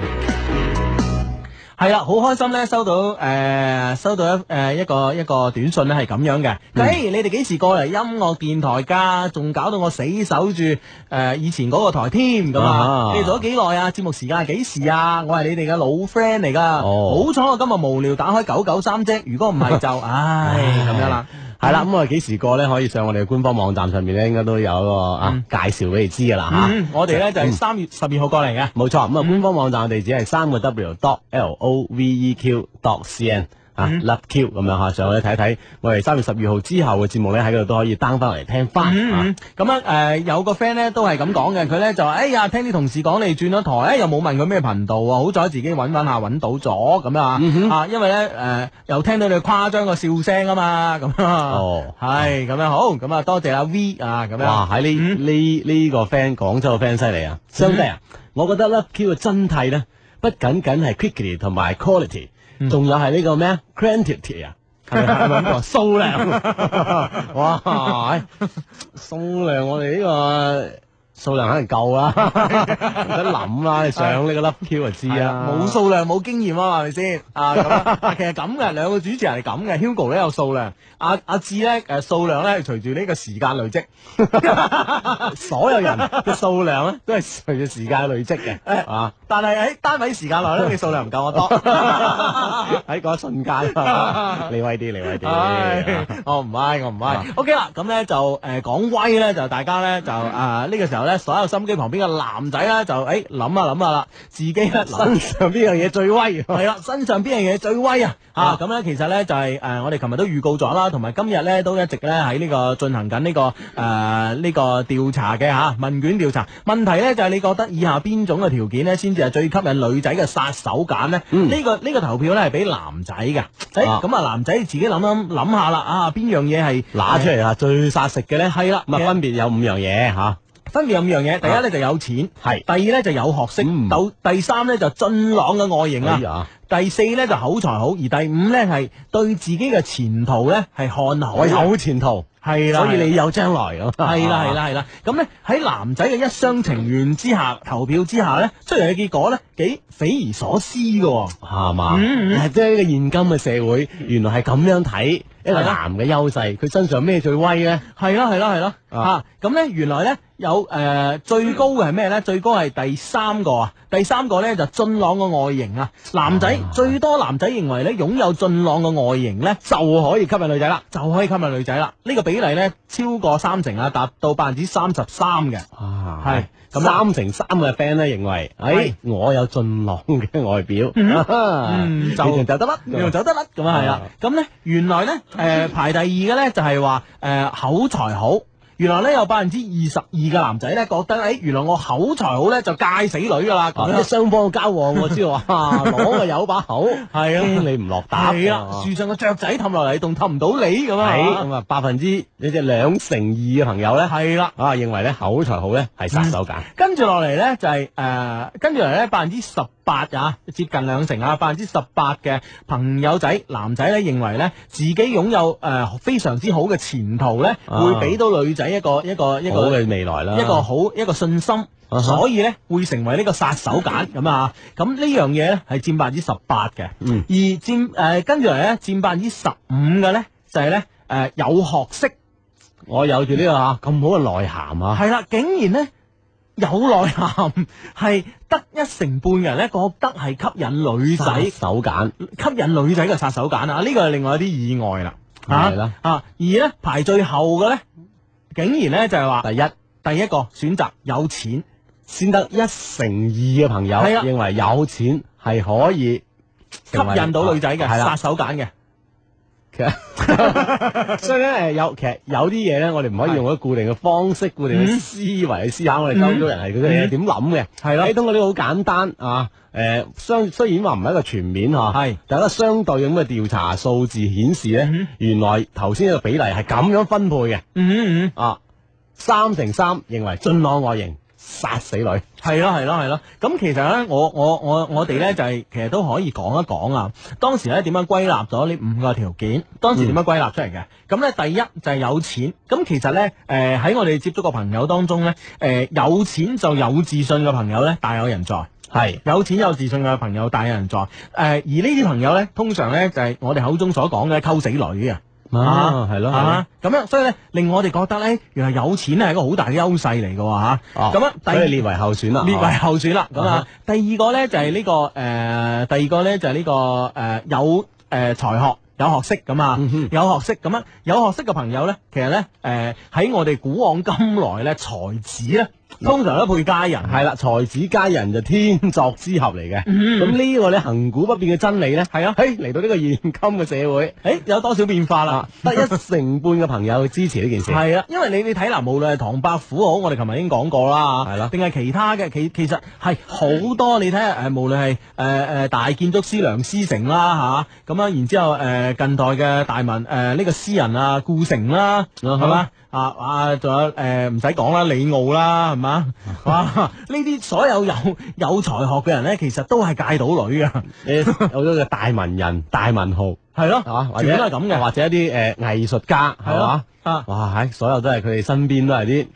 係啦，好開心咧，收到誒、呃收到一誒、呃一個一個短信咧係咁樣嘅，誒、你哋幾時過嚟音樂電台㗎？仲搞到我死守住誒、呃以前嗰個台添咁啊
啊！
你哋做咗幾耐啊？節目時間係幾時啊？我係你哋嘅老 friend 嚟㗎，
哦
好彩我今日無聊打開九九三啫，如果唔
[laughs]
係就唉咁樣啦。
係啦，咁我哋幾時過咧？可以上我哋嘅官方網站上面咧，應該都有一個啊
嗯
介紹俾你知噶啦吓。
嗯，我哋咧就係三月十二號過嚟嘅。
冇錯，咁啊官方網站地址係三個 W dot L O V E Q dot C N 啊
嗯
，Love Q 咁樣吓，上去睇睇我哋三月十二號之後嘅節目咧，喺嗰度都可以 down 翻嚟聽翻
嗯
啊。
嗯咁樣誒、呃有個 friend 咧都係咁講嘅，佢咧就話哎呀，聽啲同事講你轉咗台，哎又冇問佢咩頻道啊，好彩自己揾揾下揾到咗咁樣啊，啊，因為咧誒、呃又聽到你誇張個笑聲啊嘛，咁啊，
哦
係咁樣好，咁啊多謝阿 V 啊，咁樣
哇！喺呢呢呢個 friend 廣州嘅 friend 犀利啊，相弟啊，我覺得 Love Q 嘅真諦咧，不僅僅係 quickly 同埋 quality，仲有係呢個咩啊 quantity 啊。係咪係咪咁講？數量， [laughs] 哇！數量我哋呢個數量肯定
[laughs]
夠啦，唔使諗啦，你上呢個 Love Q 就知
係
啦
啊，。冇數量冇經驗啊嘛，係咪先？啊，咁
[laughs]
啊其實咁嘅，兩個主持人係咁嘅，Hugo 咧有數量，阿阿志咧誒數量咧係隨住呢個時間累積。
所有人嘅數量咧，都係隨住時間累積 [laughs] 嘅，啊！
但係喺單位時間內咧，你數量唔夠 [laughs] 我多。
[laughs] 喺嗰一
[laughs]
瞬間， [laughs] 你威啲，你威啲。
唉
啊， [laughs]
我唔威，我唔威
啊。
OK 啦，咁咧就誒講威咧，就大家咧就啊呢個時候
候咧，所有心機旁邊嘅男仔咧就誒諗啊下諗下啦，自己咧 [laughs] 身上邊樣嘢最威，係啦，身上邊樣嘢最威啊！啊，咁咧其實咧就係、誒、我哋琴日都預告咗啦，同埋今日咧都一直咧喺呢個進行緊呢、個誒呢、個調查嘅嚇、問卷調查。問題咧就係、你覺得以下邊種嘅條件咧先至係最吸引女仔嘅殺手鐧咧？呢、呢個呢、個投票咧係俾男仔嘅。誒
啊
咁啊，男仔自己諗諗諗下啦，啊邊樣嘢係
揦出嚟啊，最殺食嘅咧，
係啦
咁啊分別有五樣嘢吓，啊
分別有五樣嘢，第一咧就有錢，
係
第二咧就有學識，
嗯
第第三咧就俊朗嘅外形
哎
啦，
呀，
第四咧就口才好，而第五咧係對自己嘅前途咧係看好，
我有前途，
係啦，
所以你有將來咁。 [laughs]
係啦係啦係啦，咁咧喺男仔嘅一廂情願之下投票之下咧，出嚟嘅結果咧幾匪夷所思嘅喎。
係嘛？
嗯嗯
啊
嗯
誒即係呢個現今嘅社會，原來係咁樣睇一個
係啊
男嘅優勢，佢身上咩最威咧？
係啦係啦係啦
啊
吓，咁咧原來咧有诶最高嘅係咩咧？最高係第三個啊，第三個咧就俊朗嘅外形啊，男仔最多男仔認為咧擁有俊朗嘅外形咧就可以吸引女仔啦，就可以吸引女仔啦。呢個比例咧超過三成啊，達到百分之三十三嘅。
啊
係
咁
咁啊
三成三嘅 friend 咧認為，哎誒
係
我有俊朗嘅外表，啊
嗯
[laughs] 你
就
仲走得甩，
你用走得甩咁啊，係啦
啊。
咁咧，原來咧，誒、排第二嘅咧就係話誒口才好。原來咧有百分之二十二嘅男仔咧覺得，誒、原來我口才好咧就戒死女㗎啦。
啊
咁
即係
樣
雙方交往，我知道
[laughs]
啊，攞個有把口，
係啊
驚你唔落答，
係啦
啊，
樹上個雀仔氹落嚟，仲氹唔到你咁
係
啊
咁。啊，百分之你只兩成二嘅朋友咧，
係啦。
啊認為咧口才好咧係殺手鐧，
跟住落嚟咧就係、誒，跟住落嚟咧百分之十八啊，接近兩成啊，百分之十八嘅朋友仔男仔咧認為咧自己擁有誒、呃非常之好嘅前途咧，
啊
會俾到女仔一個一個一
好
個
嘅未來啦，啊
一個好一個信心，
哈
所以咧會成為呢個殺手鐧咁啊！咁呢樣嘢咧係佔百分之十八嘅，
嗯
而佔誒跟住嚟咧佔百分之十五嘅咧就係咧誒有學識，
我有住呢個啊咁好嘅內涵啊，
係啦，竟然咧有內涵，係得一成半嘅人咧覺得係吸引女
殺
仔
手鐧。
吸引女仔嘅殺手鐧啊！呢個係另外一啲意外啦，
係啦
啊啊！而咧排最後嘅咧，竟然咧就係話
第一
第一個選擇有錢。
先得一成二嘅朋友
係啊
認為有錢係可以
吸引到女仔嘅，
係啦
殺手鐧嘅，
其實 [laughs] 所以咧誒有其實有啲嘢咧，我哋唔可以用一個固定嘅方式、固定嘅思維去思考我哋周遭人係嗰啲嘢
嗯
點諗嘅。
係
誒，通過呢個好簡單啊，誒相雖然話唔係一個全面嚇，
係
但係一個相對咁嘅調查數字顯示咧，
嗯
原來頭先嘅比例係咁樣分配嘅
嗯嗯嗯，
啊，三成三認為俊朗外形殺死女，
係咯係咯係咯。咁其實咧，我我我我哋咧就係、其實都可以講一講啊。當時咧點樣歸納咗呢五個條件？當時點樣歸納出嚟嘅？咁咧、第一就係有錢。咁其實咧，誒、喺我哋接觸嘅朋友當中咧，誒、有錢就有自信嘅朋友咧，大有人在。
係
有錢有自信嘅朋友大有人在，誒、而呢啲朋友咧，通常咧就係、我哋口中所講嘅溝死女啊。
啊，係咯，係咯
啊，咁樣，所以咧令我哋覺得咧，原來有錢咧係一個好大嘅優勢嚟嘅喎嚇。
哦
咁啊，第
所
二
以列為候選啦，
列為
啊
候選啦。咁
啊
啊，第二個咧就係呢個誒，第二個咧就係呢個誒有誒才學。有學識咁啊
嗯哼，
有學識咁樣，有學識嘅朋友咧，其實咧，誒喺我哋古往今來咧，才子咧，通常都配佳人，
係啦，才子佳人就天作之合嚟嘅。
嗯
咁呢個咧恒古不變嘅真理咧，係啊，嘿嚟到呢個現今嘅社會，啊
誒有多少變化啦？
得一成
[laughs]
半嘅朋友支持呢件事。
係啊，因為你你睇嗱，無論係唐伯虎好，我哋琴日已經講過啦，
係啦
定係其他嘅，其其實係好多你睇下誒，無論係誒誒大建築師梁思成啦吓，咁啊，然之後誒、呃近代嘅大文誒呢、個詩人啊顧城啦，
嗯哼
係嘛、啊啊，仲有誒唔使講啦，李敖啦，
[laughs]
係嘛？哇！呢啲所有有有才學嘅人咧，其實都係戒到女噶，
誒有咗個大文人、大文豪，
係咯，
係嘛？或
全
者
部都係咁嘅，
或者一啲誒藝術家，係
係咯
嘛？
啊，
哇！係所有都係佢哋身邊都係啲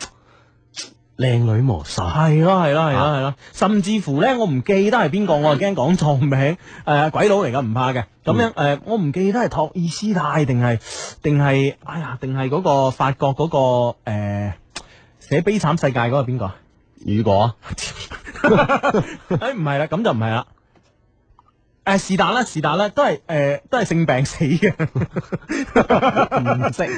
靚女啊無數。
係咯係咯係咯係咯，甚至乎咧，我唔記得係邊個，我係驚講錯名。誒、鬼佬嚟噶，唔怕嘅。咁樣誒、
嗯
我唔記得係托爾斯泰定係定係，哎呀，定係嗰個法國嗰、個誒、寫《悲慘世界》嗰個邊個啊？
如果
[laughs] 誒哎唔係啦，咁就唔係啦。誒是但啦，是但啦，都係誒、都係性病死嘅，唔識。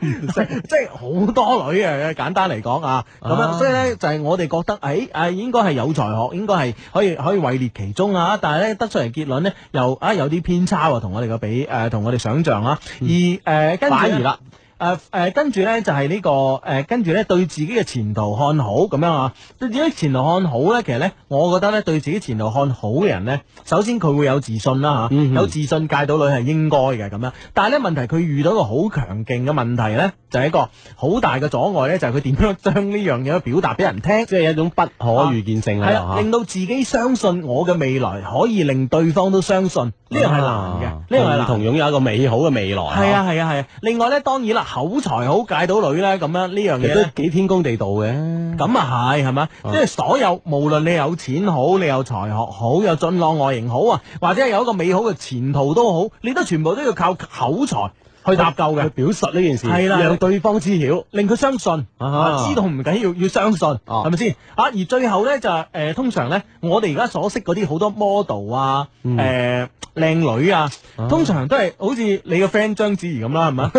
即 [laughs] 即係好多女啊！簡單嚟講啊，咁
啊
樣所以咧就係我哋覺得，誒啊應該係有才學，應該係可以可以位列其中啊，但係咧得出嚟結論咧又啊有啲偏差喎，同我哋嘅比誒同我哋想象啊，而誒跟住
反而
呢
嗯啦。
誒誒、跟住咧就係、呢、個誒、跟住咧對自己嘅前途看好咁樣啊，對自己前途看好咧，其實咧，我覺得咧對自己前途看好嘅人咧，首先佢會有自信啦嚇，啊
嗯哼
有自信戒到女係應該嘅咁樣。但係咧問題，佢遇到一個好強勁嘅問題咧，就係、一個好大嘅阻礙咧，就係佢點樣將呢樣嘢表達俾人聽。
即係一種不可預見性啊
係啦，
啦，
令到自己相信我嘅未來可以令對方都相信，呢樣係難嘅，呢樣係難
共同擁有一個美好嘅未來，
系啊，係啊係啊，另外咧當然啦，口才好戒到女咧，咁樣呢樣
其
嘢
實都
呢
幾天公地道嘅。
咁啊係係嘛，即係所有無論你有錢好，你有才學好，有俊朗外形好啊，或者有一個美好嘅前途都好，你都全部都要靠口才去搭救
去
嘅，
表述呢件事，
係啦
讓對方知曉。
令佢相信。啊知道唔緊要，要相信，
哦
係咪先？啊，而最後咧就係誒，通常咧，我哋而家所識嗰啲好多 model 啊，
嗯
誒靚女啊，通常都係好似你個 friend 章子怡咁啦，係咪？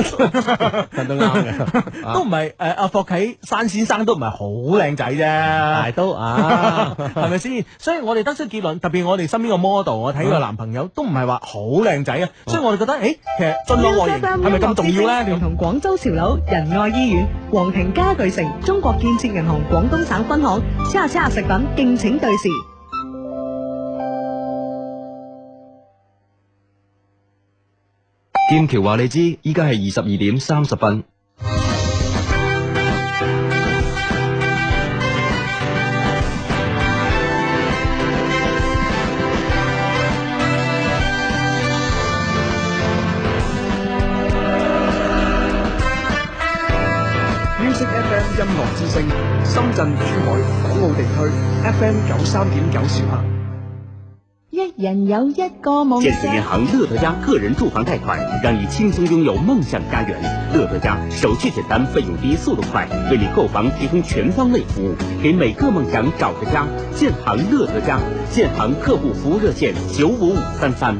都啱
[laughs]
嘅，啊
都唔係誒阿霍啟山先生都唔係好靚仔啫。
大都啊，
[laughs] 係咪先？所以我哋得出結論，特別我哋身邊個 model，我睇佢
嗯
男朋友都唔係話好靚仔啊，
哦
所以我哋覺得，誒，其實俊朗外形係咪咁重要咧？
同廣州潮樓仁愛醫院、皇庭家具城、中國建設銀行廣東省分行、叉叉食品敬請對視。
剑桥话你知，依家系二十二点三十分。
Music FM 音樂之聲，深圳、珠海、港澳地區 FM 九三點九兆赫。
一人有一個夢
建设银行乐德家个人住房贷款，让你轻松拥有梦想家园。乐德家手续简单，费用低，速度快，为你购房提供全方位服务，给每个梦想找个家。建行乐德家，建行客户服务热线九五五三三。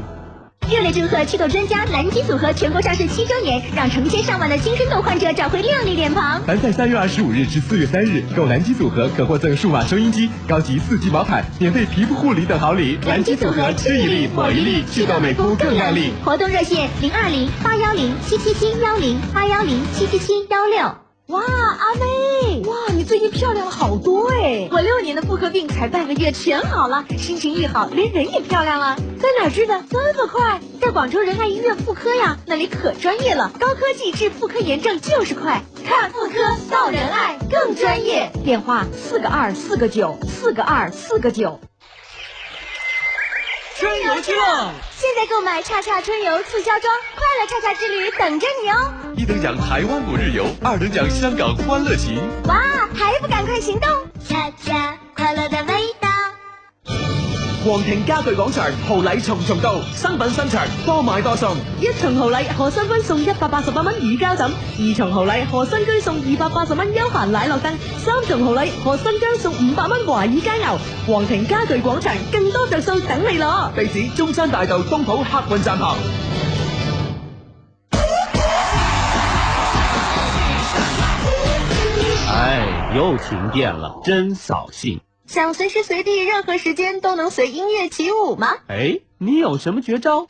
热烈祝贺祛痘专家蓝金组合全国上市七周年，让成千上万的青春痘患者找回靓丽脸庞。
凡在三月二十五日至四月三日购蓝机组合，可获赠数码收音机、高级四 G 毛毯、免费皮肤护理等好礼。蓝机组合吃一粒，抹一粒，祛痘美肤更靓丽。！
活动热线零二零八幺零七七七幺零八幺零七七七幺六。
哇，阿妹，哇，你最近漂亮了好多哎！我六年的妇科病才半个月全好了，心情一好，连人也漂亮了。在哪知道这么快？在广州仁爱医院妇科呀，那里可专业了，高科技治妇科炎症就是快。看妇科到仁爱更专业，电话四个二四个九四个二四个九。
春游去了。
现在购买叉叉春游促销装，快乐叉叉之旅等着你哦！
一等奖台湾五日游，二等奖香港欢乐行。
哇，还不赶快行动！叉叉快乐的味道。
皇庭家具廣場豪禮重重到，新品新場多買多送。
一重豪禮何新君送一百八十八蚊乳膠枕，二重豪禮何新居送二百八十蚊休閒奶酪凳，三重豪禮何新疆送五百蚊華爾街牛，皇庭家具廣場更多着數等你攞。
地址中山大道東圃客運站旁。
哎，又停电了，真扫兴。
想随时随地、任何时间都能随音乐起舞吗？
哎，你有什么绝招？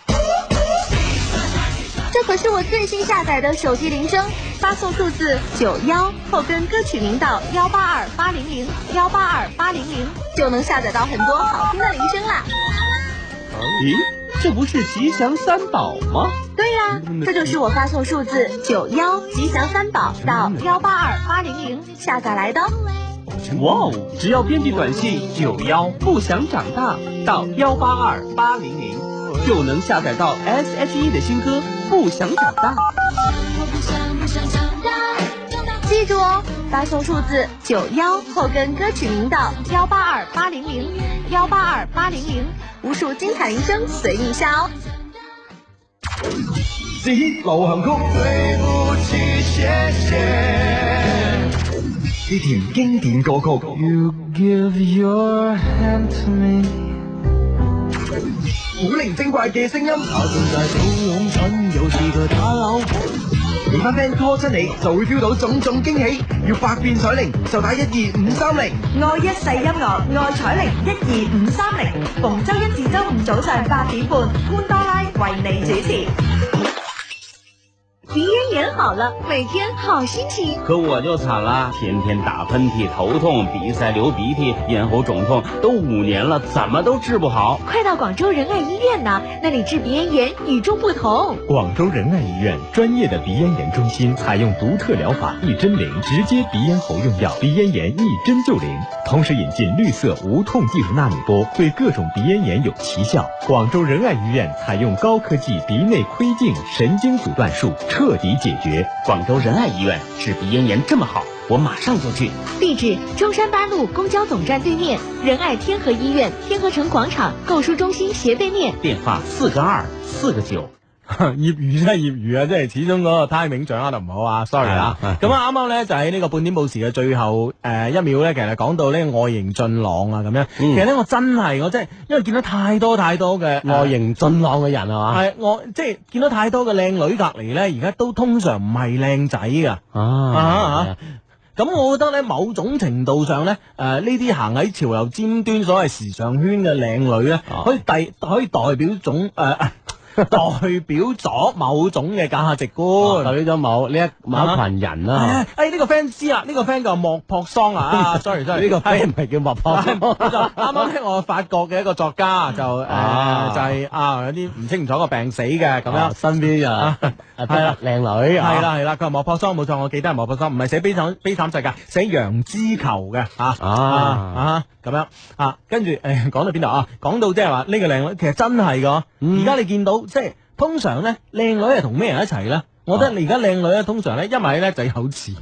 这可是我最新下载的手机铃声，发送数字九幺后跟歌曲名到幺八二八零零幺八二八零零，就能下载到很多好听的铃声啦。
咦，这不是吉祥三宝吗？
对啦、这就是我发送数字九幺吉祥三宝到幺八二八零零下载来的哦。
哇哦！只要编辑短信九幺不想长大到幺八二八零零，就能下载到 SHE 的新歌《不想长大》。
记住哦，发送数字九幺后跟歌曲名到幺八二八零零幺八二八零零，无数精彩铃声随你下哦。
至於流行曲，對不起，謝謝。呢條經典歌曲。You give your hand to me。古靈精怪嘅聲音。
你班 friend call 亲你就會 feel 到種種驚喜。要百變彩鈴就打一二五三零。
爱一世音乐，爱彩铃一二五三零，逢周一至周五早上八点半，潘多拉为你主持。
鼻炎演好了，每天好心情。
可我就惨啦，天天打喷嚏、头痛、鼻塞、流鼻涕、咽喉肿
[laughs]
痛，都五年了，怎么都治不好。
快到广州仁爱医院呐，那里治鼻咽炎与众不同。
广州仁爱医院专业的鼻咽炎中心，采用独特疗法一针灵，直接鼻咽喉用药，鼻咽炎一针就灵。同时引进绿色无痛技术纳米波，对各种鼻咽炎有奇效。广州仁爱医院采用高科技鼻内窥镜神经阻断术，彻底解决。
广州仁爱医院治鼻咽炎这么好，我马上就去。
地址：中山八路公交总站对面，仁爱天河医院天河城广场购书中心斜对面。
电话四个二四个九。
業餘真係業餘啊，即係始終嗰個 timing 掌握得唔好啊，sorry 啊。咁啊，啱啱咧就喺呢個半點報時嘅最後誒一秒咧，其實講到呢外形俊朗啊咁樣。
嗯
其實咧我真係我真係因為見到太多太多嘅
外形俊朗嘅人係
啊
嘛？
係我即係見到太多嘅靚女隔離咧，而家都通常唔係靚仔㗎。啊咁我覺得咧，某種程度上咧，誒呢啲行喺潮流尖端所謂時尚圈嘅靚女咧，可以代可以代表種誒。呃 [laughs] 代表咗某種嘅價值觀，
代表咗某呢一某一群人
啊
啦。
誒呢個 friend 知啦，呢個 friend 叫莫泊桑啊
[laughs]
，sorry sorry，
呢個 friend 唔係叫莫泊桑，
啱啱咧我法國嘅一個作家就誒就係啊有啲唔清唔楚個病死嘅咁樣，
身邊啊係啦靚女，
係啦係啦，佢話莫泊桑冇錯，我記得係莫泊桑，唔係寫悲慘悲慘世界，寫羊脂球嘅嚇啊咁樣啊，跟住誒 [laughs] 講到邊度啊？講到即係話呢個靚女其實真係㗎，
嗯
而家你見到。即係通常咧，靚女係同咩人一齊咧？我
啊
覺得你而家靚女咧，通常咧一咪咧就有 [laughs] 錢，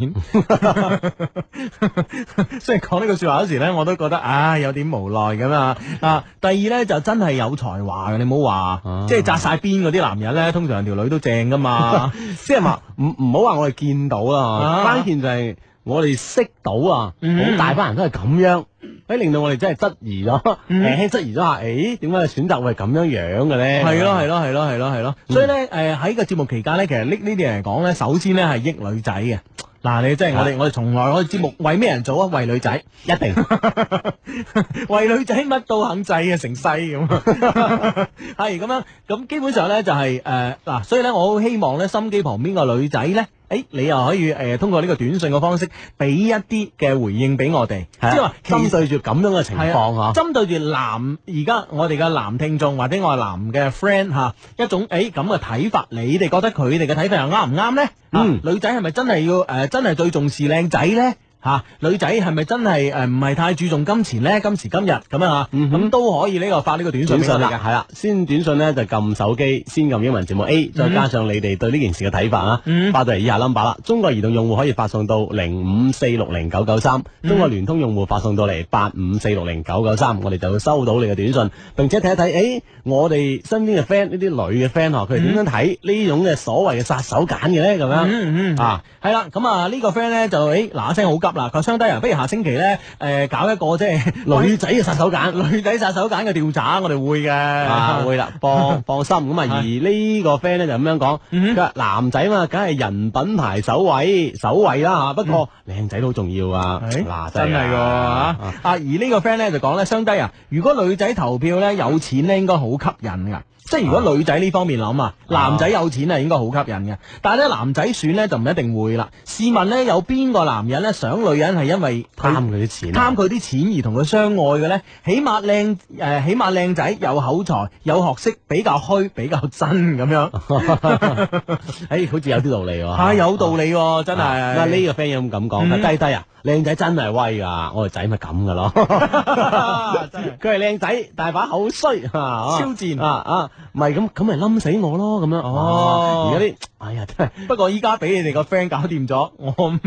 雖然講呢句説話嗰時咧，我都覺得唉有點無奈咁啊啊！第二咧就真係有才華嘅，你唔好
啊
話，即係紮晒邊嗰啲男人咧，通常條女都正
[laughs]
噶嘛，
即係話唔唔好話我哋見到
啊
啦，關鍵哦就係我哋識到啊，
嗯
好大班人都係咁樣。誒令到我哋真係質疑啊咗，誒質疑咗下，誒點解選擇會係咁樣樣嘅咧？
嗯係啊嗯咯係咯係咯係咯係咯，所以咧誒喺個節目期間咧，其實呢呢啲人嚟講咧，首先咧係益女仔嘅。嗱，你真係我哋我哋從來我哋節目為咩人做啊？為女仔，
一
[laughs]
定
為女仔乜都肯制嘅成世咁。 [laughs] 係咁樣，咁基本上咧就係誒嗱，所以咧我好希望咧心機旁邊個女仔咧。誒，你又可以誒通過呢個短信嘅方式，俾一啲嘅回應俾我哋，即係啊話
針對住咁樣嘅情況
嚇，針對啊住男而家我哋嘅男聽眾或者我男嘅 friend 嚇一種誒咁嘅睇法，你哋覺得佢哋嘅睇法又啱唔啱呢？嗯，女仔係咪真係要誒真係最重視靚仔呢？嚇，女仔係咪真係誒唔係太注重金錢呢？今時今日咁樣嚇，咁都可以呢個發呢個短信
信啦，係啦，先嗯短信呢就撳手機，先撳英文字母 A，再加上你哋對呢件事嘅睇法啊，
嗯
發到嚟以下 number 啦。中國移動用戶可以發送到零五四六零九九三，中國聯通用戶發送到嚟八五四六零九九三，我哋就會收到你嘅短信，並且睇一睇，誒我哋身邊嘅 friend 呢啲女嘅 friend 嗬，佢哋點樣睇呢種嘅所謂嘅殺手鐧嘅呢？咁
嗯
樣啊，
係啦，咁啊呢個 friend 呢就誒嗱聲好嗱，佢相低啊人，不如下星期咧， [laughs] 誒搞一個即係
女仔嘅殺手鐧，
女仔殺手鐧 [laughs] 嘅調查，我哋會嘅，
啊會啦，
[laughs]
放放心咁啊。而呢個 friend 咧就咁樣講，佢
嗯
話男仔嘛，梗係人品排首位，首位啦嚇。不過靚仔都好重要啊，嗱
真嗯係㗎啊！而呢個 friend 咧就講咧，相低啊，如果女仔投票咧有錢咧，應該好吸引㗎。即係如果女仔呢方面諗啊，男仔有錢啊應該好吸引嘅，但係咧男仔選咧就唔一定會啦。試問咧有邊個男人咧想女人係因為
貪佢啲錢，啊
貪佢啲錢而同佢相愛嘅咧？起碼靚誒、呃，起碼靚仔有口才、有學識，比較虛、比較真咁樣。
[laughs] 誒、哎，好似有啲道理喎、啊。
係有道理喎、啊，真係。嗯
嗱呢、啊、個 friend 有冇咁講？低低啊！靚仔真係威噶，我哋仔咪咁噶咯。 [laughs] 佢係靚仔，大把口衰，
超賤
啊啊！唔係咁咁咪冧死我咯咁樣。
哦，
而家啲哎呀真係。
不過依家俾你哋個 friend 搞掂咗，
[laughs]
我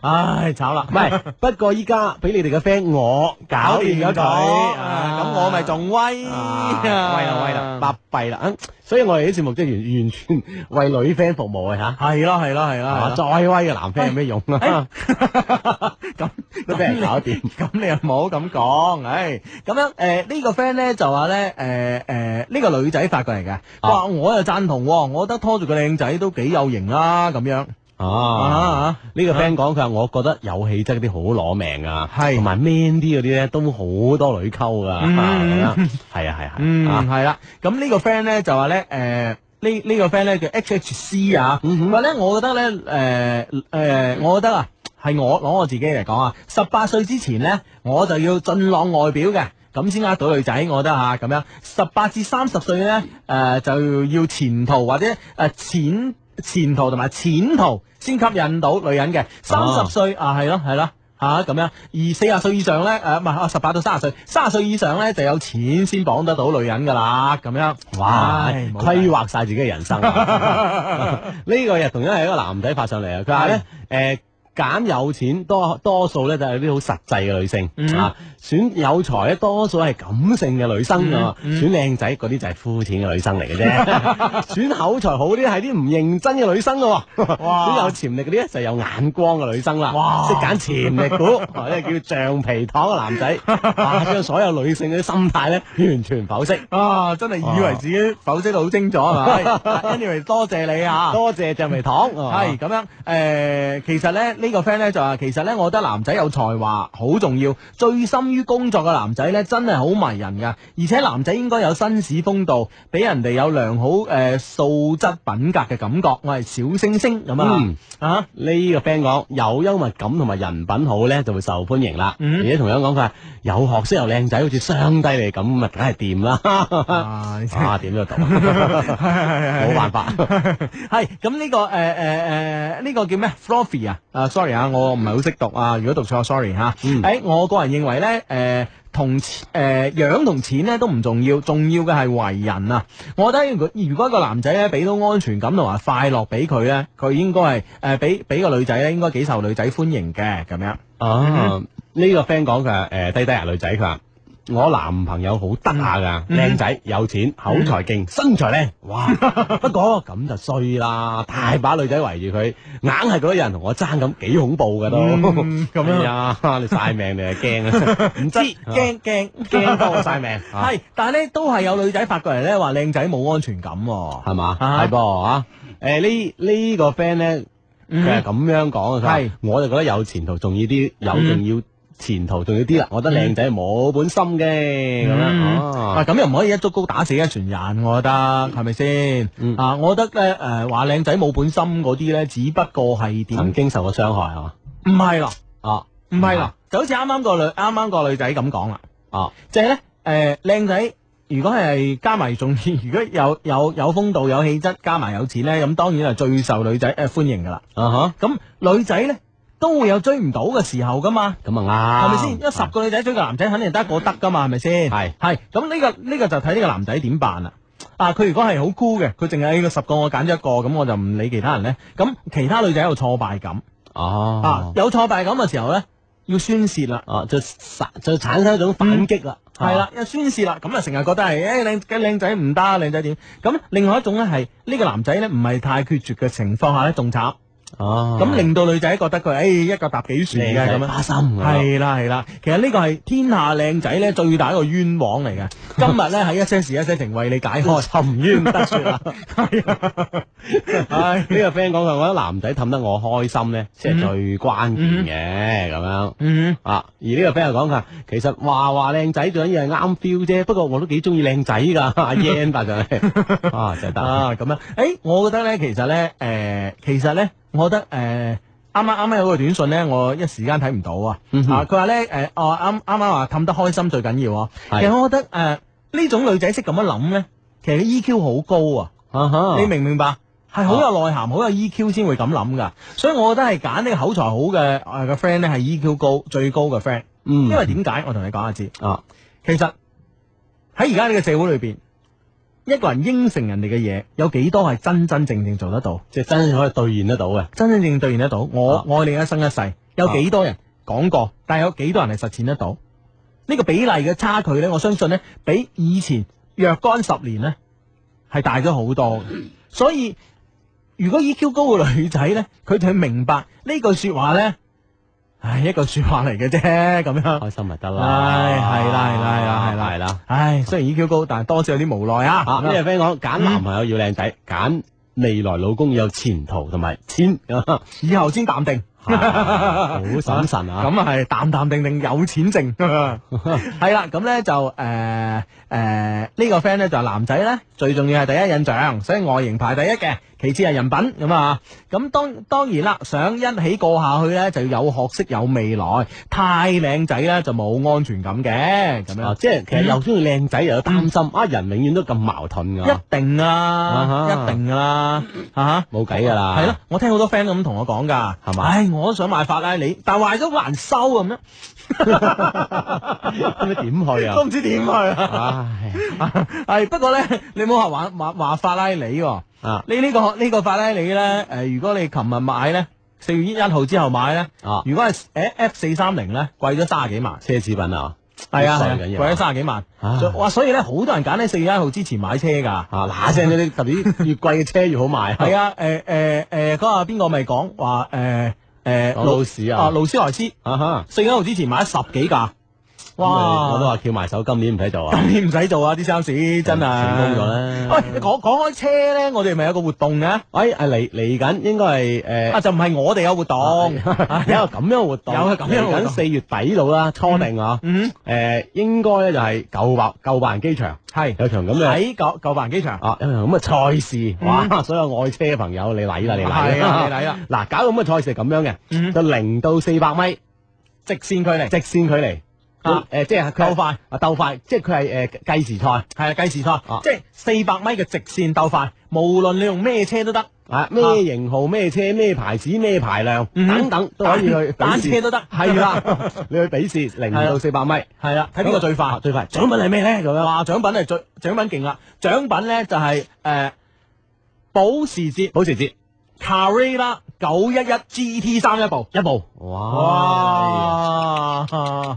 唉慘啦。
唔係，不過依家俾你哋嘅 friend 我搞掂咗佢，
咁我咪仲威威
啦威啦，巴閉啦。所以我哋啲節目即係完完全為女 friend 服務嘅嚇。
係咯係咯係咯，
啊再威嘅男 friend 有咩用啊？
哎 [laughs] 咁
都俾人搞掂，
咁你又冇咁講，唉，咁樣誒呢個 friend 咧就話咧誒誒
啊
呢個女仔發過嚟嘅，話我又贊同，我覺得拖住個靚仔都幾有型啦咁樣。
啊！呢個 friend 講佢話，我覺得有氣質嗰啲好攞命啊，同埋 man 啲嗰啲咧都好多女溝噶，
嗯
係啊係啊係啊，
嗯，
啊
系啦。咁呢個 friend 咧就話咧，诶、呢呢、個 friend 咧叫 HHC 啊，
嗯
咁啊咧，我覺得咧，诶、诶、我覺得啊，係我攞我自己嚟講啊，十八歲之前咧，我就要俊朗外表嘅。咁先呃到女仔，我覺得吓咁樣。十八至三十歲咧，誒、就要前途或者誒、前前途同埋前途先吸引到女人嘅。三
哦
十歲啊，係咯係咯。吓咁、样，而四十歲以上咧，诶唔係啊十八到三十歲，三十歲以上咧就有錢先綁得到女人噶啦，咁樣。
哇
唉，冇
規劃晒自己嘅人生
[laughs]
啊。呢個又同樣係一個男仔發上嚟啊，佢話咧誒。揀有錢多多數咧就係啲好實際嘅女性、
嗯
啊，選有才咧多數係感性嘅女生啊，選靚仔嗰啲就係膚淺嘅女生嚟嘅啫，選口才好啲係啲唔認真嘅女生咯，選有潛力嗰啲咧就係有眼光嘅女生啦，識揀潛力股 [laughs] 或者叫橡皮糖嘅男仔，哇，將所有女性嗰啲心態咧完全剖析。
啊，真係以為自己剖析得好精準 [laughs] 啊！Anyway，多謝你啊，
多謝橡皮糖啊
係咁樣誒，其實咧呢個 friend 咧就話，其實咧我覺得男仔有才華好重要，醉心於工作嘅男仔咧真係好迷人噶，而且男仔應該有紳士風度，俾人哋有良好誒素質品格嘅感覺。我係小星星咁啊
嗯！
啊，
呢個 friend 講有幽默感同埋人品好咧，就會受歡迎啦。
嗯
而且同樣講佢話有學識又靚仔，好似雙低你咁，咪梗係掂啦。啊，點都到，
[laughs]
冇辦法。
係咁呢個誒誒誒呢個叫咩？Fluffy 啊，啊 sorry 啊，我唔係好識讀啊，如果讀錯 sorry 吓。
嗯
誒、我個人認為咧誒。同誒、樣同錢咧都唔重要，重要嘅係為人啊！我覺得如果如果一個男仔咧俾到安全感同埋快樂俾佢咧，佢應該係誒俾俾個女仔咧應該幾受女仔歡迎嘅咁嗯樣。
啊，呢個 friend 講佢話誒低低啊女仔，佢話我男朋友好得下
嗯
㗎，靚仔有錢，口才勁，身材靚，哇！不過咁就衰啦，大把女仔圍住佢，硬係覺得有人同我爭咁，幾恐怖㗎都。
嗯咁樣
係啊，你晒命你係驚啊，唔知
驚驚
驚到我晒命啊
係，但係咧都係有女仔發過嚟咧話靚仔冇安全感喎、
系嘛？
啊
係噃啊！誒呢呢個 friend 咧，佢係咁樣講嘅，佢話
嗯係
我就覺得有前途重要啲，有
嗯
重要前途重要啲啦。我覺得靚仔冇本心嘅咁樣
嗯啊
哦。
咁又唔可以一足高打死一船人，我覺得係咪先？
嗯
啊，我覺得咧誒話靚仔冇本心嗰啲咧，只不過係點？
曾經受過傷害係嘛？
唔係啦，
啊，
唔係啦，就好似啱啱個女啱啱個女仔咁講啦，
啊，
即係咧誒靚仔。如果係加埋仲 [laughs] 如果有有有風度、有氣質，加埋有錢咧，咁當然係最受女仔誒、呃、歡迎噶啦。
啊
咁女仔咧都會有追唔到嘅時候噶嘛。
咁啊
係
啱，
咪先？因為十個女仔追個男仔，肯定得一個得噶嘛，係咪先？係係咁呢個呢、個就睇呢個男仔點辦啦。啊，佢如果係好孤嘅，佢淨係呢個十個我揀咗一個，咁我就唔理其他人咧。咁其他女仔有挫敗感，
哦
啊有挫敗感嘅時候咧，要宣泄啦。
啊，就就產生一種反擊啦。啊
系嗯啦，一宣泄啦，咁啊成日覺得係诶靚嘅靚仔唔得，靚仔點？咁另外一種咧係呢個男仔咧唔係太決絕嘅情況下咧，仲慘。
哦
咁令到女仔覺得佢诶一個搭幾船嘅
靚仔
咁樣，
花心咁樣
係啊啦係啦，其實呢個係天下靚仔咧最大一個冤枉嚟嘅。今日咧喺一些事一些情為你
[laughs]
解開，
沉冤得雪
啊
啦。
唉
呢個 friend 講佢，我覺得男仔氹得我開心咧，先係最關鍵嘅咁樣。
嗯
啊，而呢個 friend 又講佢話，其實話話靚仔最緊要係啱 feel 啫，不過我都幾中意靚仔㗎。 [laughs] 阿 Yan 發上
[laughs]
嚟，啊真係得
啊咁樣，誒，我覺得咧，其實咧，誒、其實咧，我覺得誒。啱啱啱啱有個短信咧，我一時間睇唔到啊！
嗯
啊，佢話咧誒，哦啱啱啱話氹得開心最緊要啊！其
係
實我覺得誒呢、種女仔識咁樣諗咧，其實佢 EQ 好高啊！你明唔明白？係好
啊
有內涵、好有 EQ 先會咁諗噶，所以我覺得係揀呢個口才好嘅誒嘅 friend 咧，係 EQ 高最高嘅 friend。
嗯
因為點解？我同你講下知。
啊，
其實喺而家呢個社會裏邊，一個人應承人哋嘅嘢，有幾多係真真正正做得到？
即係真係可以兌現得到嘅。啊
真真正正兌現得到。我愛你一啊生一世，有幾多人講過，但係有幾多人係實踐得到？呢個比例嘅差距呢，我相信呢，比以前若干十年呢，係大咗好多。所以如果 EQ 高嘅女仔呢，佢就明白呢句说話呢，唉，一句说話嚟嘅啫，咁樣
開心咪得啦。
唉，係啦，係啦，係啦，係啦，
係啦。À,
唉，雖然 EQ 高，但係多少有啲無奈啊。Ừ.
啊，呢個 friend 講揀男朋友要靚仔，揀未來老公有前途同埋
[laughs]
錢，
以後先淡定。
好審慎啊！
咁啊系淡淡定定有
[laughs]
錢剩，係啦，咁咧就诶诶呢個 friend 咧就話男仔咧最重要係第一印象，所以外形排第一嘅，其次係人品咁啊。咁當當然啦，想一起過下去咧，就要有學識有未來，太靚仔咧就冇安全感嘅，咁
啊
樣
即係其實又中意靚仔，又有
Ừ.
擔心啊！人永遠都咁矛盾㗎。
一定啊，
啊哈
一定噶啦，啊
冇計㗎啦
系咯，我聽好多 friend 咁同我講㗎，係嘛？唉，我都想買法拉利，但係壞咗好難收咁樣。
咁 [laughs] 點去啊？
都唔知點去啊！唉，不過咧，你冇話玩話話法拉利喎、
啊
你呢、個呢、個法拉利咧，誒、如果你琴日買咧，四月一號之後買咧，
啊，
如果係誒 F 四三零咧，貴咗三十幾萬，
奢侈品啊！
係啊，
好
係啊
緊
貴
要啊
咗三十幾萬，
唉
所以哇！所以咧，好多人揀喺四月一號之前買車㗎，啊
嗱聲嗰啲特別越貴嘅車越好賣。
[laughs] 係啊，誒誒誒，嗰下邊個咪講話誒誒
講勞斯啊
勞斯萊斯
啊哈！
四月一號之前買咗十幾架，哇！
我都話翹埋手，今年唔使做啊！
你唔使做啊！啲
[laughs]
sales 真係
成功咗啦
喂，講講開車咧，我哋咪有個活動嘅。
哎，啊嚟嚟緊應該係誒
啊，就唔係我哋有活
[laughs]
動，
有一個咁樣嘅活動，
[laughs] 有個咁樣嘅活動
嚟緊四月底度啦，初定啊，
嗯，
誒應該咧就係舊白舊白人機場
係
有場咁嘅
喺舊舊辦機場。
啊有場咁嘅賽事，哇！所有愛車嘅朋友你嚟啦，你
[laughs]
嚟
係啊
啦，
你嚟啦！
嗱，搞咁嘅賽事係咁樣嘅，
嗯
就零到四百米
直線距離
直線距離，
啊
誒即係佢
鬥快
啊鬥快，即係佢係誒計時賽。
係啊，計時賽
啊，
即係四百米嘅直線鬥快，無論你用咩車都得，
啊！咩型號、咩車、咩牌子、咩排量
嗯
等等都可以去比
單
試
車都得
係啦， [laughs] 你去比試零
係
到
啦
四百米，
係啊啦，睇邊個最快，
最快
獎品係咩咧？咁樣哇，獎品係最獎品勁啦，獎品咧就係誒保時捷
保時捷
Carrera 九一一 GT 三一部，
一步，哇！
哇！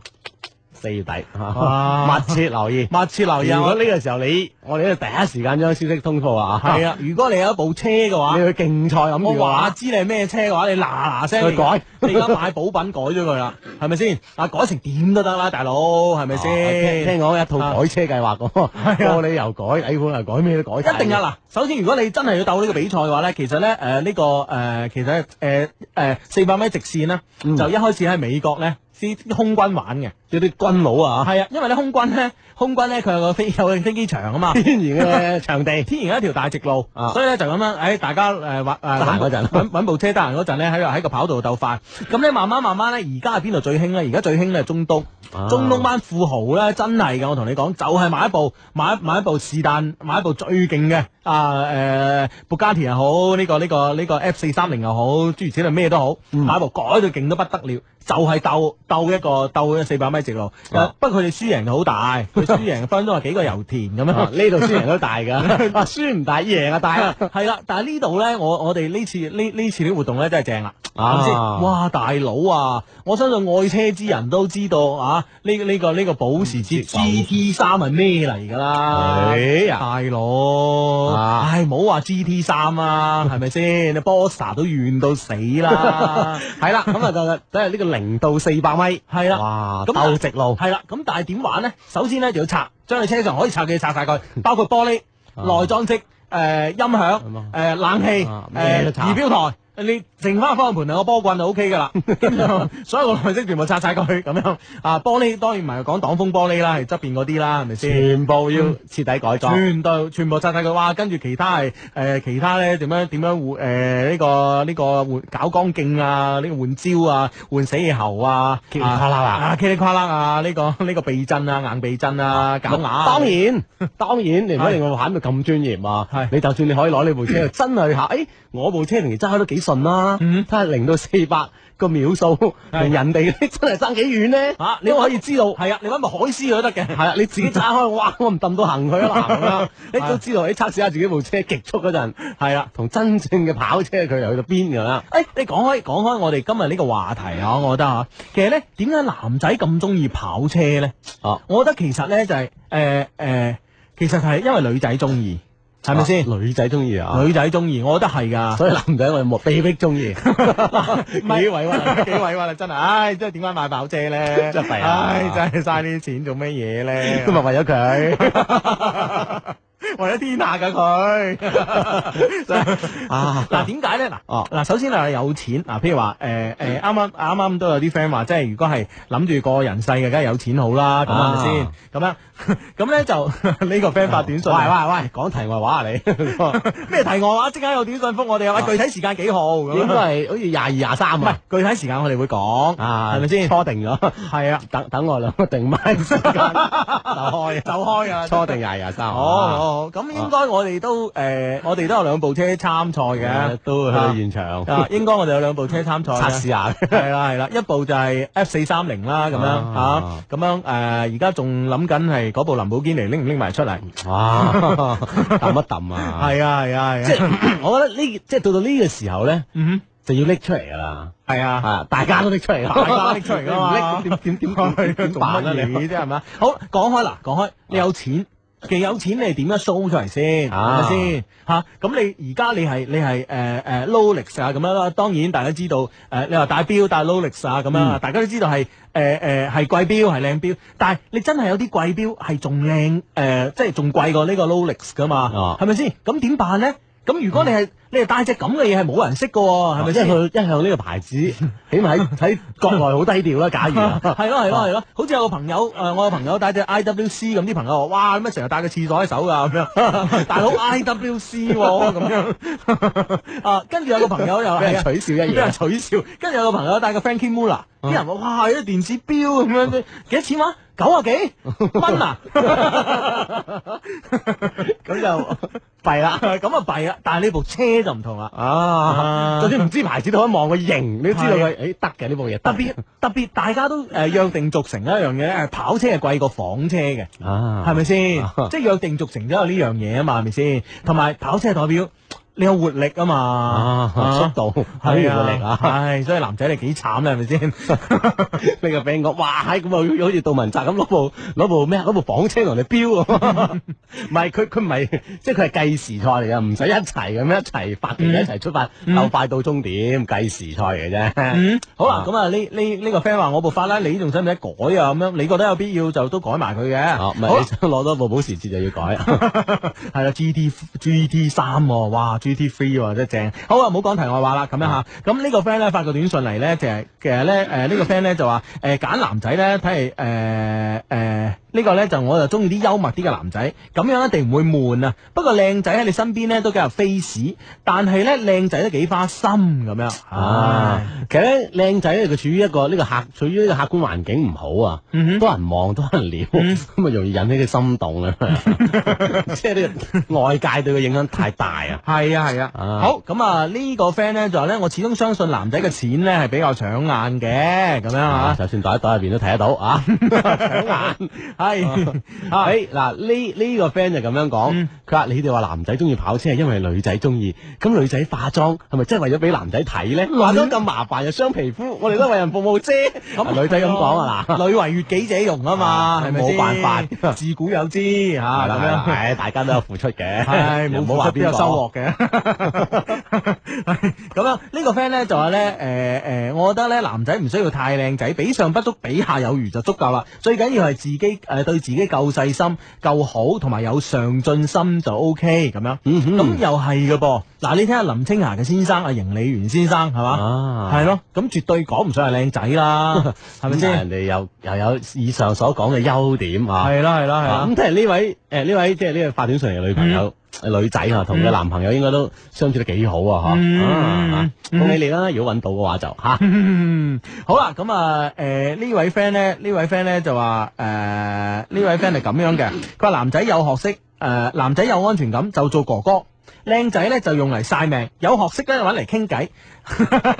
四月底，
哇
[laughs] 密切留意。
密切留意啊！
如
我
果呢個時候你，我哋呢度第一時間將消息通報啊！
係啊，如果你有一部車嘅話，
你去競賽咁
我
住嘅
話
話，
知你係咩車嘅話，你嗱嗱聲
去改
你而家買補品改咗佢啦，係咪先？啊，改成點都得啦，大佬，係咪
啊聽
先？啊
聽講一套改車計劃咁， [laughs] 玻璃又改，哎底盤又改，咩都改。
一定！啊！嗱，首先如果你真係要鬥呢個比賽嘅話咧，其實咧誒呢個誒其實誒誒四百米直線咧，
嗯
就一開始喺美國咧啲空軍玩嘅，
有啲軍佬啊，
係啊，因為咧空軍咧空軍咧佢有個飛有個飛機場啊嘛。
天
[laughs]
然嘅場地。
天然一條大直路，
啊
所以咧就咁樣，誒大家呃誒揾
得閒
誒
嗰陣啊
揾揾部車得閒嗰陣咧，喺度喺個跑道度鬥快。咁咧慢慢慢慢咧，而家係邊度最興咧？而家最興咧係中東，
啊
中東班富豪咧真係嘅，我同你講，就係、買一部買買一部是但買一部最勁嘅啊誒，布加迪又好，呢、個呢、個呢、個 F 四三零又好，諸如此類咩都好，
嗯
買一部改到勁到不得了，就係、鬥鬥一個鬥四百米直路。
啊
不過佢哋輸贏就好大，
[laughs]
佢輸贏分分鐘係幾個油田咁樣
啊。呢度輸贏都大
[laughs]
噶，啊輸唔大贏啊大啊！
系啦，但系呢度咧，我我哋呢次呢呢次啲活動咧真係正啦，係
啊
咪先？哇，大佬啊！我相信愛車之人都知道啊，呢、呢個呢、個保時捷 GT 三係咩嚟㗎啦？
哎呀
大佬，
啊
唉，唔好話 GT 三
[laughs]
啊，係咪先？你 Bossa 都怨到死
[laughs]
啦，
系啦，咁啊就等系呢個零到四百米，
係啦。
哇，
咁啊
鬥直路，
系啦，咁但系點玩呢？首先呢，就要拆，將你車上可以拆嘅嘢拆晒佢，包括玻璃、內裝飾、诶呃音響、诶冷氣、
啊咩
诶
都拆
儀表台。你剩翻方向盤兩啊個波棍就 O K 噶
[laughs]
啦，基本上所有個內飾全部拆晒佢咁樣啊！玻璃當然唔係講擋風玻璃啦，係側邊嗰啲啦，係咪先？嗯
全部要徹底改裝。
全部全部拆晒佢，哇！跟住其他係誒、呃其他咧點樣點樣換誒呢個呢、個換搞光鏡啊，呢、個換焦啊，換死氣喉啊，
噼里啪啦啊
啊，噼里啪啦啊，呢、個呢、個避震啊，硬避震啊，搞牙啊，
當
[laughs]
然，當然，你唔
係
一定要玩到咁專業啊
係！
你就算你可以攞你部車去真去考，誒，我部車平時揸開都幾順啦，
嗯
睇下零到四百個秒
[laughs]
數，同人哋真係爭幾遠呢？
啊你
你可以知道，
係啊，你揾部海獅佢都得嘅，
係啊啦，你自己揸
[laughs]
開，哇，我唔揼到行佢啦，咁樣，你都知道，你哎測試下自己部車極速嗰陣，
係啊啦。
同真正嘅跑車距離去到邊㗎啦。
诶、你講開講開，我哋今日呢個話題啊，我覺得啊，其實咧，點解男仔咁中意跑車咧？
哦，
我覺得其實咧就係诶诶，其實係因為女仔中意，係咪先？
啊女仔中意啊，
女仔中意，我覺得係㗎。
所以男仔我哋莫被逼中意。
[laughs] 唔係幾委屈 [laughs] 啦，幾委屈啊啦，真係，唉，真係點解買跑車咧？
啊真係弊啊
唉，真係嘥呢啲錢做咩嘢咧？ [laughs]
都咪為咗佢，
為咗天下㗎 [laughs] 佢。所以啊，嗱點解咧？嗱，哦，嗱，首先係有錢嗱，譬如話誒
嗯
誒，啱啱啱啱都有啲 friend 話，即係如果係諗住過人世嘅，梗係有錢好啦，咁係咪先
啊？
咁樣 [laughs] 咁咧就 [laughs] 呢個 friend 發短信，
喂喂
喂，講題外話啊你， [laughs] 咩題外話？即刻有短信覆我哋啊！喂，具體時間幾號？咁樣
應該係好似廿二廿三
唔
啊
係。具體時間我哋會講，
啊
係咪先？
初定咗，
係啊，
等等我兩個定埋時間就
[laughs]
[laughs] 開，哦
就開啊
初定廿廿三。
好好好，咁應該我哋都誒，我哋都有兩部車參賽嘅
誒，都去到現場
啊，應該我哋有兩部車參賽嘅，
測試下
係啦係啦，一部就係 F 四三零啦，咁樣嚇
啊，
咁樣誒，而家仲諗緊係嗰部林寶堅尼拎唔拎埋出嚟？
哇，抌一抌啊！
係啊係啊係啊，
即係我覺得呢，即係到到呢個時候咧，就要拎出嚟噶啦。
係啊，
啊，大家都拎出嚟啦，
大家拎出嚟㗎嘛
你唔拎點點點點點
做
辦
乜
啊？
嘢
你
啫係咪啊？好講開啦，講開你有錢。既有錢，你係點樣 show 出嚟先？係咪
啊
先嚇？咁你而家你係你係誒誒 Rolex 啊咁樣啦。當然大家知道誒、呃你話戴錶戴 Rolex 啊咁樣啦，
嗯
大家都知道係誒誒係貴錶係靚錶，但係你真係有啲貴錶係仲靚誒，即係仲貴過呢個 Rolex 噶
哦
嘛？係咪先？咁點辦咧？咁如果你
嗯
係你係戴隻咁嘅嘢係冇人識嘅喎，係咪
即係
先？
啊佢一向呢個牌
[laughs]
子，起碼喺喺國內好低調啦。假如啊
係咯係咯係咯，好似有個朋友誒、呃我有朋友戴隻 IWC 咁，啲朋友話：哇，乜成日戴個廁所喺手㗎咁樣， [laughs] 大佬 IWC 喎咁樣啊。跟住有個朋友
[laughs]
又
俾人
係啊
取笑一啊樣
俾人取笑。跟住有個朋友戴個 Frankie Mula，啲人話：哇，啲電子錶
[laughs]
咁樣，幾多錢話？九啊幾蚊啊！咁就弊啦，咁啊弊啦。但係呢部車就唔同啦，
啊，就算唔知牌子，都可以望個型，你都知道佢，誒得嘅呢部嘢得
特別特別大家都誒約定俗成一樣嘢咧，跑車係貴過房車嘅。
啊，
係咪先？即係約定俗成都有呢樣嘢啊嘛，係咪先？同埋跑車代表你有活力啊嘛，
啊速度
係
有活力啊
係所以男仔你幾慘啦，係咪
[laughs]
先？
你個 friend 講，哇，咁啊，好似杜汶澤咁攞部攞部咩啊攞部房車同你飆
[laughs]
啊，唔係佢佢唔係，即係佢係計時賽嚟嘅，唔使一齊咁樣一齊發條一齊出發，
嗯
鬥快到終點，計時賽嚟嘅啫
嗯。好啦
啊，
咁啊呢呢呢個 friend 話我部法拉利仲使唔使改啊？咁樣你覺得有必要就都改埋佢嘅。
哦，唔
好
係你
啦
想攞多部保時捷就要
[laughs]
改。
係啦，G T G T 三喎，哇，G T three 喎，真係正。好啊，唔好講題外話啦，咁樣吓。咁呢個 friend 咧發個短信嚟咧，就係其實咧，誒呢個 friend 咧就話，誒揀男仔咧睇嚟，誒誒呢個咧就我就中意啲幽默啲嘅男仔，咁樣一定唔會悶啊。不過靚仔喺你身邊咧都幾有 face，但係咧靚仔都幾花心咁樣。
啊
唉，
其實咧，靚仔咧，佢處於一個呢個客，處於呢個客觀環境唔好啊，
嗯
多人望，多人撩，咁啊容易引起佢心動啊， [laughs] 即係呢個外界對佢影響太大啊。
係啊係啊，
啊
好咁啊呢個 friend 咧就話咧，我始終相信男仔嘅錢咧係比較搶眼嘅，咁樣
啊
啊，
就算袋一袋入邊都睇得到啊， [laughs] 搶眼。 [laughs]
係啊
誒嗱，呢呢個 friend 就咁樣講，佢話你哋話男仔中意跑車係因為女仔中意，咁女仔化妝係咪真係為咗俾男仔睇咧？化妝咁麻煩又傷皮膚，我哋都為人服務啫。 [laughs] 咁 [laughs] 女仔咁講啊嗱。
女為悦己者容啊嘛，係咪
冇
先
辦法
自古有之吓
係
咁
啦
樣。
係大家都有付出嘅，
係
又
冇
唔好
付
話
出都
邊
有
個
收穫嘅， [laughs] 咁樣呢個 friend 咧就話咧誒誒，我覺得咧男仔唔需要太靚仔，比上不足，比下有餘就足夠啦。最緊要係自己誒、呃、對自己夠細心、夠好，同埋有上進心就 O K 咁樣。
嗯哼
咁又係嘅噃，嗱你聽下林青霞嘅先生阿邢理元先生係嘛
啊，
係咯，咁絕對講唔上係靚仔
[laughs]
啦，係咪
咁但
先？
人哋又又有以上所講嘅優點啊。
係啦係啦係
啊
啦
咁。睇嚟呢位誒呢位即係呢個發短信嚟嘅女朋友。女仔啊，同佢
嗯
男朋友應該都相處得幾好啊！
嗯
嚇
嗯
啊，
嗯
恭喜你啦！如果揾到嘅話就嚇，
嗯，
[laughs]
好啦，咁啊，誒、呢位 friend 咧，呢位 friend 咧就話誒呢位 friend 係咁樣嘅，佢話男仔有學識，誒、男仔有安全感就做哥哥。靚仔咧就用嚟晒命，有學識咧揾嚟傾偈，
識晒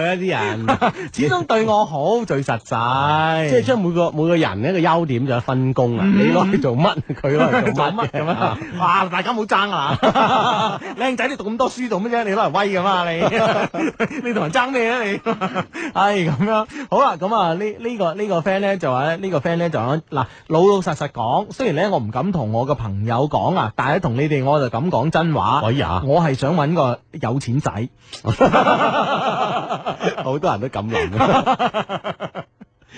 佢
[laughs]
一啲人， [laughs]
始終對我好最實際。
[laughs] 即係將每個每個人呢個優點就有分工啊！
嗯
你攞嚟做乜，佢攞嚟做
[laughs] 做
乜
乜
嘅
咁啊？哇！大家唔好爭啊！ [laughs] 靚仔，你讀咁多書做乜啫？你攞嚟威噶嘛？
[laughs]
你你同人爭咩啊？你 [laughs] 係咁樣好啦。咁啊，呢呢個呢個 friend 咧就話咧，呢個 friend 咧就話嗱，老老實實講，雖然咧我唔敢同我嘅朋友講啊，但係咧同你哋我就敢講真話。
可以啊
我係想揾個有
[laughs]
錢仔。
好多人都咁諗。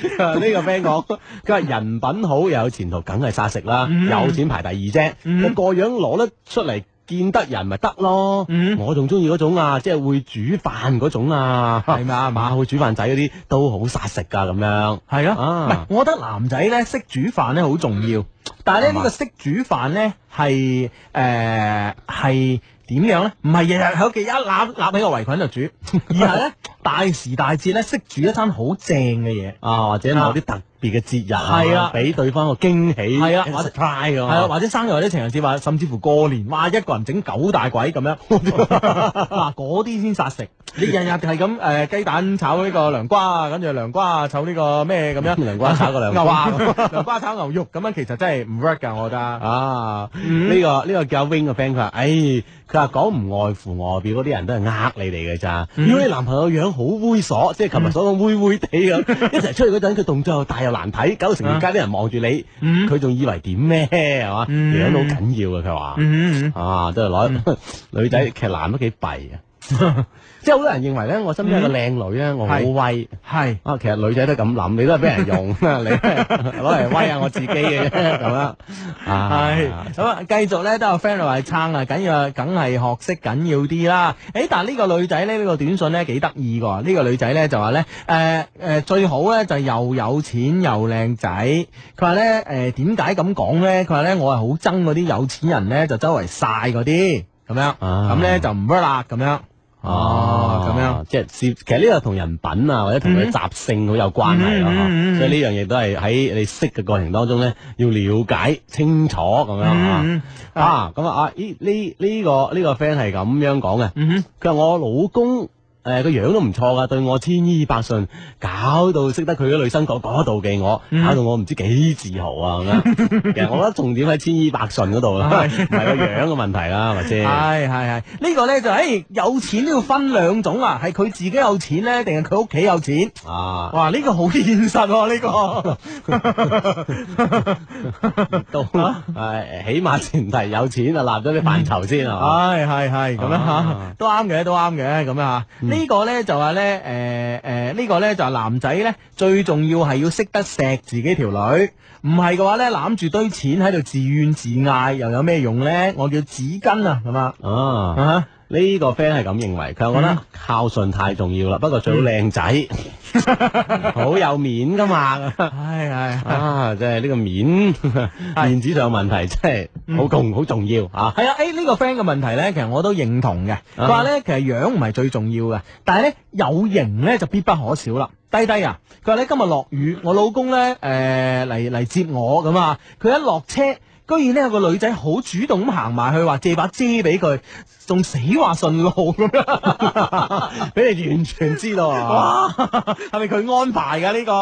呢個 friend 講，佢話人品好又有前途，梗係殺食啦，有錢排第二啫。佢個樣攞得出嚟。見得人咪得咯，我仲中意嗰種啊，即係會煮飯嗰種啊，係嘛嘛會煮飯仔嗰啲都好殺食噶咁樣。啊
係咯，唔係，我覺得男仔咧識煮飯咧好重要，但係咧
係嘛
呢個識煮飯咧係誒係點樣咧？唔係日日喺屋企一攬攬起個圍裙就煮，
[laughs]
而係咧大時大節咧識煮一餐好正嘅嘢
啊，或者某啲特別嘅節日啊
係啊
俾對方個驚喜，
係啊
一
或者
surprise
係
咁
啊，或者生日或者情人節，或甚至乎過年，哇！一個人整九大
[laughs]
鬼咁樣，嗱嗰啲先殺食。你日日係咁誒雞蛋炒呢個涼瓜，跟住涼瓜炒呢個咩咁
[laughs]
樣？
涼瓜炒
[laughs]
個涼瓜
牛啊，涼瓜炒牛肉咁樣，其實真係唔 work 㗎，我覺得。
啊！呢個呢個叫阿 wing 嘅 friend，佢話：，唉，佢話講唔外乎外表嗰啲人都係呃你哋嘅咋。如果你男朋友樣好猥瑣，即係琴日所講猥猥地 [laughs] 咁，一齊出去嗰陣佢動作又大又難睇，搞到成條街啲人望住你，佢仲以為點咩係嘛？
嗯
樣都好緊要嘅，佢話。
嗯
啊，都係攞 [laughs] 女仔，其實男都幾弊
[laughs]
啊。即係好多人認為咧，我身邊有個靚女咧，我好威。
係
啊，其實女仔都咁諗，你都係俾
[laughs]
人用，你攞嚟威下我自己嘅啫，咁
[laughs]
啦。啊，
係咁啊，繼續咧都有 friend 話撐啊，緊要啊，梗係學識緊要啲啦。誒，但係呢個女仔咧，呢、個短信咧幾得意㗎。呢、個女仔咧就話咧，誒、誒、最好咧就又有錢又靚仔。佢話咧誒點解咁講咧？佢話咧我係好憎嗰啲有錢人咧，就周圍晒嗰啲咁樣，
啊
咁咧、就唔 work 啦咁樣。啊
哦，咁樣，即係涉其實呢個同人品啊，或者同佢習性好有關係咯，
嗯嗯嗯嗯嗯
所以呢樣嘢都係喺你識嘅過程當中咧，要了解清楚咁樣啊。
嗯
啊，咁啊，啊，咦呢呢個呢個 friend 係咁樣講嘅，佢話我老公。誒個樣都唔錯噶，啊對我千依百順，搞到識得佢嘅女生嗰嗰度嘅我，
嗯
搞到我唔知幾自豪啊
[laughs]
咁樣。其實我覺得重點喺千依百順嗰度啦，唔係個樣嘅問題
[laughs]
啦，係咪先？
係係係，呢個咧就誒有錢都要分兩種啊，係佢自己有錢咧，定係佢屋企有錢
啊？
哇，呢個好現實喎，呢個。
[laughs] 都
啊
誒，起碼前提有錢啊，立咗啲範疇先啊。
唉，係係咁樣
啊嗯
吓，都啱嘅，都啱嘅咁樣吓。呢個咧就話咧，誒誒，呢個咧就係男仔咧最重要係要識得錫自己條女，唔係嘅話咧攬住堆錢喺度自怨自艾，又有咩用咧？我叫紙巾啊，咁啊。嗯
啊，呢個 friend 係咁認為，佢話我覺得孝順太重要啦，不過最好靚
[laughs]
仔，好有面噶嘛。
係係
[laughs] 啊，即係呢個面面子上有問題，真係好重好重要啊。
係啊，誒呢個 friend 嘅問題咧，其實我都認同嘅。佢話咧，其實樣唔係最重要嘅，但係咧有型咧就必不可少啦。低低啊，佢話咧今日落雨，我老公咧誒嚟嚟接我咁啊，佢一落車。居然咧有個女仔好主動咁行埋去，話借把遮俾佢，仲死話順路咁 [laughs] 樣，
俾你完全知道
啊！哇， [laughs] 係咪佢安排㗎呢、個？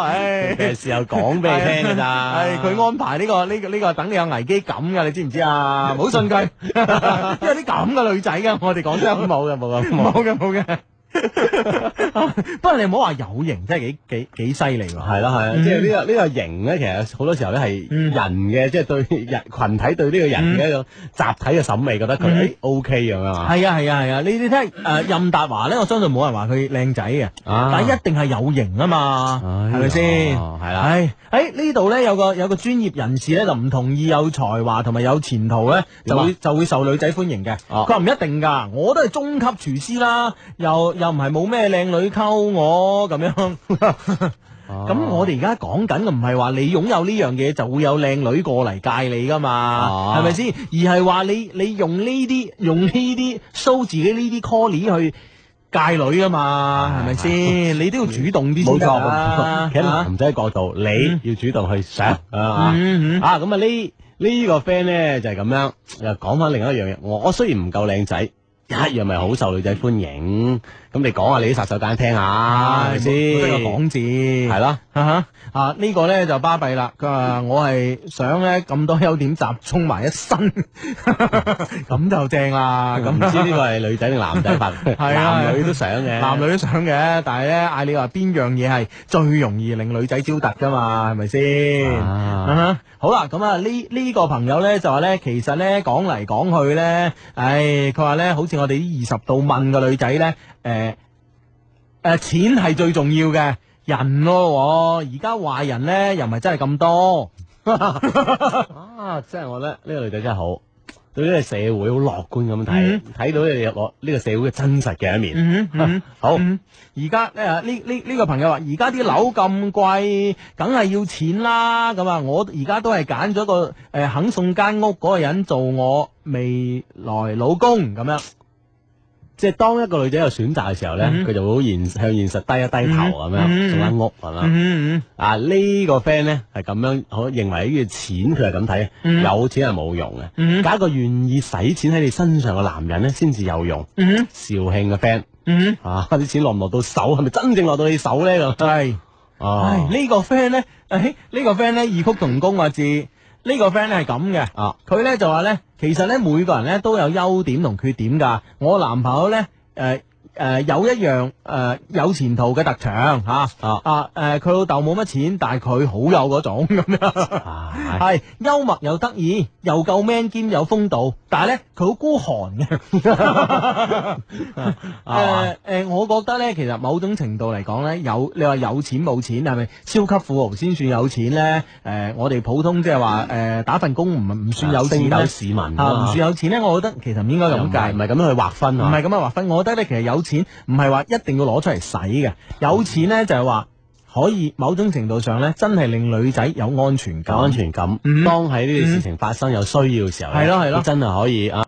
唉、
嘅時候講俾你聽㗎咋。
係佢安排呢、個呢、個呢、個等你有危機感噶，你知唔知啊？唔
[laughs]
好信佢，因為啲咁嘅女仔嘅，我哋講真
冇嘅 [laughs] 冇嘅
冇嘅冇嘅。 [laughs] 不過你唔好話有型，真係幾幾幾犀利喎。
係啦係啦，
嗯
即係呢個呢個型咧，其實好多時候咧係人嘅，即係對人群體對呢個人嘅一個集體嘅審美，覺得佢
嗯
誒 OK 咁樣啊。
係啊係啊係啊！你你睇誒任達華咧，我相信冇人話佢靚仔嘅，
啊哎
但係一定係有型啊嘛，係咪先？
係啦。
係誒呢度咧有個有個專業人士咧就唔同意有才華同埋有前途咧
啊
就會就會受女仔歡迎嘅。
哦
佢話唔一定㗎，我都係中級廚師啦，又又唔係冇咩靚女溝我咁樣。
[laughs] 哦
咁我哋而家講緊嘅唔係話你擁有呢樣嘢就會有靚女過嚟戒你㗎嘛，
啊
係咪先？而係話你你用呢啲用呢啲 show 自己呢啲 call 去戒女啊嘛，係
[laughs]
咪先？你都要主動啲先
冇
得
錯，
啊 [laughs]
冇錯企喺男仔角度，你要主動去想啊
嗯
啊咁啊呢呢個 friend 咧就係咁樣，又講翻另一樣嘢。我我雖然唔夠靚仔，一樣咪好受女仔歡迎。咁你講下你啲殺手鐧聽下，係咪
唉，
先？
冇得個講字係
係啦，
啊哈啊呢個咧就巴閉啦。
[laughs]
佢話我係想咧咁多優點集中埋
[laughs]
一身，咁就正啦。咁
唔知呢個係女仔定男仔發，
[laughs]
[laughs]
係啊
男女都想嘅。
男女都想嘅，但係咧嗌你話邊樣嘢係最容易令女仔招突噶嘛，係咪先？啊哈好啦，咁啊呢呢個朋友咧就話咧，其實咧講嚟講去咧，唉，佢話咧好似呃我哋啲二十度問嘅女仔咧，誒、誒、錢係最重要嘅。人咯喎，而家坏人咧又唔系真系
[laughs]
咁多。啊，真系我覺得呢個女仔真係好，
對呢個社會好樂觀咁睇，睇到你哋落呢個社會嘅真實嘅一
嗯哼嗯
面。 [laughs] 好，
而家呢呢呢呢個朋友話，而家啲樓咁貴，梗係要錢啦。咁啊，我而家都係揀咗個诶、呃肯送間屋嗰個人做我未來老公咁樣。
即係當一個女仔有選擇嘅時候咧，
嗯
佢就會好現向現實低一低頭咁
嗯
樣，做間屋係
嘛。
啊，呢個 friend 咧係咁樣，我認為呢個錢佢係咁
嗯
睇，有錢係冇用
嘅，
揀一個願意使錢喺你身上嘅男人咧，先至有用。
嗯
肇慶嘅 friend。
嗯
啊！啲錢落唔落到手，係咪真正落到你手咧？咁
系
啊
唉，，呢個 friend 咧，唉，呢個 friend 咧異曲同工啊，字呢個 friend 咧係咁嘅，
啊，
佢咧就話咧，其實咧每個人咧都有優點同缺點㗎。我男朋友咧，誒、誒呃有一樣誒、有前途嘅特長嚇啊啊誒，佢、老豆冇乜錢，但係佢好有嗰種咁樣，係幽默又得意，又夠 man 兼有風度，但係咧佢好孤寒嘅。 [laughs] 誒誒、我覺得咧，其實某種程度嚟講咧，有你話有錢冇錢係咪超級富豪先算有錢咧？誒、我哋普通即係話誒打份工唔唔算有錢
升
呢
斗市民
啊，唔
啊
算有錢咧，我覺得其實唔應該咁計，
唔係咁樣去劃分啊
唔係咁樣劃分。我覺得咧，其實有錢唔係話一定要攞出嚟使嘅，有錢咧就係話。可以某種程度上咧，真係令女仔有安全感。
有安全感，
嗯
當喺呢啲事情發生有需要嘅時候呢，
係咯係咯
佢真係可以啊。